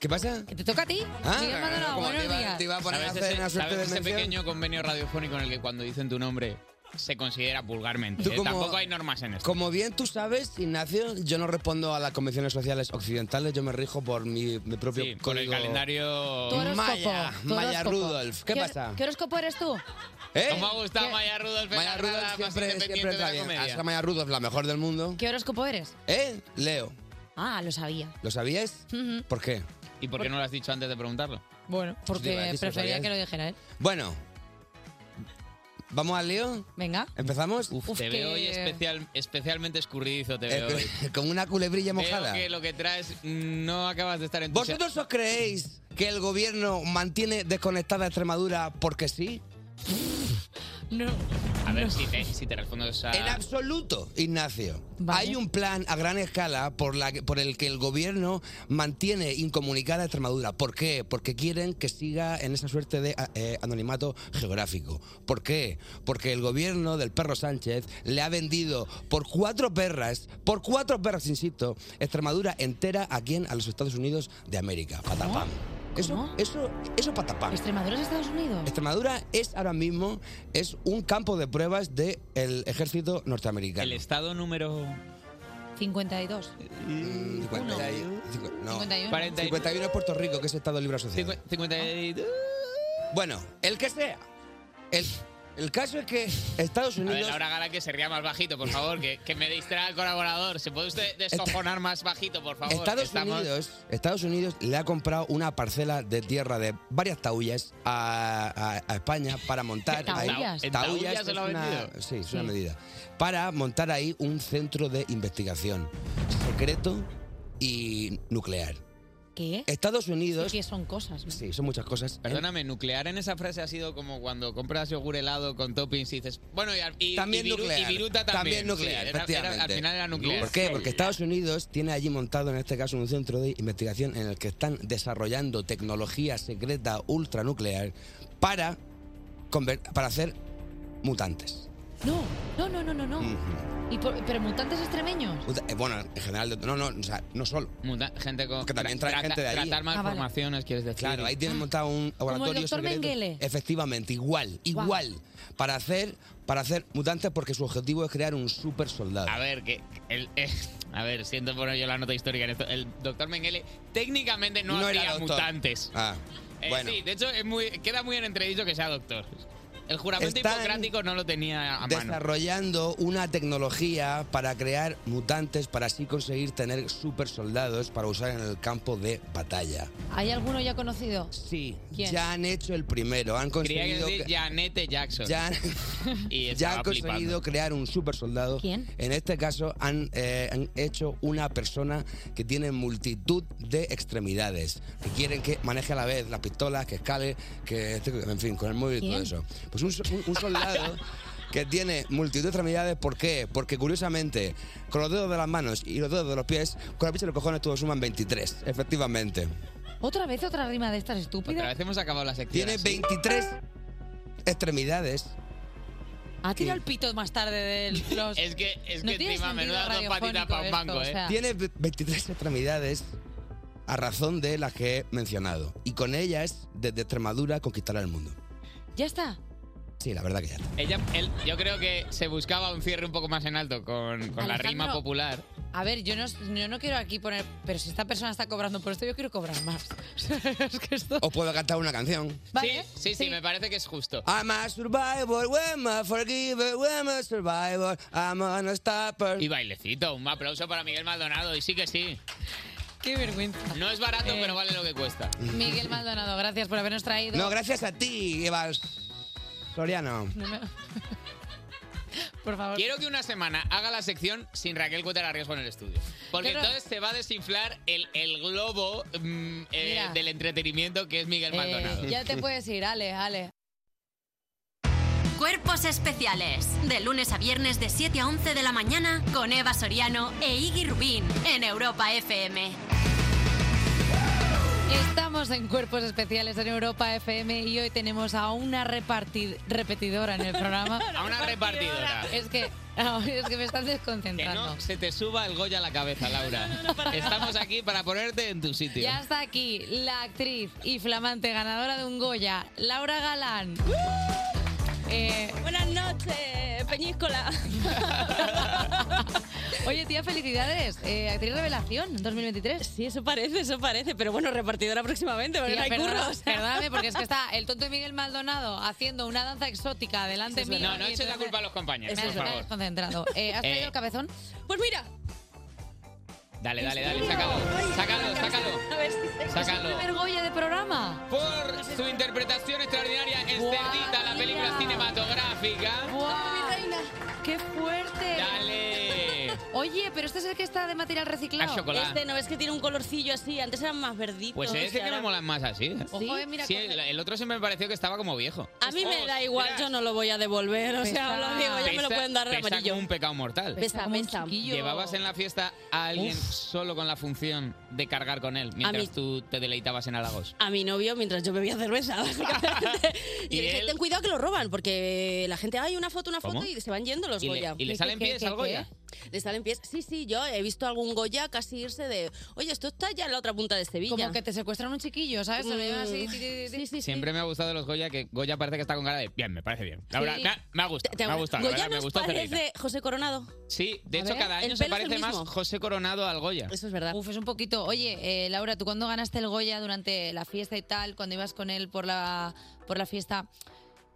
[SPEAKER 10] ¿Qué pasa?
[SPEAKER 1] ¿Que te toca a ti? Miguel Maldonado,
[SPEAKER 10] Ah, como te
[SPEAKER 1] buenos
[SPEAKER 10] iba-
[SPEAKER 1] días.
[SPEAKER 10] te iba a poner a
[SPEAKER 2] ¿Sabes
[SPEAKER 10] hacer
[SPEAKER 2] ese,
[SPEAKER 10] una suerte
[SPEAKER 2] sabes
[SPEAKER 10] de
[SPEAKER 2] ese
[SPEAKER 10] mención?
[SPEAKER 2] pequeño convenio radiofónico en el que cuando dicen tu nombre se considera vulgarmente?
[SPEAKER 10] Tú
[SPEAKER 2] ¿eh?
[SPEAKER 10] como-
[SPEAKER 2] Tampoco hay normas en esto.
[SPEAKER 10] Como bien tú sabes, Ignacio, yo no respondo a las convenciones sociales occidentales, yo me rijo por mi, mi propio
[SPEAKER 2] Sí,
[SPEAKER 10] código.
[SPEAKER 2] con el calendario...
[SPEAKER 1] Tu horóscopo,
[SPEAKER 10] Maya,
[SPEAKER 1] tu
[SPEAKER 10] Maya
[SPEAKER 1] horóscopo.
[SPEAKER 10] Rudolph, ¿qué
[SPEAKER 1] hor-
[SPEAKER 10] pasa?
[SPEAKER 1] ¿Qué horóscopo eres tú?
[SPEAKER 10] ¿Eh?
[SPEAKER 2] ¿Cómo ha gustado
[SPEAKER 1] ¿Qué?
[SPEAKER 2] Maya Rudolph?
[SPEAKER 10] Maya
[SPEAKER 2] Encarnada,
[SPEAKER 10] Rudolph
[SPEAKER 2] más
[SPEAKER 10] siempre,
[SPEAKER 2] independiente
[SPEAKER 10] siempre
[SPEAKER 2] de la
[SPEAKER 10] está bien.
[SPEAKER 2] comedia.
[SPEAKER 10] Hasta Maya Rudolph, la mejor del mundo.
[SPEAKER 1] ¿Qué horóscopo eres?
[SPEAKER 10] ¿Eh? Leo.
[SPEAKER 1] Ah, lo sabía.
[SPEAKER 10] ¿Lo sabíais?
[SPEAKER 1] Ujú.
[SPEAKER 10] ¿Por qué?
[SPEAKER 2] ¿Y por qué no lo has dicho antes de preguntarlo?
[SPEAKER 1] Bueno,
[SPEAKER 10] te iba a
[SPEAKER 1] porque
[SPEAKER 10] decir, si lo
[SPEAKER 1] prefería
[SPEAKER 10] sabías.
[SPEAKER 1] que lo dijera él.
[SPEAKER 10] Bueno, ¿Vamos al lío?
[SPEAKER 1] Venga.
[SPEAKER 10] ¿Empezamos?
[SPEAKER 2] te veo hoy especial, especialmente escurridizo, te veo hoy.
[SPEAKER 10] Espe- Con una culebrilla Eh, mojada.
[SPEAKER 2] Veo que lo que traes mm, no acabas de estar en
[SPEAKER 10] ¿Vosotros os creéis que el gobierno mantiene desconectada Extremadura porque sí?
[SPEAKER 1] No.
[SPEAKER 2] A ver si te, si te respondo esa...
[SPEAKER 10] En absoluto, Ignacio. Hay un plan a gran escala por, la, que- por el que el gobierno mantiene incomunicada Extremadura. ¿Por qué? Porque quieren que siga en esa suerte de a- eh, anonimato geográfico. ¿Por qué? Porque el gobierno del perro Sánchez le ha vendido por cuatro perras, por cuatro perras, insisto, Extremadura entera a quién? A los Estados Unidos de América. Patapam. Eso, eso, eso patapam.
[SPEAKER 1] ¿Extremadura es Estados Unidos?
[SPEAKER 10] Extremadura es ahora mismo es un campo de pruebas del ejército norteamericano.
[SPEAKER 2] El estado número...
[SPEAKER 1] 52.
[SPEAKER 10] 51. No.
[SPEAKER 1] 51.
[SPEAKER 10] 51 es Puerto Rico, que es Estado Libre Asociado.
[SPEAKER 2] 52.
[SPEAKER 10] Bueno, el que sea. El, el caso es que Estados
[SPEAKER 2] A ver,
[SPEAKER 10] Unidos.
[SPEAKER 2] Laura Gala, que se ría más bajito, por favor, que, que me distrae el colaborador. ¿Se puede usted desojonar más bajito, por favor?
[SPEAKER 10] Estados
[SPEAKER 2] Estamos-
[SPEAKER 10] Unidos, Estados Unidos le ha comprado una parcela de tierra de varias taullas a, a- a España para montar ahí-
[SPEAKER 2] ¿Taullas? ¿En taullas se lo ha
[SPEAKER 10] es una-
[SPEAKER 2] vendido?
[SPEAKER 10] sí, es una
[SPEAKER 2] Sí.
[SPEAKER 10] medida para montar ahí un centro de investigación secreto y nuclear.
[SPEAKER 1] ¿Qué?
[SPEAKER 10] Estados Unidos,
[SPEAKER 1] Sí que son cosas. ¿no?
[SPEAKER 10] sí, son muchas cosas.
[SPEAKER 2] Perdóname, nuclear en esa frase ha sido como cuando compras yogur helado con toppings y dices, bueno, y, y-
[SPEAKER 10] También
[SPEAKER 2] y viru-
[SPEAKER 10] nuclear.
[SPEAKER 2] y viruta también.
[SPEAKER 10] nuclear,
[SPEAKER 2] Sí, era- era- al
[SPEAKER 10] efectivamente.
[SPEAKER 2] final era nuclear.
[SPEAKER 10] ¿Por qué? Porque Estados Unidos tiene allí montado, en este caso, un centro de investigación en el que están desarrollando tecnología secreta ultranuclear para, conver- para hacer mutantes.
[SPEAKER 1] No, no, no, no, no.
[SPEAKER 2] Ah.
[SPEAKER 1] no.
[SPEAKER 10] Ujú.
[SPEAKER 1] ¿Y por- ¿Pero mutantes extremeños?
[SPEAKER 10] Muta- eh, Bueno, en general, no, no, o sea, no solo.
[SPEAKER 2] gente con.
[SPEAKER 10] Que también trae
[SPEAKER 2] Trata-
[SPEAKER 10] gente de allí.
[SPEAKER 2] Tratar
[SPEAKER 1] Ah, vale. Ah.
[SPEAKER 2] malformaciones, quieres decir.
[SPEAKER 10] Claro, ahí tienen montado un laboratorio
[SPEAKER 1] doctor
[SPEAKER 10] secreto.
[SPEAKER 1] Mengele.
[SPEAKER 10] Efectivamente, igual,
[SPEAKER 1] Guau.
[SPEAKER 10] igual. Para hacer para hacer mutantes porque su objetivo es crear un super soldado.
[SPEAKER 2] A ver, que. el- eh, a ver, siento poner yo la nota histórica en esto. El doctor Mengele técnicamente no, hacía mutantes.
[SPEAKER 10] Ah,
[SPEAKER 2] Eh,
[SPEAKER 10] bueno.
[SPEAKER 2] Sí, de hecho, es muy, queda muy en entredicho que sea doctor. El juramento
[SPEAKER 10] Están
[SPEAKER 2] hipocrático no lo tenía a Ah, mano.
[SPEAKER 10] desarrollando una tecnología para crear mutantes para así conseguir tener super soldados para usar en el campo de batalla.
[SPEAKER 1] ¿Hay alguno ya conocido?
[SPEAKER 10] Sí.
[SPEAKER 1] ¿Quién?
[SPEAKER 10] Ya han hecho el primero, han
[SPEAKER 2] Quería
[SPEAKER 10] conseguido
[SPEAKER 2] decir
[SPEAKER 10] que-
[SPEAKER 2] Janete Jackson.
[SPEAKER 10] Ya-
[SPEAKER 2] y
[SPEAKER 10] ya
[SPEAKER 2] estaba
[SPEAKER 10] han conseguido
[SPEAKER 2] flipando.
[SPEAKER 10] crear un super soldado.
[SPEAKER 2] ¿Quién?
[SPEAKER 10] En este caso han, eh, han hecho una persona que tiene multitud de extremidades, que quieren que maneje a la vez las pistolas, que escale, que este- en fin, con el móvil y todo
[SPEAKER 9] ¿Quién?
[SPEAKER 10] eso. Pues un, so- un- un soldado que tiene multitud de extremidades, ¿por qué? Porque curiosamente, con los dedos de las manos y los dedos de los pies, con la pinche de los cojones todos suman 23, efectivamente.
[SPEAKER 1] ¿Otra vez otra rima de estas estúpidas?
[SPEAKER 2] Otra vez hemos acabado la sección.
[SPEAKER 10] Tiene
[SPEAKER 2] así.
[SPEAKER 10] 23 extremidades.
[SPEAKER 1] Ha tirado el pito más tarde de los...
[SPEAKER 2] Es que, es
[SPEAKER 1] no
[SPEAKER 2] que
[SPEAKER 1] tiene
[SPEAKER 2] encima,
[SPEAKER 1] sentido
[SPEAKER 2] menuda dos patitas
[SPEAKER 1] radiofónico
[SPEAKER 2] para un
[SPEAKER 1] esto,
[SPEAKER 2] banco,
[SPEAKER 1] o
[SPEAKER 2] ¿eh?
[SPEAKER 1] sea.
[SPEAKER 10] Tiene ve- 23 extremidades a razón de las que he mencionado. Y con ellas, desde Extremadura, conquistará el mundo.
[SPEAKER 1] ¿Ya está?
[SPEAKER 10] Sí, la verdad que ya está.
[SPEAKER 2] Ella, él- yo creo que se buscaba un cierre un poco más en alto con, con la
[SPEAKER 1] Alejandro.
[SPEAKER 2] rima popular.
[SPEAKER 1] A ver, yo no, yo no quiero aquí poner... Pero si esta persona está cobrando por esto, yo quiero cobrar más.
[SPEAKER 10] Os puedo cantar una canción.
[SPEAKER 1] ¿Vale?
[SPEAKER 2] Sí, sí, me parece que es justo.
[SPEAKER 10] I'm a survivor, I'm a forgiver, I'm a survivor, I'm an unstopper.
[SPEAKER 2] Y bailecito, un aplauso para Miguel Maldonado, y sí que sí.
[SPEAKER 1] Qué vergüenza. Eh.
[SPEAKER 2] No es barato, pero vale lo que cuesta.
[SPEAKER 1] Miguel Maldonado, gracias por habernos traído...
[SPEAKER 10] No, gracias a ti, Eva Soriano.
[SPEAKER 1] No me- Por favor.
[SPEAKER 2] Quiero que una semana haga la sección sin Raquel Cuétara Arriesgo en el estudio. Porque
[SPEAKER 1] Pero-
[SPEAKER 2] entonces se va a desinflar el, el globo mm, eh,
[SPEAKER 1] Mira.
[SPEAKER 2] del entretenimiento que es Miguel
[SPEAKER 1] Eh,
[SPEAKER 2] Maldonado.
[SPEAKER 1] ya te puedes ir, Ale, Ale.
[SPEAKER 5] Cuerpos especiales. De lunes a viernes de 7 a 11 de la mañana con Eva Soriano e Iggy Rubín en Europa FM.
[SPEAKER 1] Estamos en Cuerpos Especiales en Europa FM y hoy tenemos a una repartid- repetidora en el programa.
[SPEAKER 2] A una repartidora.
[SPEAKER 1] Es que, es que me estás
[SPEAKER 2] Que no
[SPEAKER 1] desconcentrando.
[SPEAKER 2] se te suba el Goya a la cabeza, Laura. Estamos aquí para ponerte en tu sitio.
[SPEAKER 1] Ya está aquí la actriz y flamante ganadora de un Goya, Laura Galán. Eh,
[SPEAKER 13] Buenas noches, Peñíscola.
[SPEAKER 1] Oye, tía, felicidades. Eh, actriz revelación 2023.
[SPEAKER 13] Sí, eso parece, eso parece. Pero bueno, repartidora próximamente, porque
[SPEAKER 1] Tía,
[SPEAKER 13] no hay
[SPEAKER 1] perdona-
[SPEAKER 13] curros.
[SPEAKER 1] Perdóname, porque es que está el tonto Miguel Maldonado haciendo una danza exótica delante mío.
[SPEAKER 2] No, no
[SPEAKER 1] y
[SPEAKER 2] eches la
[SPEAKER 1] entonces-
[SPEAKER 2] culpa a los
[SPEAKER 1] Me
[SPEAKER 2] compañeros,
[SPEAKER 1] has
[SPEAKER 2] por favor.
[SPEAKER 1] desconcentrado. Eh, ¿Has traído
[SPEAKER 2] Eh,
[SPEAKER 1] el cabezón?
[SPEAKER 13] Pues mira,
[SPEAKER 2] Dale, dale, dale, sácalo. Sácalo, sácalo.
[SPEAKER 1] A ver si
[SPEAKER 2] Sácalo.
[SPEAKER 1] ¿Es el primer Goya de programa?
[SPEAKER 2] Por su interpretación extraordinaria en Cerdita, la película cinematográfica.
[SPEAKER 1] ¡Qué fuerte!
[SPEAKER 2] Dale.
[SPEAKER 1] Oye, pero este es el que está de material reciclado.
[SPEAKER 2] A chocolate.
[SPEAKER 13] Este no ves que tiene un colorcillo así, antes eran más verditos.
[SPEAKER 2] Pues es
[SPEAKER 13] y
[SPEAKER 2] que me
[SPEAKER 13] ahora-
[SPEAKER 2] molan más así.
[SPEAKER 13] Ojo, eh, mira,
[SPEAKER 2] Sí,
[SPEAKER 13] coge-
[SPEAKER 2] el, el otro siempre me pareció que estaba como viejo.
[SPEAKER 13] A mí
[SPEAKER 2] Oh,
[SPEAKER 13] me da igual, yo no lo voy a devolver, o sea, lo digo, ya me lo
[SPEAKER 2] Pesa-
[SPEAKER 13] pueden dar de
[SPEAKER 2] pesa
[SPEAKER 13] amarillo.
[SPEAKER 2] como un pecado mortal.
[SPEAKER 13] Besa, besa.
[SPEAKER 2] ¿Llevabas en la fiesta a alguien solo con la función de cargar con él mientras
[SPEAKER 13] mí.
[SPEAKER 2] tú te deleitabas en halagos?
[SPEAKER 13] a mi novio mientras yo bebía cerveza, básicamente. y le dije, ten cuidado que lo roban, porque la gente, hay una foto, una foto,
[SPEAKER 2] ¿Cómo?
[SPEAKER 13] y se van yendo los
[SPEAKER 2] ¿Y le-
[SPEAKER 13] Goya.
[SPEAKER 2] y le ¿Qué, salen qué, pies qué, al qué? Goya?
[SPEAKER 13] Le salen pies. Sí, sí, yo he visto algún Goya casi irse de, oye, esto está ya en la otra punta de Sevilla. Mm,
[SPEAKER 1] Como que te secuestran un chiquillo, ¿sabes? Se lo llevan así, ti, ti, ti, ti.
[SPEAKER 2] Siempre me ha gustado de los Goya que Goya parece que está con cara de bien, me parece bien. La verdad,
[SPEAKER 13] Sí.
[SPEAKER 2] me, ha, me ha gustado, me ha gustado. la
[SPEAKER 13] Goya
[SPEAKER 2] verdad, me
[SPEAKER 13] nos
[SPEAKER 2] gustó hacer
[SPEAKER 13] parece
[SPEAKER 2] reír.
[SPEAKER 13] José Coronado.
[SPEAKER 2] Sí, de
[SPEAKER 13] A
[SPEAKER 2] hecho
[SPEAKER 13] ver,
[SPEAKER 2] cada
[SPEAKER 13] el
[SPEAKER 2] año se
[SPEAKER 13] pelo es el
[SPEAKER 2] parece más
[SPEAKER 13] mismo.
[SPEAKER 2] José Coronado al Goya.
[SPEAKER 13] Eso es verdad.
[SPEAKER 1] Uf, es un poquito. Oye, eh, Laura, ¿tú cuando ganaste el Goya durante la fiesta y tal, cuando ibas con él por la, por la fiesta,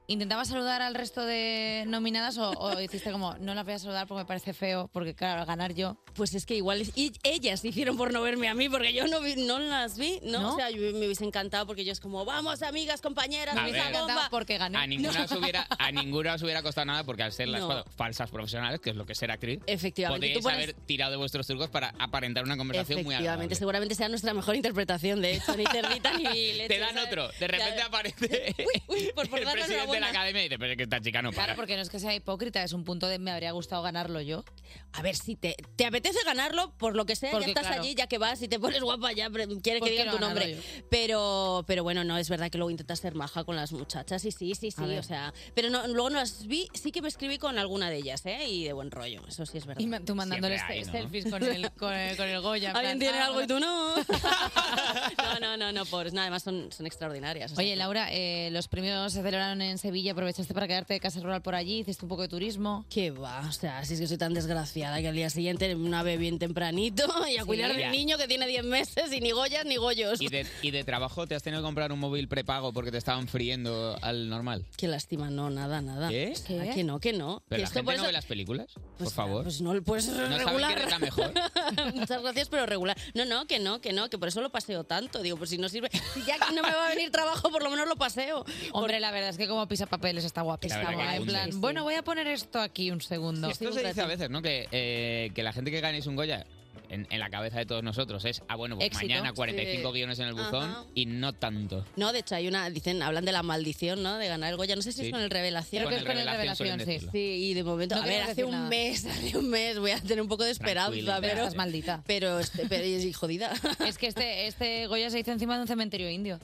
[SPEAKER 1] ¿intentabas saludar al resto de nominadas o, o hiciste como, no las voy a saludar porque me parece feo, porque claro, al ganar yo?
[SPEAKER 13] Pues es que igual y ellas hicieron por no verme a mí, porque yo no, vi- no las vi, ¿no?
[SPEAKER 1] ¿No?
[SPEAKER 13] O sea, yo- me hubiese encantado porque yo es como, vamos, amigas, compañeras,
[SPEAKER 2] A
[SPEAKER 13] me
[SPEAKER 2] ver.
[SPEAKER 13] bomba.
[SPEAKER 1] porque gané.
[SPEAKER 2] A ninguna, os hubiera, a ninguna os hubiera costado nada porque al ser las
[SPEAKER 13] No.
[SPEAKER 2] fa- falsas profesionales, que es lo que es ser actriz,
[SPEAKER 13] Efectivamente,
[SPEAKER 2] podríais
[SPEAKER 13] tú pones-
[SPEAKER 2] haber tirado de vuestros trucos para aparentar una conversación muy
[SPEAKER 13] Efectivamente,
[SPEAKER 2] agradable.
[SPEAKER 13] seguramente sea nuestra mejor interpretación, de hecho, ni cerdita ni leche.
[SPEAKER 2] Te dan otro, de repente aparece el
[SPEAKER 13] darnos una
[SPEAKER 2] presidente de
[SPEAKER 13] buena.
[SPEAKER 2] la academia y dice, pero es que esta chica no para.
[SPEAKER 1] Claro, porque no es que sea hipócrita, es un punto de me habría gustado ganarlo yo.
[SPEAKER 13] A ver, si te, te apetece ganarlo, por lo que sea,
[SPEAKER 1] Porque,
[SPEAKER 13] ya estás
[SPEAKER 1] claro.
[SPEAKER 13] allí, ya que vas y te pones guapa, ya pre- quieres
[SPEAKER 1] ¿Por
[SPEAKER 13] que
[SPEAKER 1] qué
[SPEAKER 13] digan
[SPEAKER 1] no
[SPEAKER 13] tu
[SPEAKER 1] he ganado
[SPEAKER 13] nombre. Pero, pero bueno, no, es verdad que luego intentas ser maja con las muchachas, y sí, sí, sí,
[SPEAKER 1] ver.
[SPEAKER 13] o sea. Pero no, luego no las vi, sí que me escribí con alguna de ellas, ¿eh? Y de buen rollo, eso sí es verdad.
[SPEAKER 1] Y ma- tú mandándoles
[SPEAKER 13] Siempre hay, ¿no?
[SPEAKER 1] selfies con, el, con, el, con el Goya. en
[SPEAKER 13] Alguien
[SPEAKER 1] plan,
[SPEAKER 13] tiene
[SPEAKER 1] "Ah,
[SPEAKER 13] algo y
[SPEAKER 1] bueno".
[SPEAKER 13] tú no. no, no, no, no, pobres. Nada, además son, son extraordinarias. o sea
[SPEAKER 1] Oye,
[SPEAKER 13] que-
[SPEAKER 1] Laura, eh, los premios se celebraron en Sevilla, aprovechaste para quedarte de casa rural por allí, hiciste un poco de turismo.
[SPEAKER 13] Qué va, o sea, si es que soy tan desgraciada que al día siguiente me una bien tempranito y a
[SPEAKER 2] Sí.
[SPEAKER 13] cuidar
[SPEAKER 2] Ya.
[SPEAKER 13] del niño que tiene 10 meses y ni goyas ni goyos.
[SPEAKER 2] ¿Y de, y de trabajo te has tenido que comprar un móvil prepago porque te estaban friendo al normal.
[SPEAKER 13] Qué lástima, no, nada, nada.
[SPEAKER 2] ¿Qué?
[SPEAKER 13] O sea, que no, que no.
[SPEAKER 2] Pero
[SPEAKER 13] Que
[SPEAKER 2] la
[SPEAKER 13] esto
[SPEAKER 2] gente
[SPEAKER 13] por
[SPEAKER 2] no
[SPEAKER 13] eso-
[SPEAKER 2] ve las películas, por favor.
[SPEAKER 13] Pues no, pues
[SPEAKER 2] no sabe
[SPEAKER 13] regular.
[SPEAKER 2] quién es la mejor.
[SPEAKER 13] Muchas gracias, pero regular. No, no, que no, que no, que por eso lo paseo tanto. Digo, pues si no sirve, si ya que no me va a venir trabajo, por lo menos lo paseo.
[SPEAKER 1] Hombre, la verdad es que como pisa papeles está guapísimo.
[SPEAKER 2] La verdad que
[SPEAKER 1] ¿eh? En
[SPEAKER 2] cunde.
[SPEAKER 1] plan,
[SPEAKER 2] Sí, sí.
[SPEAKER 1] bueno, voy a poner esto aquí un segundo.
[SPEAKER 2] Esto se dice a veces, ¿no? Que, eh, que la gente que ganéis un Goya, en, en la cabeza de todos nosotros, es, ah, bueno, pues
[SPEAKER 13] Éxito.
[SPEAKER 2] mañana 45
[SPEAKER 13] Sí.
[SPEAKER 2] guiones en el buzón
[SPEAKER 13] Ajá.
[SPEAKER 2] y no tanto.
[SPEAKER 13] No, de hecho hay una, dicen, hablan de la maldición, ¿no? De ganar el Goya. No sé si
[SPEAKER 2] Sí.
[SPEAKER 13] es con el revelación.
[SPEAKER 2] Creo que Con es el con el Revelación Revelación, suelen sí. decirlo.
[SPEAKER 13] sí. y de momento,
[SPEAKER 1] No
[SPEAKER 13] a ver,
[SPEAKER 1] queremos
[SPEAKER 13] hace
[SPEAKER 1] decir
[SPEAKER 13] un
[SPEAKER 1] nada.
[SPEAKER 13] mes, hace un mes, voy a tener un poco de
[SPEAKER 1] Tranquila,
[SPEAKER 13] esperanza, pero...
[SPEAKER 1] estás maldita.
[SPEAKER 13] Pero, este- pero y jodida.
[SPEAKER 1] Es que este, este Goya se hizo encima de un cementerio indio.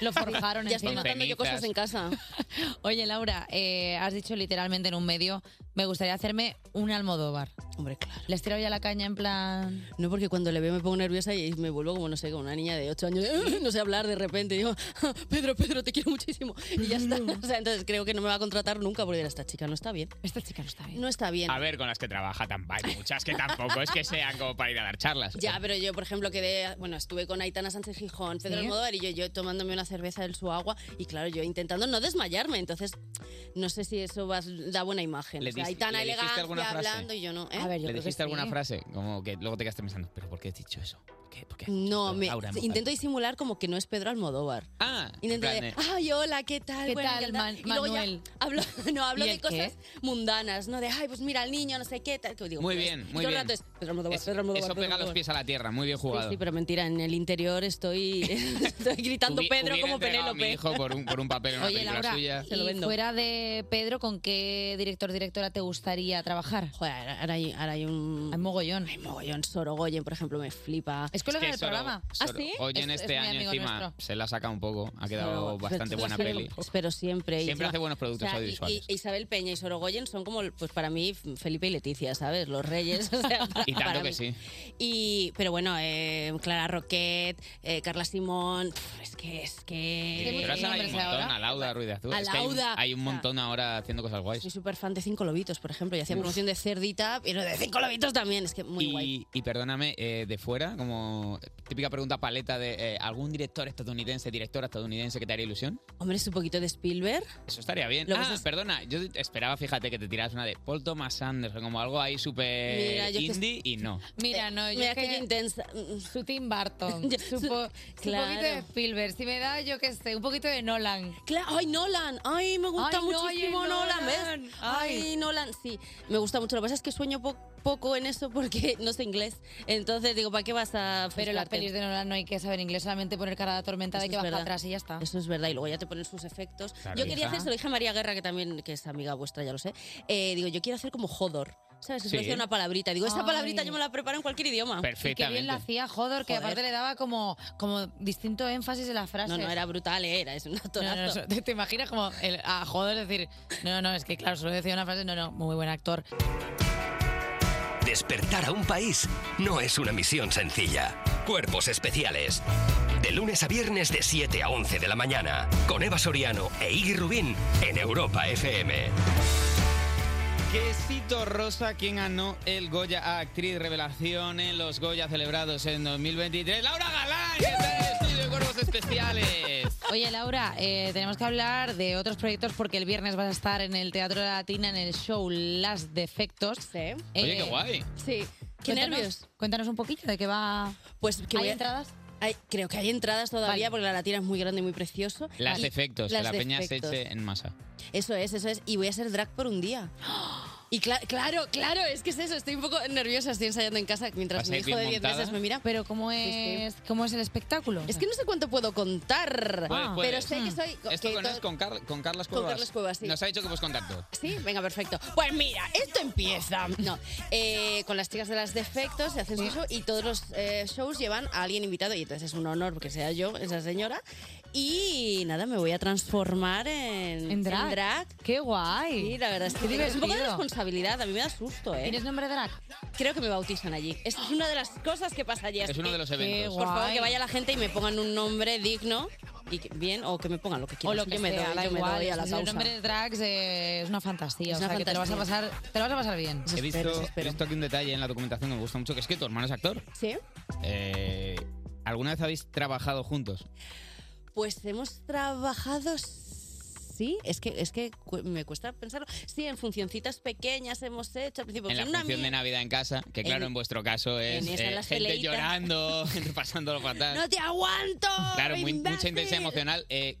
[SPEAKER 1] Lo forjaron
[SPEAKER 13] Ya estoy
[SPEAKER 1] encima.
[SPEAKER 13] notando yo cosas en casa.
[SPEAKER 1] Oye, Laura, eh, has dicho literalmente en un medio, me gustaría hacerme un almodóvar.
[SPEAKER 13] Hombre, claro.
[SPEAKER 1] ¿Les tiro ya la caña en plan...?
[SPEAKER 13] No, porque cuando le veo me pongo nerviosa y me vuelvo como, no sé, como una niña de 8 años. No sé hablar de repente. Y digo, Pedro, Pedro, te quiero muchísimo. Y ya está. O sea, entonces creo que no me va a contratar nunca porque dirá, esta chica no está bien.
[SPEAKER 1] Esta chica no está bien.
[SPEAKER 13] No está bien.
[SPEAKER 2] A ver, con las que trabaja tan hay muchas que tampoco es que sean como para ir a dar charlas.
[SPEAKER 13] Ya, pero yo, por ejemplo, quedé, bueno, estuve con Aitana Sánchez Gijón, Pedro
[SPEAKER 1] Sí.
[SPEAKER 13] Almodóvar y yo, yo tomándome una cerveza en su agua y claro, yo intentando no desmayarme, entonces no sé si eso va- da buena imagen.
[SPEAKER 2] ¿Le
[SPEAKER 13] O sea,
[SPEAKER 2] dis-
[SPEAKER 13] Aitana
[SPEAKER 2] le dijiste
[SPEAKER 13] elegancia
[SPEAKER 2] alguna frase?
[SPEAKER 13] hablando y yo no, ¿eh?
[SPEAKER 2] ¿Le dijiste alguna frase? Como que luego te quedaste pensando, ¿pero por qué he dicho eso?
[SPEAKER 13] No, me,
[SPEAKER 2] Laura en voz
[SPEAKER 13] intento disimular como que no es Pedro Almodóvar.
[SPEAKER 2] Ah,
[SPEAKER 13] Intento
[SPEAKER 2] en plan
[SPEAKER 13] de,
[SPEAKER 2] de-
[SPEAKER 13] ay, hola, ¿qué tal?
[SPEAKER 1] ¿Qué
[SPEAKER 13] Bueno,
[SPEAKER 1] tal,
[SPEAKER 13] encantada".
[SPEAKER 1] Man-
[SPEAKER 13] Y luego ya
[SPEAKER 1] Manuel?
[SPEAKER 13] hablo, no, hablo
[SPEAKER 1] ¿Y
[SPEAKER 13] de
[SPEAKER 1] el qué?
[SPEAKER 13] cosas mundanas, ¿no? De, ay, pues mira, el niño, no sé qué tal. que digo,
[SPEAKER 2] Muy
[SPEAKER 13] pues,
[SPEAKER 2] bien,
[SPEAKER 13] y
[SPEAKER 2] muy
[SPEAKER 13] todo el
[SPEAKER 2] bien.
[SPEAKER 13] rato es, Pedro Almodóvar,
[SPEAKER 2] Es-
[SPEAKER 13] Pedro Almodóvar,
[SPEAKER 2] eso
[SPEAKER 13] Pedro
[SPEAKER 2] pega los
[SPEAKER 13] Almodóvar".
[SPEAKER 2] pies a la tierra, muy bien
[SPEAKER 13] Sí,
[SPEAKER 2] jugado.
[SPEAKER 13] sí, pero mentira, en el interior estoy, eh, estoy gritando
[SPEAKER 2] Hubi-
[SPEAKER 13] Pedro
[SPEAKER 2] hubiera
[SPEAKER 13] como
[SPEAKER 2] entregado a
[SPEAKER 13] Penélope.
[SPEAKER 2] mi hijo por un, por un papel en una
[SPEAKER 1] Oye,
[SPEAKER 2] película
[SPEAKER 1] Laura,
[SPEAKER 2] suya.
[SPEAKER 13] Se lo
[SPEAKER 1] y
[SPEAKER 13] vendo.
[SPEAKER 1] fuera de Pedro, ¿con qué director directora te gustaría trabajar?
[SPEAKER 13] Joder, ahora hay, ahora hay un... Hay
[SPEAKER 1] Mm. mogollón.
[SPEAKER 13] Hay mogollón. Sorogoyen, por ejemplo, me flipa.
[SPEAKER 1] Es colega
[SPEAKER 2] Que
[SPEAKER 1] del
[SPEAKER 2] Soro-
[SPEAKER 1] programa.
[SPEAKER 13] ¿Ah,
[SPEAKER 2] Soro- Oye, en
[SPEAKER 1] Es-
[SPEAKER 2] este
[SPEAKER 1] es muy
[SPEAKER 2] año
[SPEAKER 1] amigo
[SPEAKER 2] encima
[SPEAKER 1] nuestro.
[SPEAKER 2] se la saca un poco. Ha quedado
[SPEAKER 13] Sorogoyen.
[SPEAKER 2] bastante
[SPEAKER 13] Pero
[SPEAKER 2] buena
[SPEAKER 13] siempre-
[SPEAKER 2] peli.
[SPEAKER 13] Pero siempre. y
[SPEAKER 2] Siempre
[SPEAKER 13] encima-
[SPEAKER 2] hace buenos productos
[SPEAKER 13] o sea, y-
[SPEAKER 2] audiovisuales.
[SPEAKER 13] y- Isabel Peña y Sorogoyen son como, pues para mí, Felipe y Leticia, ¿sabes? Los reyes. o sea, para-
[SPEAKER 2] Y, tanto
[SPEAKER 13] para
[SPEAKER 2] que
[SPEAKER 13] mí.
[SPEAKER 2] sí.
[SPEAKER 13] Y, pero bueno, eh, Clara Roquet, eh, Carla Simón, pf, es que, es que...
[SPEAKER 2] Pero ahora hay un montón, a Lauda, Ruiz de Azul.
[SPEAKER 13] A
[SPEAKER 2] Es que hay, un-
[SPEAKER 13] Lauda.
[SPEAKER 2] hay un montón ahora haciendo cosas guays.
[SPEAKER 13] Soy súper fan de Cinco Lobitos, por ejemplo, y hacía
[SPEAKER 2] Uf.
[SPEAKER 13] promoción de Cerdita, pero de Cinco Lobitos también, es que muy
[SPEAKER 2] y,
[SPEAKER 13] guay.
[SPEAKER 2] y perdóname, eh, de fuera, como no. Típica pregunta paleta de eh, algún director estadounidense, directora estadounidense que te haría ilusión.
[SPEAKER 13] Hombre, es un poquito de Spielberg.
[SPEAKER 2] Eso estaría bien.
[SPEAKER 13] Lo que
[SPEAKER 2] ah,
[SPEAKER 13] pasa es-
[SPEAKER 2] perdona, yo esperaba, fíjate, que te tiras una de Paul Thomas Anderson, como algo ahí
[SPEAKER 13] Mira,
[SPEAKER 2] súper
[SPEAKER 13] yo que-
[SPEAKER 2] indie y no.
[SPEAKER 1] Mira, no,
[SPEAKER 13] Este,
[SPEAKER 1] yo
[SPEAKER 13] Mira,
[SPEAKER 1] es
[SPEAKER 13] que yo intensa. mm,
[SPEAKER 1] Su Tim Barton. su, po- su
[SPEAKER 13] claro.
[SPEAKER 1] poquito de Spielberg. Si me da, yo qué sé, un poquito de Nolan.
[SPEAKER 13] Claro, ay, Nolan. Ay, me gusta
[SPEAKER 1] Ay, no,
[SPEAKER 13] muchísimo
[SPEAKER 1] oye,
[SPEAKER 13] Nolan.
[SPEAKER 1] Nolan.
[SPEAKER 13] ¿ves?
[SPEAKER 1] Ay.
[SPEAKER 13] Ay. Nolan, sí. Me gusta mucho. Lo que pasa es que sueño po- poco en eso porque no sé inglés. Entonces digo, ¿para qué vas a
[SPEAKER 1] Pero las
[SPEAKER 13] frustrarte?
[SPEAKER 1] pelis de Nolan no hay que saber inglés, solamente poner cara de atormentada y
[SPEAKER 13] Eso
[SPEAKER 1] que
[SPEAKER 13] es
[SPEAKER 1] baja
[SPEAKER 13] verdad.
[SPEAKER 1] atrás y ya está.
[SPEAKER 13] Eso es verdad, y luego ya te ponen sus efectos.
[SPEAKER 1] Claro,
[SPEAKER 13] yo quería
[SPEAKER 1] hija.
[SPEAKER 13] hacer, se lo dije a María Guerra, que también que es amiga vuestra, ya lo sé. eh, digo, yo quiero hacer como Jodor. ¿Sabes? Que se
[SPEAKER 2] Sí.
[SPEAKER 13] me hacía una palabrita. Digo, esta
[SPEAKER 1] Ay.
[SPEAKER 13] palabrita yo me la preparo en cualquier idioma.
[SPEAKER 1] Y qué bien la hacía Jodor, que
[SPEAKER 13] Joder.
[SPEAKER 1] aparte le daba como, como distinto énfasis en las frases.
[SPEAKER 13] No, no, era brutal, eh, era, es un actorazo.
[SPEAKER 1] No, no, eso- ¿Te, te imaginas como el, a Jodor decir, no, no, es que claro, solo decía una frase, no, no, muy buen actor.
[SPEAKER 4] Despertar a un país no es una misión sencilla. Cuerpos especiales. De lunes a viernes de 7 a 11 de la mañana. Con Eva Soriano e Iggy Rubín en Europa FM.
[SPEAKER 2] Quesito Rosa, quien ganó el Goya a Actriz Revelación en los Goya celebrados en 2023. ¡Laura Galán! que está en el estudio de Cuervos Especiales!
[SPEAKER 1] Oye, Laura, eh, tenemos que hablar de otros proyectos porque el viernes vas a estar en el Teatro Latina en el show Las Defectos. Sí.
[SPEAKER 2] Oye, qué guay.
[SPEAKER 13] Sí. Qué nervios.
[SPEAKER 1] Cuéntanos un poquito de qué va.
[SPEAKER 13] Pues que
[SPEAKER 1] ¿Hay
[SPEAKER 13] voy a-
[SPEAKER 1] entradas?
[SPEAKER 13] Hay- creo que hay entradas todavía porque la latina es muy grande y muy precioso.
[SPEAKER 2] Las
[SPEAKER 13] Y-
[SPEAKER 2] defectos, que
[SPEAKER 13] las
[SPEAKER 2] la peña se
[SPEAKER 13] defectos.
[SPEAKER 2] eche en masa.
[SPEAKER 13] Eso es, eso es. Y voy a ser drag por un día. Y cla- claro, claro, es que es eso. Estoy un poco nerviosa, estoy ensayando en casa mientras
[SPEAKER 1] ¿Vas a
[SPEAKER 13] mi
[SPEAKER 1] ir
[SPEAKER 13] hijo de
[SPEAKER 1] bien
[SPEAKER 13] 10
[SPEAKER 1] montada?
[SPEAKER 13] meses me mira.
[SPEAKER 1] Pero ¿cómo es, ¿cómo es el espectáculo?
[SPEAKER 13] Es Ah. que no sé cuánto puedo contar,
[SPEAKER 2] Puedes, puedes.
[SPEAKER 13] pero sé que soy...
[SPEAKER 2] Pues, mm, Esto
[SPEAKER 13] que
[SPEAKER 2] con,
[SPEAKER 13] todo-
[SPEAKER 2] es con, Car- con Carlas
[SPEAKER 13] Con
[SPEAKER 2] Cuevas.
[SPEAKER 13] Carlas Cuevas, sí.
[SPEAKER 2] Nos ha dicho que pues contacto.
[SPEAKER 13] Sí, venga, perfecto. Pues mira, esto empieza. No, eh, con las chicas de las defectos se hacen su show y todos los eh, shows llevan a alguien invitado y entonces es un honor que sea yo, esa señora. Y nada, me voy a transformar en,
[SPEAKER 1] En drag. ¡Qué guay!
[SPEAKER 13] Sí, la verdad es que
[SPEAKER 1] Qué
[SPEAKER 13] digo, es un poco de
[SPEAKER 1] divertido.
[SPEAKER 13] responsabilidad, a mí me da susto, ¿eh?
[SPEAKER 1] ¿Tienes nombre drag?
[SPEAKER 13] Creo que me bautizan allí. Esa es una de las cosas que pasa allí.
[SPEAKER 2] Es uno de los eventos.
[SPEAKER 13] Por favor,
[SPEAKER 1] guay.
[SPEAKER 13] que vaya la gente y me pongan un nombre digno. Y que- bien, o que me pongan lo que quieran.
[SPEAKER 1] o lo que
[SPEAKER 13] yo me
[SPEAKER 1] sea,
[SPEAKER 13] doy,
[SPEAKER 1] da
[SPEAKER 13] yo me
[SPEAKER 1] igual,
[SPEAKER 13] doy a
[SPEAKER 1] es
[SPEAKER 13] la
[SPEAKER 1] decir,
[SPEAKER 13] causa.
[SPEAKER 1] El nombre de drags eh, es una fantasía,
[SPEAKER 13] Es
[SPEAKER 1] o sea
[SPEAKER 13] una
[SPEAKER 1] que te lo vas a
[SPEAKER 13] fantasía.
[SPEAKER 1] pasar, te lo vas a pasar bien.
[SPEAKER 2] He visto, he visto aquí un detalle en la documentación que me gusta mucho, que es que tu hermano es actor.
[SPEAKER 13] Sí.
[SPEAKER 2] Eh, ¿Alguna vez habéis trabajado juntos?
[SPEAKER 13] Pues hemos trabajado. Sí, es que, es que cu- me cuesta pensarlo. Sí, en funcioncitas pequeñas hemos hecho. Al principio,
[SPEAKER 2] en la
[SPEAKER 13] en Pues una
[SPEAKER 2] función de
[SPEAKER 13] mía-
[SPEAKER 2] Navidad en casa, que claro, en, vuestro caso es
[SPEAKER 13] en esa,
[SPEAKER 2] eh,
[SPEAKER 13] las
[SPEAKER 2] gente
[SPEAKER 13] peleitas.
[SPEAKER 2] llorando, gente pasándolo fatal.
[SPEAKER 13] ¡No te aguanto!
[SPEAKER 2] claro, muy- mucha
[SPEAKER 13] imbécil!
[SPEAKER 2] intensidad emocional. Eh,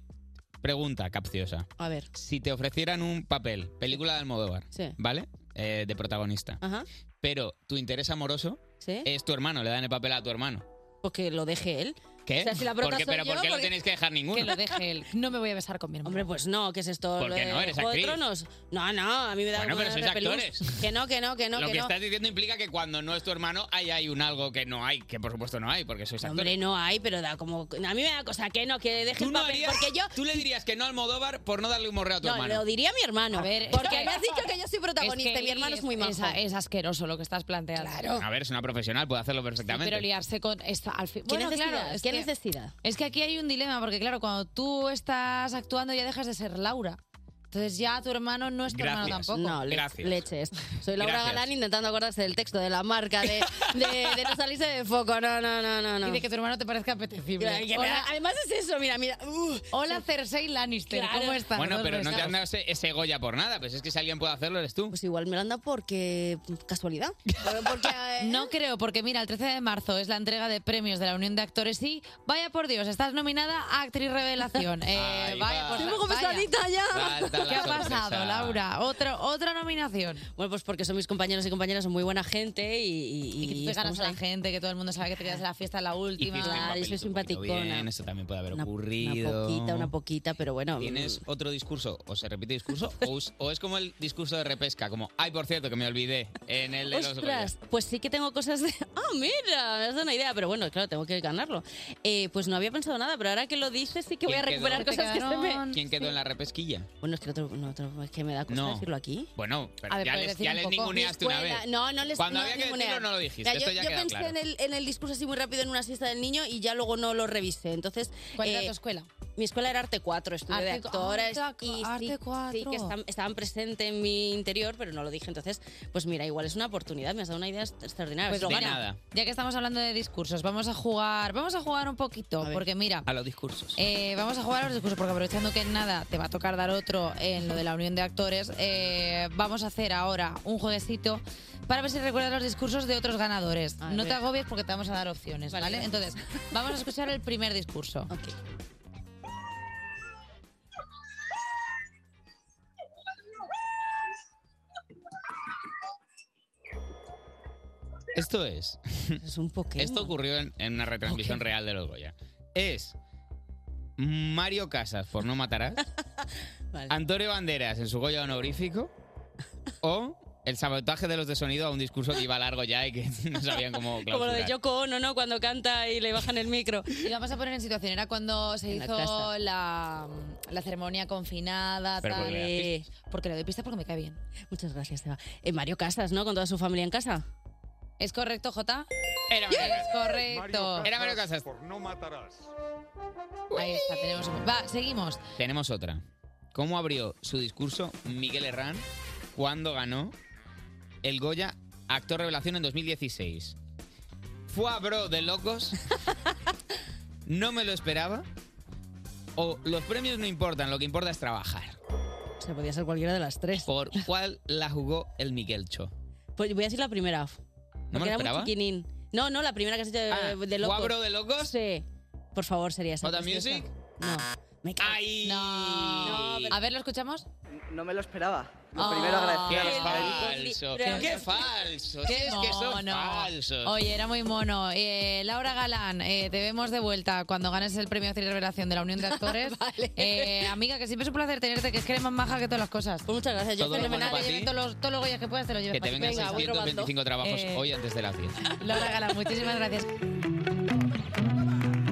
[SPEAKER 2] pregunta capciosa.
[SPEAKER 13] A ver.
[SPEAKER 2] Si te ofrecieran un papel, película de Almodóvar,
[SPEAKER 13] Sí.
[SPEAKER 2] ¿vale? Eh, de protagonista.
[SPEAKER 13] Ajá.
[SPEAKER 2] Pero tu interés amoroso
[SPEAKER 13] Sí.
[SPEAKER 2] es tu hermano, le dan el papel a tu hermano.
[SPEAKER 13] Pues que lo deje él.
[SPEAKER 2] ¿Qué?
[SPEAKER 13] O sea, si la brota
[SPEAKER 2] ¿Eh? ¿Por qué?
[SPEAKER 13] soy
[SPEAKER 2] ¿Pero
[SPEAKER 13] yo,
[SPEAKER 2] por qué lo
[SPEAKER 13] porque-
[SPEAKER 2] tenéis que dejar ninguno?
[SPEAKER 1] Que lo deje él. No me voy a besar con mi hermano.
[SPEAKER 13] Hombre, pues no, ¿qué es esto?
[SPEAKER 2] ¿Por
[SPEAKER 13] ¿Lo
[SPEAKER 2] qué
[SPEAKER 13] de
[SPEAKER 2] no? Eres
[SPEAKER 13] Juego de
[SPEAKER 2] actriz.
[SPEAKER 13] Tronos? No, no, a mí me da
[SPEAKER 2] Bueno, pero
[SPEAKER 13] una
[SPEAKER 2] sois
[SPEAKER 13] repelús.
[SPEAKER 2] actores.
[SPEAKER 13] Que no, que no, que no,
[SPEAKER 2] lo que,
[SPEAKER 13] que no.
[SPEAKER 2] estás diciendo implica que cuando no es tu hermano, ahí hay un algo que no hay, que por supuesto no hay, porque sois actores.
[SPEAKER 13] Hombre, no hay, pero da como. A mí me da cosa que no, que deje
[SPEAKER 2] ¿Tú,
[SPEAKER 13] el
[SPEAKER 2] no
[SPEAKER 13] papel.
[SPEAKER 2] harías-
[SPEAKER 13] porque yo.
[SPEAKER 2] tú le dirías que no al Modóvar por no darle un morreo a tu
[SPEAKER 13] No,
[SPEAKER 2] hermano.
[SPEAKER 13] lo diría mi hermano.
[SPEAKER 1] ver,
[SPEAKER 13] porque
[SPEAKER 1] es-
[SPEAKER 13] me has dicho que yo soy protagonista
[SPEAKER 1] Es que
[SPEAKER 13] y mi hermano es muy majo.
[SPEAKER 1] Es, es asqueroso lo que estás planteando.
[SPEAKER 2] A ver, es una profesional, puede hacerlo perfectamente.
[SPEAKER 1] Pero liarse con esta al fin.
[SPEAKER 13] ¿Qué
[SPEAKER 1] Bueno,
[SPEAKER 13] necesidad?
[SPEAKER 1] claro, es
[SPEAKER 13] ¿Qué
[SPEAKER 1] que-
[SPEAKER 13] necesidad?
[SPEAKER 1] Es que aquí hay un dilema, porque claro, cuando tú estás actuando ya dejas de ser Laura. Entonces ya tu hermano no es tu hermano tampoco.
[SPEAKER 13] No, le- leches. Soy Laura
[SPEAKER 1] Gracias.
[SPEAKER 13] Galán intentando acordarse del texto de la marca, de, de- de no salirse de foco. No, no, no, no. no.
[SPEAKER 1] Y de que tu hermano te parezca apetecible.
[SPEAKER 13] Ay, que me da- además es eso, mira, mira. uh,
[SPEAKER 1] Hola Cersei Lannister,
[SPEAKER 13] Claro.
[SPEAKER 1] ¿cómo estás?
[SPEAKER 2] bueno,
[SPEAKER 1] Dos
[SPEAKER 2] pero no te
[SPEAKER 1] besos.
[SPEAKER 2] han dado ese, ese Goya por nada, pues es que si alguien puede hacerlo, eres tú.
[SPEAKER 13] Pues igual me lo han dado porque. mm, casualidad. ¿Eh?
[SPEAKER 1] No creo, porque mira, el 13 de marzo es la entrega de premios de la Unión de Actores y vaya por Dios, estás nominada a Actriz Revelación. Eh,
[SPEAKER 13] Ahí
[SPEAKER 1] vaya
[SPEAKER 13] va.
[SPEAKER 1] por
[SPEAKER 13] Estoy un poco
[SPEAKER 1] vaya.
[SPEAKER 13] pesadita ya. Falta la
[SPEAKER 1] ¿Qué ha
[SPEAKER 13] sorpresa.
[SPEAKER 1] pasado, Laura? Otro, otra nominación.
[SPEAKER 13] Bueno, pues porque son mis compañeros y compañeras, son muy buena gente y. Y,
[SPEAKER 1] que tú te ganas
[SPEAKER 13] estamos
[SPEAKER 1] a la
[SPEAKER 13] ahí.
[SPEAKER 1] gente, que todo el mundo sabe que te quedas en la fiesta la última.
[SPEAKER 2] Hiciste un
[SPEAKER 13] Claro, yo
[SPEAKER 2] papelito
[SPEAKER 13] soy
[SPEAKER 2] un poquito
[SPEAKER 13] simpaticona.
[SPEAKER 2] Bien, eso también puede haber
[SPEAKER 13] Una-
[SPEAKER 2] ocurrido.
[SPEAKER 13] Una poquita, una poquita, pero bueno.
[SPEAKER 2] ¿Tienes otro discurso? ¿O se repite discurso? o, es- o es como el discurso de repesca? Como, ay, por cierto, que me olvidé en el de los
[SPEAKER 13] Ostras,
[SPEAKER 2] Goya".
[SPEAKER 13] pues sí que tengo cosas de. ¡Ah, mira! Me has dado una idea, pero bueno, claro, tengo que ganarlo. Eh, pues no había pensado nada, pero ahora que lo dices, sí que voy a
[SPEAKER 2] ¿Quién quedó?
[SPEAKER 13] recuperar cosas que se me.
[SPEAKER 2] ¿Quién quedó en la repesquilla?
[SPEAKER 13] Bueno, es que, no te- no te- es que me da cosa
[SPEAKER 2] No.
[SPEAKER 13] decirlo aquí.
[SPEAKER 2] Bueno, pero
[SPEAKER 13] A ver,
[SPEAKER 2] ya
[SPEAKER 13] puedes
[SPEAKER 2] les,
[SPEAKER 13] decir
[SPEAKER 2] ya
[SPEAKER 13] un
[SPEAKER 2] les
[SPEAKER 13] poco.
[SPEAKER 2] ninguneaste una
[SPEAKER 13] Escuela,
[SPEAKER 2] vez.
[SPEAKER 13] no, no les
[SPEAKER 2] Cuando
[SPEAKER 13] no
[SPEAKER 2] había que
[SPEAKER 13] ningunear.
[SPEAKER 2] decirlo, no lo dijiste.
[SPEAKER 13] Mira, yo
[SPEAKER 2] Esto ya
[SPEAKER 13] yo
[SPEAKER 2] queda
[SPEAKER 13] pensé
[SPEAKER 2] claro.
[SPEAKER 13] en, el, en el discurso así muy rápido en una siesta del niño y ya luego no lo revisé. Entonces, eh,
[SPEAKER 1] ¿Cuál era tu escuela?
[SPEAKER 13] mi escuela era Arte 4, estuve de
[SPEAKER 1] Arte cu-
[SPEAKER 13] actora
[SPEAKER 1] Arte cu-
[SPEAKER 13] y
[SPEAKER 1] Arte
[SPEAKER 13] sí, sí
[SPEAKER 1] 4.
[SPEAKER 13] que estam- estaban presentes en mi interior, pero no lo dije. Entonces, pues mira, igual es una oportunidad, me has dado una idea est- extraordinaria.
[SPEAKER 1] Pues
[SPEAKER 13] Sí.
[SPEAKER 1] mira, ya que estamos hablando de discursos, vamos a jugar, vamos a jugar un poquito, porque mira,
[SPEAKER 2] A los discursos.
[SPEAKER 1] Eh, vamos a jugar a los discursos, porque aprovechando que nada te va a tocar dar otro en lo de la unión de actores, eh, vamos a hacer ahora un jueguecito para ver si recuerdas los discursos de otros ganadores.
[SPEAKER 13] A
[SPEAKER 1] no
[SPEAKER 13] ver.
[SPEAKER 1] te agobies porque te vamos a dar opciones,
[SPEAKER 13] Vale,
[SPEAKER 1] ¿vale? Entonces,
[SPEAKER 13] gracias.
[SPEAKER 1] vamos a escuchar el primer discurso.
[SPEAKER 2] Esto es.
[SPEAKER 13] Es un Pokémon.
[SPEAKER 2] Esto ocurrió en, en una retransmisión real de los Goya. Es Mario Casas por No Matarás, Antonio Banderas en su Goya honorífico o el sabotaje de los de sonido a un discurso que iba largo ya y que no sabían cómo
[SPEAKER 13] Como lo de
[SPEAKER 2] clausurar.
[SPEAKER 13] Yoko Ono, ¿no? Cuando canta y le bajan el micro.
[SPEAKER 1] Y vamos a poner en situación, era cuando se
[SPEAKER 13] En la
[SPEAKER 1] hizo
[SPEAKER 13] casa.
[SPEAKER 1] la, la ceremonia confinada,
[SPEAKER 13] Pero
[SPEAKER 1] tal.
[SPEAKER 13] porque le das
[SPEAKER 1] porque le doy pista porque me cae bien.
[SPEAKER 13] Muchas gracias, Eva. Eh, Mario Casas, ¿no? Con toda su familia en casa.
[SPEAKER 1] ¿Es correcto, Jota?
[SPEAKER 2] Era
[SPEAKER 1] Mario Es correcto.
[SPEAKER 2] Era Mario Casas.
[SPEAKER 1] Por no matarás. Ahí está, tenemos. Va, seguimos.
[SPEAKER 2] Tenemos otra. ¿Cómo abrió su discurso Miguel Herrán cuando ganó el Goya Actor Revelación en 2016? ¿Fue a bro de locos? ¿No me lo esperaba? ¿O los premios no importan, lo que importa es trabajar?
[SPEAKER 13] Se podía ser cualquiera de las tres.
[SPEAKER 2] ¿Por cuál la jugó el Miguelcho?
[SPEAKER 13] Pues voy a decir la primera.
[SPEAKER 2] ¿No me lo
[SPEAKER 13] porque era muy
[SPEAKER 2] esperaba?
[SPEAKER 13] chiquinín. No, no, la primera que has hecho de,
[SPEAKER 2] Ah,
[SPEAKER 13] de locos.
[SPEAKER 2] ¿Guabro de locos?
[SPEAKER 13] Sí. Por favor, sería esa.
[SPEAKER 2] ¿Otra music?
[SPEAKER 13] No.
[SPEAKER 1] Ah,
[SPEAKER 2] ¡Ay!
[SPEAKER 1] No. A ver, ¿lo escuchamos? Ah.
[SPEAKER 10] No me lo esperaba.
[SPEAKER 1] Lo
[SPEAKER 10] primero agradecer a
[SPEAKER 2] ¡Qué
[SPEAKER 10] los fanáticos.
[SPEAKER 2] falso!
[SPEAKER 1] Pero-
[SPEAKER 2] ¡Qué falso!
[SPEAKER 1] Qué
[SPEAKER 2] es que son
[SPEAKER 1] mono.
[SPEAKER 2] falsos.
[SPEAKER 1] Oye, era muy mono. Eh, Laura Galán, eh, te vemos de vuelta cuando ganes el premio Actriz Revelación de la Unión de Actores. Eh, amiga, que siempre es un placer tenerte, que es que eres más maja que todas las cosas.
[SPEAKER 13] muchas gracias,
[SPEAKER 2] yo Todo lo fenomenal. bueno para ti.
[SPEAKER 1] Todos los, todos los Goyas que puedas te lo llevas.
[SPEAKER 2] Que te
[SPEAKER 1] para ti.
[SPEAKER 2] vengan
[SPEAKER 1] Venga, voy
[SPEAKER 2] 625
[SPEAKER 1] robando.
[SPEAKER 2] trabajos
[SPEAKER 1] Eh,
[SPEAKER 2] hoy antes de las 10.
[SPEAKER 1] Laura Galán, muchísimas gracias.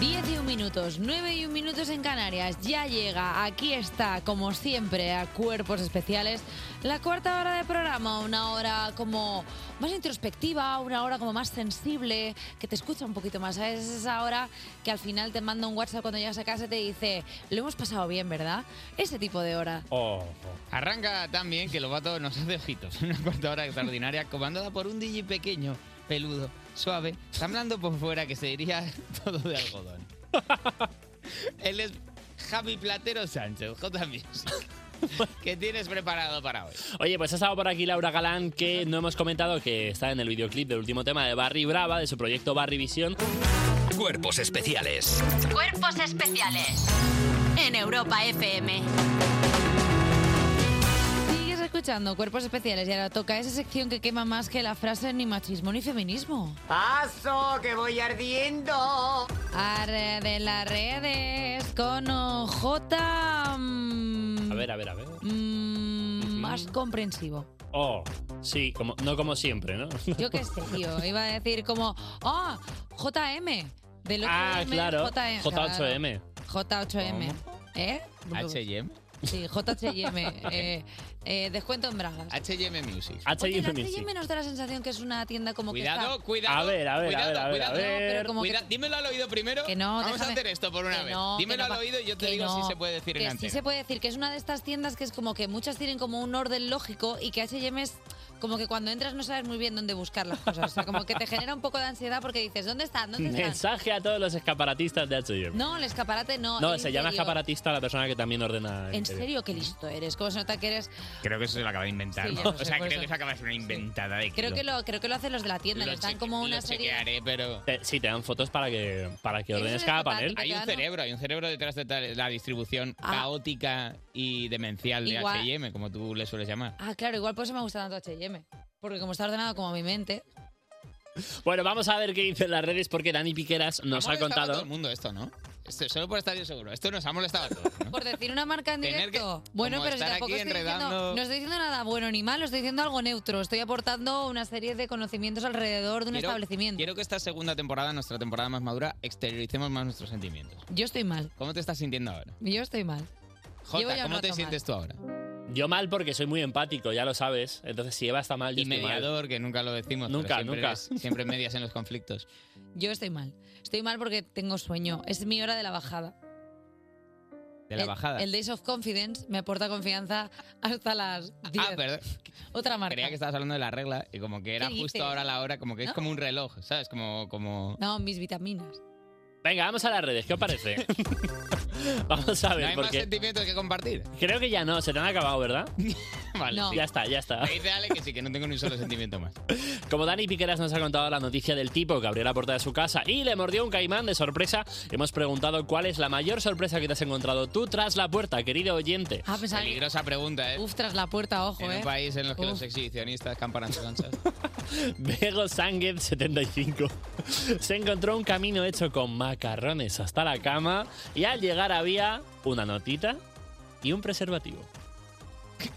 [SPEAKER 1] 10 y un minutos, 9 y un minutos en Canarias. Ya llega, aquí está, como siempre, a Cuerpos Especiales. La cuarta hora de programa, una hora como más introspectiva, una hora como más sensible, que te escucha un poquito más. ¿sabes? Es esa hora que al final te manda un WhatsApp cuando llegas a casa y te dice, lo hemos pasado bien, ¿verdad? Ese tipo de hora.
[SPEAKER 2] Arranca también que los vatos nos hace ojitos. Una cuarta hora extraordinaria comandada por un DJ pequeño, peludo, suave, tan blando por fuera que se diría todo de algodón. Él es Javi Platero Sánchez, J Music. ¿Qué tienes preparado para hoy?
[SPEAKER 7] Oye, pues ha estado por aquí Laura Galán, que no hemos comentado que está en el videoclip del último tema de Barry Brava, de su proyecto Barry Visión.
[SPEAKER 4] Cuerpos especiales.
[SPEAKER 5] Cuerpos especiales en Europa FM.
[SPEAKER 1] Sigues escuchando Cuerpos Especiales y ahora toca esa sección que quema más que la frase ni machismo ni feminismo.
[SPEAKER 9] Paso, que voy ardiendo.
[SPEAKER 1] Arre de las redes con oh, J mm,
[SPEAKER 7] A ver, a ver, a ver.
[SPEAKER 1] más comprensivo.
[SPEAKER 7] Oh, sí, como, no como siempre, ¿no?
[SPEAKER 1] Yo qué sé, tío. Iba a decir como, ah, JM. Del otro
[SPEAKER 7] ah,
[SPEAKER 1] M,
[SPEAKER 7] claro.
[SPEAKER 1] JM.
[SPEAKER 7] J8M.
[SPEAKER 1] Claro, J8M. ¿Eh?
[SPEAKER 2] HM.
[SPEAKER 1] Sí, JHM. eh, eh, descuento en bragas.
[SPEAKER 2] HM Music.
[SPEAKER 1] Porque la HM nos da la sensación que es una tienda como que
[SPEAKER 2] Cuidado,
[SPEAKER 1] está...
[SPEAKER 2] cuidado.
[SPEAKER 7] A ver, a ver, a
[SPEAKER 2] cuidado,
[SPEAKER 7] ver, a ver,
[SPEAKER 2] cuidado.
[SPEAKER 7] a ver.
[SPEAKER 1] pero como que-
[SPEAKER 2] Cuida- Dímelo al oído primero.
[SPEAKER 1] Que no,
[SPEAKER 2] Vamos
[SPEAKER 1] déjame-
[SPEAKER 2] a hacer esto por una
[SPEAKER 1] que
[SPEAKER 2] vez.
[SPEAKER 1] no, que
[SPEAKER 2] Dímelo
[SPEAKER 1] no
[SPEAKER 2] al
[SPEAKER 1] va-
[SPEAKER 2] oído y yo te
[SPEAKER 1] que
[SPEAKER 2] digo
[SPEAKER 1] no,
[SPEAKER 2] si se puede decir
[SPEAKER 1] que
[SPEAKER 2] en
[SPEAKER 1] sí
[SPEAKER 2] antena.
[SPEAKER 1] se puede decir que es una de estas tiendas que es como que muchas tienen como un orden lógico y que H&M es como que cuando entras no sabes muy bien dónde buscar las cosas, o sea, como que te genera un poco de ansiedad porque dices, ¿dónde están? ¿Dónde están?
[SPEAKER 7] Mensaje a todos los escaparatistas de H&M.
[SPEAKER 1] No, el escaparate no.
[SPEAKER 7] No,
[SPEAKER 1] el
[SPEAKER 7] se llama
[SPEAKER 1] interior.
[SPEAKER 7] escaparatista la persona que también ordena. el
[SPEAKER 1] En
[SPEAKER 7] interior.
[SPEAKER 1] serio, qué listo eres. Cómo se nota que eres.
[SPEAKER 2] Creo que eso se lo acaba de inventar.
[SPEAKER 1] Sí,
[SPEAKER 2] ¿no?
[SPEAKER 1] ya lo
[SPEAKER 2] o
[SPEAKER 1] sé,
[SPEAKER 2] sea,
[SPEAKER 1] por
[SPEAKER 2] creo
[SPEAKER 1] eso.
[SPEAKER 2] que se acaba de ser una inventada de
[SPEAKER 1] Creo que lo, creo que lo hacen los de la tienda,
[SPEAKER 2] Lo
[SPEAKER 1] les dan
[SPEAKER 2] cheque-
[SPEAKER 1] como una
[SPEAKER 2] lo
[SPEAKER 1] serie.
[SPEAKER 2] chequearé, pero...
[SPEAKER 7] Te- sí, te dan fotos para que, para que ordenes cada panel.
[SPEAKER 2] Hay un cerebro, hay un cerebro detrás de tal- la distribución caótica y demencial de
[SPEAKER 1] Ah. Igual-
[SPEAKER 2] H&M, como tú le sueles llamar.
[SPEAKER 1] Ah, claro, igual por eso me gusta tanto H&M. Porque como está ordenado como mi mente.
[SPEAKER 7] Bueno, vamos a ver qué dicen las redes porque Dani Piqueras nos
[SPEAKER 2] Ha molestado
[SPEAKER 7] ha
[SPEAKER 2] a todo
[SPEAKER 7] contado.
[SPEAKER 2] el mundo esto, ¿no? Esto- solo por estar yo seguro. Esto nos ha molestado a todos.
[SPEAKER 1] Por decir una marca en
[SPEAKER 2] Tener
[SPEAKER 1] directo.
[SPEAKER 2] que-
[SPEAKER 1] bueno,
[SPEAKER 2] como
[SPEAKER 1] pero si
[SPEAKER 2] estar
[SPEAKER 1] tampoco
[SPEAKER 2] aquí
[SPEAKER 1] estoy diciendo,
[SPEAKER 2] enredando-
[SPEAKER 1] no estoy diciendo nada bueno ni malo, estoy diciendo algo neutro. Estoy aportando una serie de conocimientos alrededor de un establecimiento.
[SPEAKER 2] Quiero que esta segunda temporada, nuestra temporada más madura, exterioricemos más nuestros sentimientos.
[SPEAKER 1] Yo estoy mal.
[SPEAKER 2] ¿Cómo te estás sintiendo ahora?
[SPEAKER 1] Yo estoy mal. Llevo
[SPEAKER 2] Jota,
[SPEAKER 1] ya un
[SPEAKER 2] ¿cómo te
[SPEAKER 1] rato mal.
[SPEAKER 2] sientes tú ahora?
[SPEAKER 7] Yo mal porque soy muy empático, ya lo sabes. Entonces, si Eva está mal, yo
[SPEAKER 2] Y
[SPEAKER 7] estoy mal.
[SPEAKER 2] mediador, que nunca lo decimos. pero
[SPEAKER 7] Nunca,
[SPEAKER 2] siempre
[SPEAKER 7] nunca.
[SPEAKER 2] eres- siempre medias en los conflictos.
[SPEAKER 1] Yo estoy mal. Estoy mal porque tengo sueño. Es mi hora de la bajada.
[SPEAKER 2] De la
[SPEAKER 1] El-
[SPEAKER 2] bajada.
[SPEAKER 1] El, Days of Confidence me aporta confianza hasta las 10.
[SPEAKER 2] Ah, perdón.
[SPEAKER 1] Otra marca.
[SPEAKER 2] Creía que estabas hablando de la regla y como que era
[SPEAKER 1] ¿Qué dices?
[SPEAKER 2] justo ahora la hora, como que es
[SPEAKER 1] No.
[SPEAKER 2] como un reloj, ¿sabes? Como, como...
[SPEAKER 1] No, mis vitaminas.
[SPEAKER 7] Venga, vamos a las redes, ¿qué os parece? vamos a ver,
[SPEAKER 2] No hay más
[SPEAKER 7] porque
[SPEAKER 2] sentimientos que compartir.
[SPEAKER 7] creo que ya no, se te han acabado, ¿verdad?
[SPEAKER 2] Vale, sí.
[SPEAKER 7] Ya está, ya está.
[SPEAKER 2] Me dice Ale que sí, que no tengo ni un solo sentimiento más.
[SPEAKER 7] Como Dani Piqueras nos ha contado la noticia del tipo que abrió la puerta de su casa y le mordió un caimán de sorpresa, hemos preguntado cuál es la mayor sorpresa que te has encontrado tú tras la puerta, querido oyente.
[SPEAKER 1] Ah, pensaba que-
[SPEAKER 2] Peligrosa pregunta, ¿eh?
[SPEAKER 1] Uf, tras la puerta, ojo,
[SPEAKER 2] en
[SPEAKER 1] eh.
[SPEAKER 2] un país en los que
[SPEAKER 1] Uf.
[SPEAKER 2] los exhibicionistas campan a sus anchas.
[SPEAKER 7] Bego Sánchez 75 se encontró un camino hecho con macarrones hasta la cama y al llegar había una notita y un preservativo.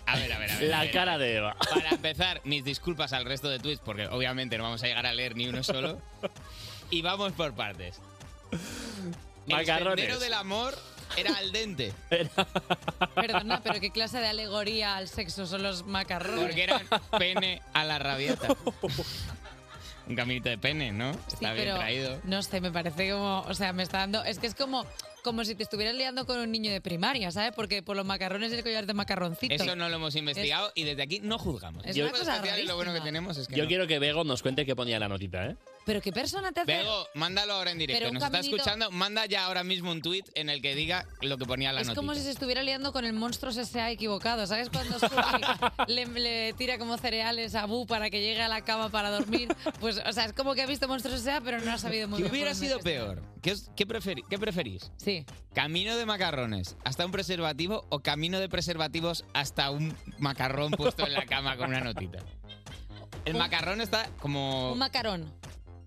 [SPEAKER 2] A ver, a ver, a ver. a
[SPEAKER 7] La
[SPEAKER 2] ver.
[SPEAKER 7] cara de Eva.
[SPEAKER 2] Para empezar, mis disculpas al resto de tweets, porque obviamente no vamos a llegar a leer ni uno solo. Y vamos por partes. El
[SPEAKER 7] Macarrones.
[SPEAKER 2] sendero del amor era al dente.
[SPEAKER 1] Perdona, pero qué clase de alegoría al sexo son los macarrones.
[SPEAKER 2] Porque eran pene a la rabieta. Un caminito de pene, ¿no? Está bien
[SPEAKER 1] pero,
[SPEAKER 2] traído.
[SPEAKER 1] No sé, me parece como, o sea, me está dando, es que es como, como si te estuvieras liando con un niño de primaria, ¿sabes? Porque por los macarrones el collar de macarroncitos.
[SPEAKER 2] Eso no lo hemos investigado y desde aquí no juzgamos.
[SPEAKER 1] Es
[SPEAKER 2] Yo-
[SPEAKER 1] una cosa
[SPEAKER 2] especial y lo bueno que tenemos es que
[SPEAKER 7] Yo
[SPEAKER 2] no.
[SPEAKER 7] quiero que Bego nos cuente qué ponía la notita, ¿eh?
[SPEAKER 1] Pero qué persona te hace.
[SPEAKER 2] Bego, mándalo ahora en directo.
[SPEAKER 1] Pero un
[SPEAKER 2] Nos está
[SPEAKER 1] caminito-
[SPEAKER 2] escuchando. Manda ya ahora mismo un tuit en el que diga lo que ponía la
[SPEAKER 1] es
[SPEAKER 2] notita.
[SPEAKER 1] como si se estuviera liando con el monstruo S.A. equivocado, ¿sabes? Cuando Scooby le, le tira como cereales a Bu para que llegue a la cama para dormir. Pues, o sea, es como que ha visto monstruos S.A. pero no ha sabido muy
[SPEAKER 2] ¿Qué
[SPEAKER 1] bien.
[SPEAKER 2] hubiera
[SPEAKER 1] por dónde
[SPEAKER 2] sido
[SPEAKER 1] se-
[SPEAKER 2] peor? ¿Qué, os- qué preferi- qué preferís?
[SPEAKER 1] Sí.
[SPEAKER 2] ¿Camino de macarrones hasta un preservativo o camino de preservativos hasta un macarrón puesto en la cama con una notita? El macarrón está como...
[SPEAKER 1] Un macarón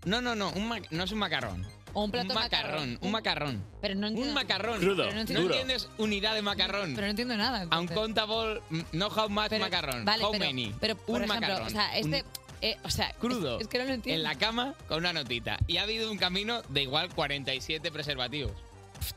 [SPEAKER 2] No, no, no, un ma- no es un macarrón.
[SPEAKER 1] o un plato
[SPEAKER 2] un
[SPEAKER 1] de macarrón.
[SPEAKER 2] macarrón, un macarrón.
[SPEAKER 1] Pero no entiendo.
[SPEAKER 2] Un macarrón.
[SPEAKER 1] Crudo,
[SPEAKER 2] Pero no, entiendo-
[SPEAKER 1] duro.
[SPEAKER 2] no entiendes unidad de macarrón.
[SPEAKER 1] Pero no entiendo nada.
[SPEAKER 2] A un
[SPEAKER 1] entonces.
[SPEAKER 2] countable, mm, no how much macarrón.
[SPEAKER 1] Vale,
[SPEAKER 2] how
[SPEAKER 1] pero,
[SPEAKER 2] many.
[SPEAKER 1] pero,
[SPEAKER 2] un
[SPEAKER 1] por ejemplo,
[SPEAKER 2] macarrón.
[SPEAKER 1] o sea,
[SPEAKER 2] un-
[SPEAKER 1] este, eh, o sea,
[SPEAKER 2] crudo.
[SPEAKER 1] Es, es que no lo entiendo.
[SPEAKER 2] En la cama con una notita. Y ha habido un camino de igual 47 preservativos.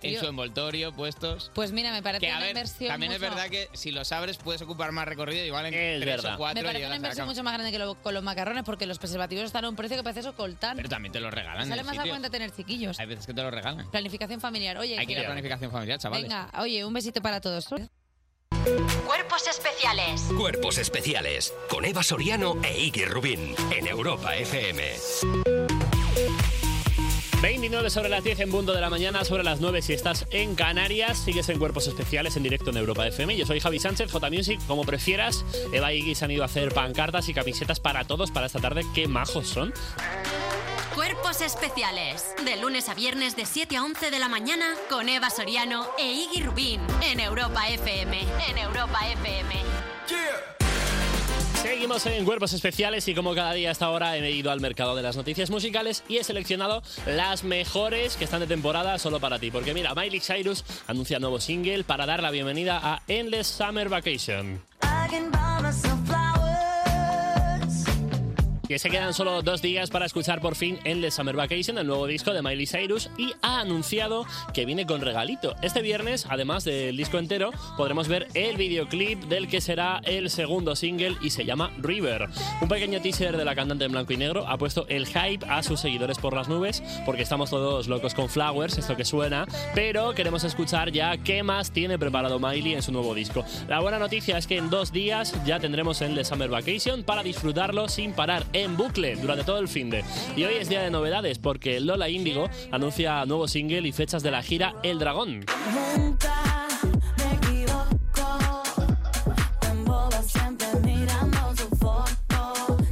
[SPEAKER 2] En
[SPEAKER 1] tío.
[SPEAKER 2] su envoltorio puestos.
[SPEAKER 1] Pues mira, me parece
[SPEAKER 2] Que a
[SPEAKER 1] una
[SPEAKER 2] ver,
[SPEAKER 1] inversión.
[SPEAKER 2] también es
[SPEAKER 1] mucho-
[SPEAKER 2] verdad que si los abres puedes ocupar más recorrido, igual en
[SPEAKER 7] Es
[SPEAKER 2] tres
[SPEAKER 7] verdad.
[SPEAKER 2] o cuatro
[SPEAKER 1] Me parece
[SPEAKER 2] llegas
[SPEAKER 1] una
[SPEAKER 2] a la
[SPEAKER 1] inversión
[SPEAKER 2] cama.
[SPEAKER 1] mucho más grande que lo- con los macarrones porque los preservativos están a un precio que parece eso coltán.
[SPEAKER 2] Pero también te lo regalan. en
[SPEAKER 1] Sale
[SPEAKER 2] el
[SPEAKER 1] más a
[SPEAKER 2] sitio.
[SPEAKER 1] cuenta tener chiquillos.
[SPEAKER 2] Hay veces que te lo regalan.
[SPEAKER 1] Planificación familiar. Oye,
[SPEAKER 2] Hay que ir a
[SPEAKER 1] que-
[SPEAKER 2] planificación familiar, chavales.
[SPEAKER 1] Venga, oye, un besito para todos.
[SPEAKER 5] Cuerpos especiales
[SPEAKER 4] Cuerpos especiales con Eva Soriano e Iggy Rubín en Europa FM.
[SPEAKER 7] 29 sobre las 10 en punto de la mañana, sobre las 9 si estás en Canarias, sigues en Cuerpos Especiales en directo en Europa FM. Yo soy Javi Sánchez, J Music, como prefieras. Eva y Iggy se han ido a hacer pancartas y camisetas para todos para esta tarde. ¡Qué majos son!
[SPEAKER 5] Cuerpos especiales. De lunes a viernes de 7 a 11 de la mañana con Eva Soriano e Iggy Rubín en Europa FM. En Europa FM.
[SPEAKER 7] Seguimos en Cuerpos Especiales y como cada día hasta ahora he ido al mercado de las noticias musicales y he seleccionado las mejores que están de temporada solo para ti. Porque mira, Miley Cyrus anuncia nuevo single para dar la bienvenida a Endless Summer Vacation.
[SPEAKER 9] I can buy myself flowers.
[SPEAKER 7] Que se quedan solo dos días para escuchar por fin Endless Summer Vacation, el nuevo disco de Miley Cyrus, y ha anunciado que viene con regalito. Este viernes, además del disco entero, podremos ver el videoclip del que será el segundo single y se llama River. Un pequeño teaser de la cantante en blanco y negro ha puesto el hype a sus seguidores por las nubes, porque estamos todos locos con Flowers, esto que suena, pero queremos escuchar ya qué más tiene preparado Miley en su nuevo disco. La buena noticia es que en dos días ya tendremos el de Summer Vacation para disfrutarlo sin parar en bucle durante todo el fin de. Y hoy es día de novedades porque Lola Índigo anuncia nuevo single y fechas de la gira El Dragón.
[SPEAKER 9] Nunca me equivoco. Tan boba siempre mirando su foto.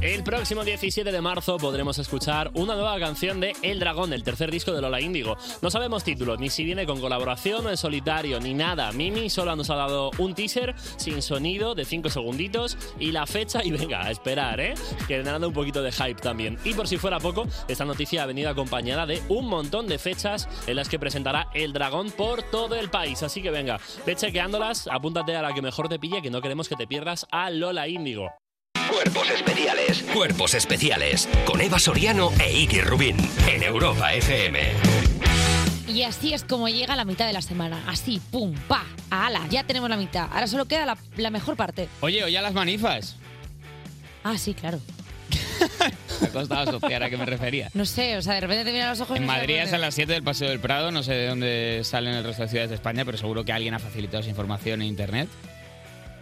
[SPEAKER 7] El próximo 17 de marzo podremos escuchar una nueva canción de El Dragón, el tercer disco de Lola Índigo. No sabemos título, ni si viene con colaboración o en solitario, ni nada. Mimi solo nos ha dado un teaser sin sonido de 5 segunditos y la fecha y venga, a esperar, ¿eh? Que le dando un poquito de hype también. Y por si fuera poco, esta noticia ha venido acompañada de un montón de fechas en las que presentará El Dragón por todo el país. Así que venga, ve chequeándolas, apúntate a la que mejor te pille, que no queremos que te pierdas a Lola Índigo.
[SPEAKER 4] Cuerpos especiales. Cuerpos especiales con Eva Soriano e Iggy Rubín en Europa FM.
[SPEAKER 1] Y así es como llega la mitad de la semana. Así, pum, pa, ala, ya tenemos la mitad. Ahora solo queda la, la mejor parte.
[SPEAKER 2] Oye, oye a las manifas.
[SPEAKER 1] Ah, sí, claro.
[SPEAKER 2] Me ha costado asociar a qué me refería.
[SPEAKER 1] No sé, o sea, de repente te miran los ojos. y
[SPEAKER 2] En
[SPEAKER 1] no sabes
[SPEAKER 2] Madrid
[SPEAKER 1] dónde.
[SPEAKER 2] es a las 7 del Paseo del Prado, no sé de dónde salen el resto de ciudades de España, pero seguro que alguien ha facilitado esa información en internet.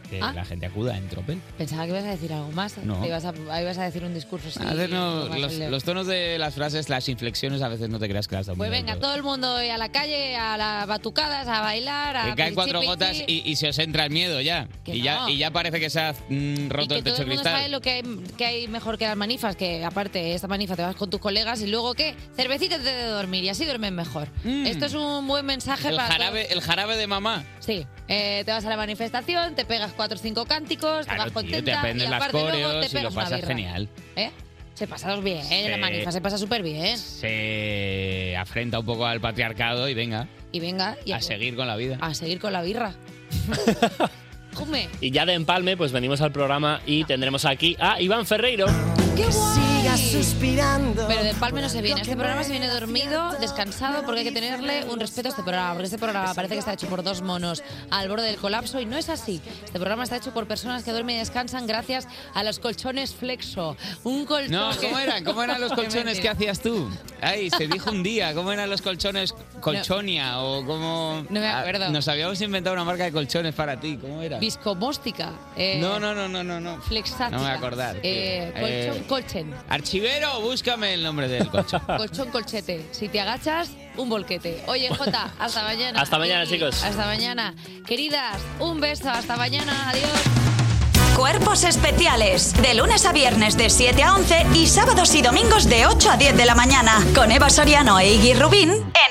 [SPEAKER 2] Que
[SPEAKER 1] Ah.
[SPEAKER 2] la gente acuda en tropel.
[SPEAKER 1] Pensaba que ibas a decir algo más.
[SPEAKER 2] No.
[SPEAKER 1] Te ibas a, ahí ibas a decir un discurso así.
[SPEAKER 2] A veces no-
[SPEAKER 1] más
[SPEAKER 2] los,
[SPEAKER 1] leve.
[SPEAKER 2] los tonos de las frases, las inflexiones, a veces no te creas que las dominas
[SPEAKER 1] Pues venga,
[SPEAKER 2] del
[SPEAKER 1] todo el mundo hoy a la calle, a las batucadas, a bailar,
[SPEAKER 2] todo.
[SPEAKER 1] a.
[SPEAKER 2] Que caen cuatro
[SPEAKER 1] pichi,
[SPEAKER 2] gotas
[SPEAKER 1] pichi.
[SPEAKER 2] y, y se os entra el miedo ya.
[SPEAKER 1] Que
[SPEAKER 2] Y, ya.
[SPEAKER 1] no.
[SPEAKER 2] y ya parece que se ha mm,
[SPEAKER 1] Y
[SPEAKER 2] roto
[SPEAKER 1] que
[SPEAKER 2] el
[SPEAKER 1] todo
[SPEAKER 2] techo
[SPEAKER 1] el mundo
[SPEAKER 2] cristal.
[SPEAKER 1] sabe lo que hay, que hay mejor que las manifas, que aparte esta manifa te vas con tus colegas y luego qué, cervecita te de dormir y así duermes mejor. Esto es un buen mensaje
[SPEAKER 2] Mm. El
[SPEAKER 1] para todos.
[SPEAKER 2] jarabe, el jarabe de mamá.
[SPEAKER 1] Sí, eh, te vas a la manifestación, te pegas cuatro o cinco cánticos, te
[SPEAKER 2] Claro,
[SPEAKER 1] vas
[SPEAKER 2] tío, te
[SPEAKER 1] contenta
[SPEAKER 2] aprendes
[SPEAKER 1] y
[SPEAKER 2] las
[SPEAKER 1] aparte luego te
[SPEAKER 2] coreos y
[SPEAKER 1] pegas
[SPEAKER 2] lo
[SPEAKER 1] una
[SPEAKER 2] pasas
[SPEAKER 1] birra.
[SPEAKER 2] genial.
[SPEAKER 1] ¿Eh? Se pasa bien, ¿eh? en la
[SPEAKER 2] Sí.
[SPEAKER 1] manifa se pasa súper bien.
[SPEAKER 2] Se afrenta un poco al patriarcado y venga,
[SPEAKER 1] Y venga, y a,
[SPEAKER 2] a seguir con la vida.
[SPEAKER 1] a seguir con la birra. Jume.
[SPEAKER 7] Y ya de empalme, pues venimos al programa y tendremos aquí a Iván Ferreiro.
[SPEAKER 1] ¡Qué
[SPEAKER 9] Siga suspirando.
[SPEAKER 1] Pero de Palme no se viene. Este programa se viene dormido, descansado, porque hay que tenerle un respeto a este programa. Porque este programa parece que está hecho por dos monos al borde del colapso y no es así. Este programa está hecho por personas que duermen y descansan gracias a los colchones Flexo. Un colchón.
[SPEAKER 2] No,
[SPEAKER 1] que-
[SPEAKER 2] ¿cómo eran? ¿Cómo eran los
[SPEAKER 1] Qué
[SPEAKER 2] colchones que
[SPEAKER 1] mentira.
[SPEAKER 2] hacías tú? Ay, se dijo un día, ¿cómo eran los colchones colchonia o cómo
[SPEAKER 1] No me
[SPEAKER 2] Ah,
[SPEAKER 1] acuerdo.
[SPEAKER 2] Nos habíamos inventado una marca de colchones para ti, ¿cómo era?
[SPEAKER 1] Viscomóstica. eh,
[SPEAKER 2] No, no, no, no, no, no.
[SPEAKER 1] Flexática.
[SPEAKER 2] No me voy a acordar, tío.
[SPEAKER 1] Eh, colchón,
[SPEAKER 2] Eh,
[SPEAKER 1] colchen.
[SPEAKER 2] Archivero, búscame el nombre del colchón.
[SPEAKER 1] Colchón, colchete. Si te agachas, un volquete. Oye, Jota, hasta mañana.
[SPEAKER 7] Hasta mañana,
[SPEAKER 1] Y-
[SPEAKER 7] chicos.
[SPEAKER 1] Hasta mañana. Queridas, un beso. Hasta mañana. Adiós.
[SPEAKER 11] Cuerpos especiales. De lunes a viernes de 7 a 11 y sábados y domingos de 8 a 10 de la mañana. Con Eva Soriano e Iggy Rubín en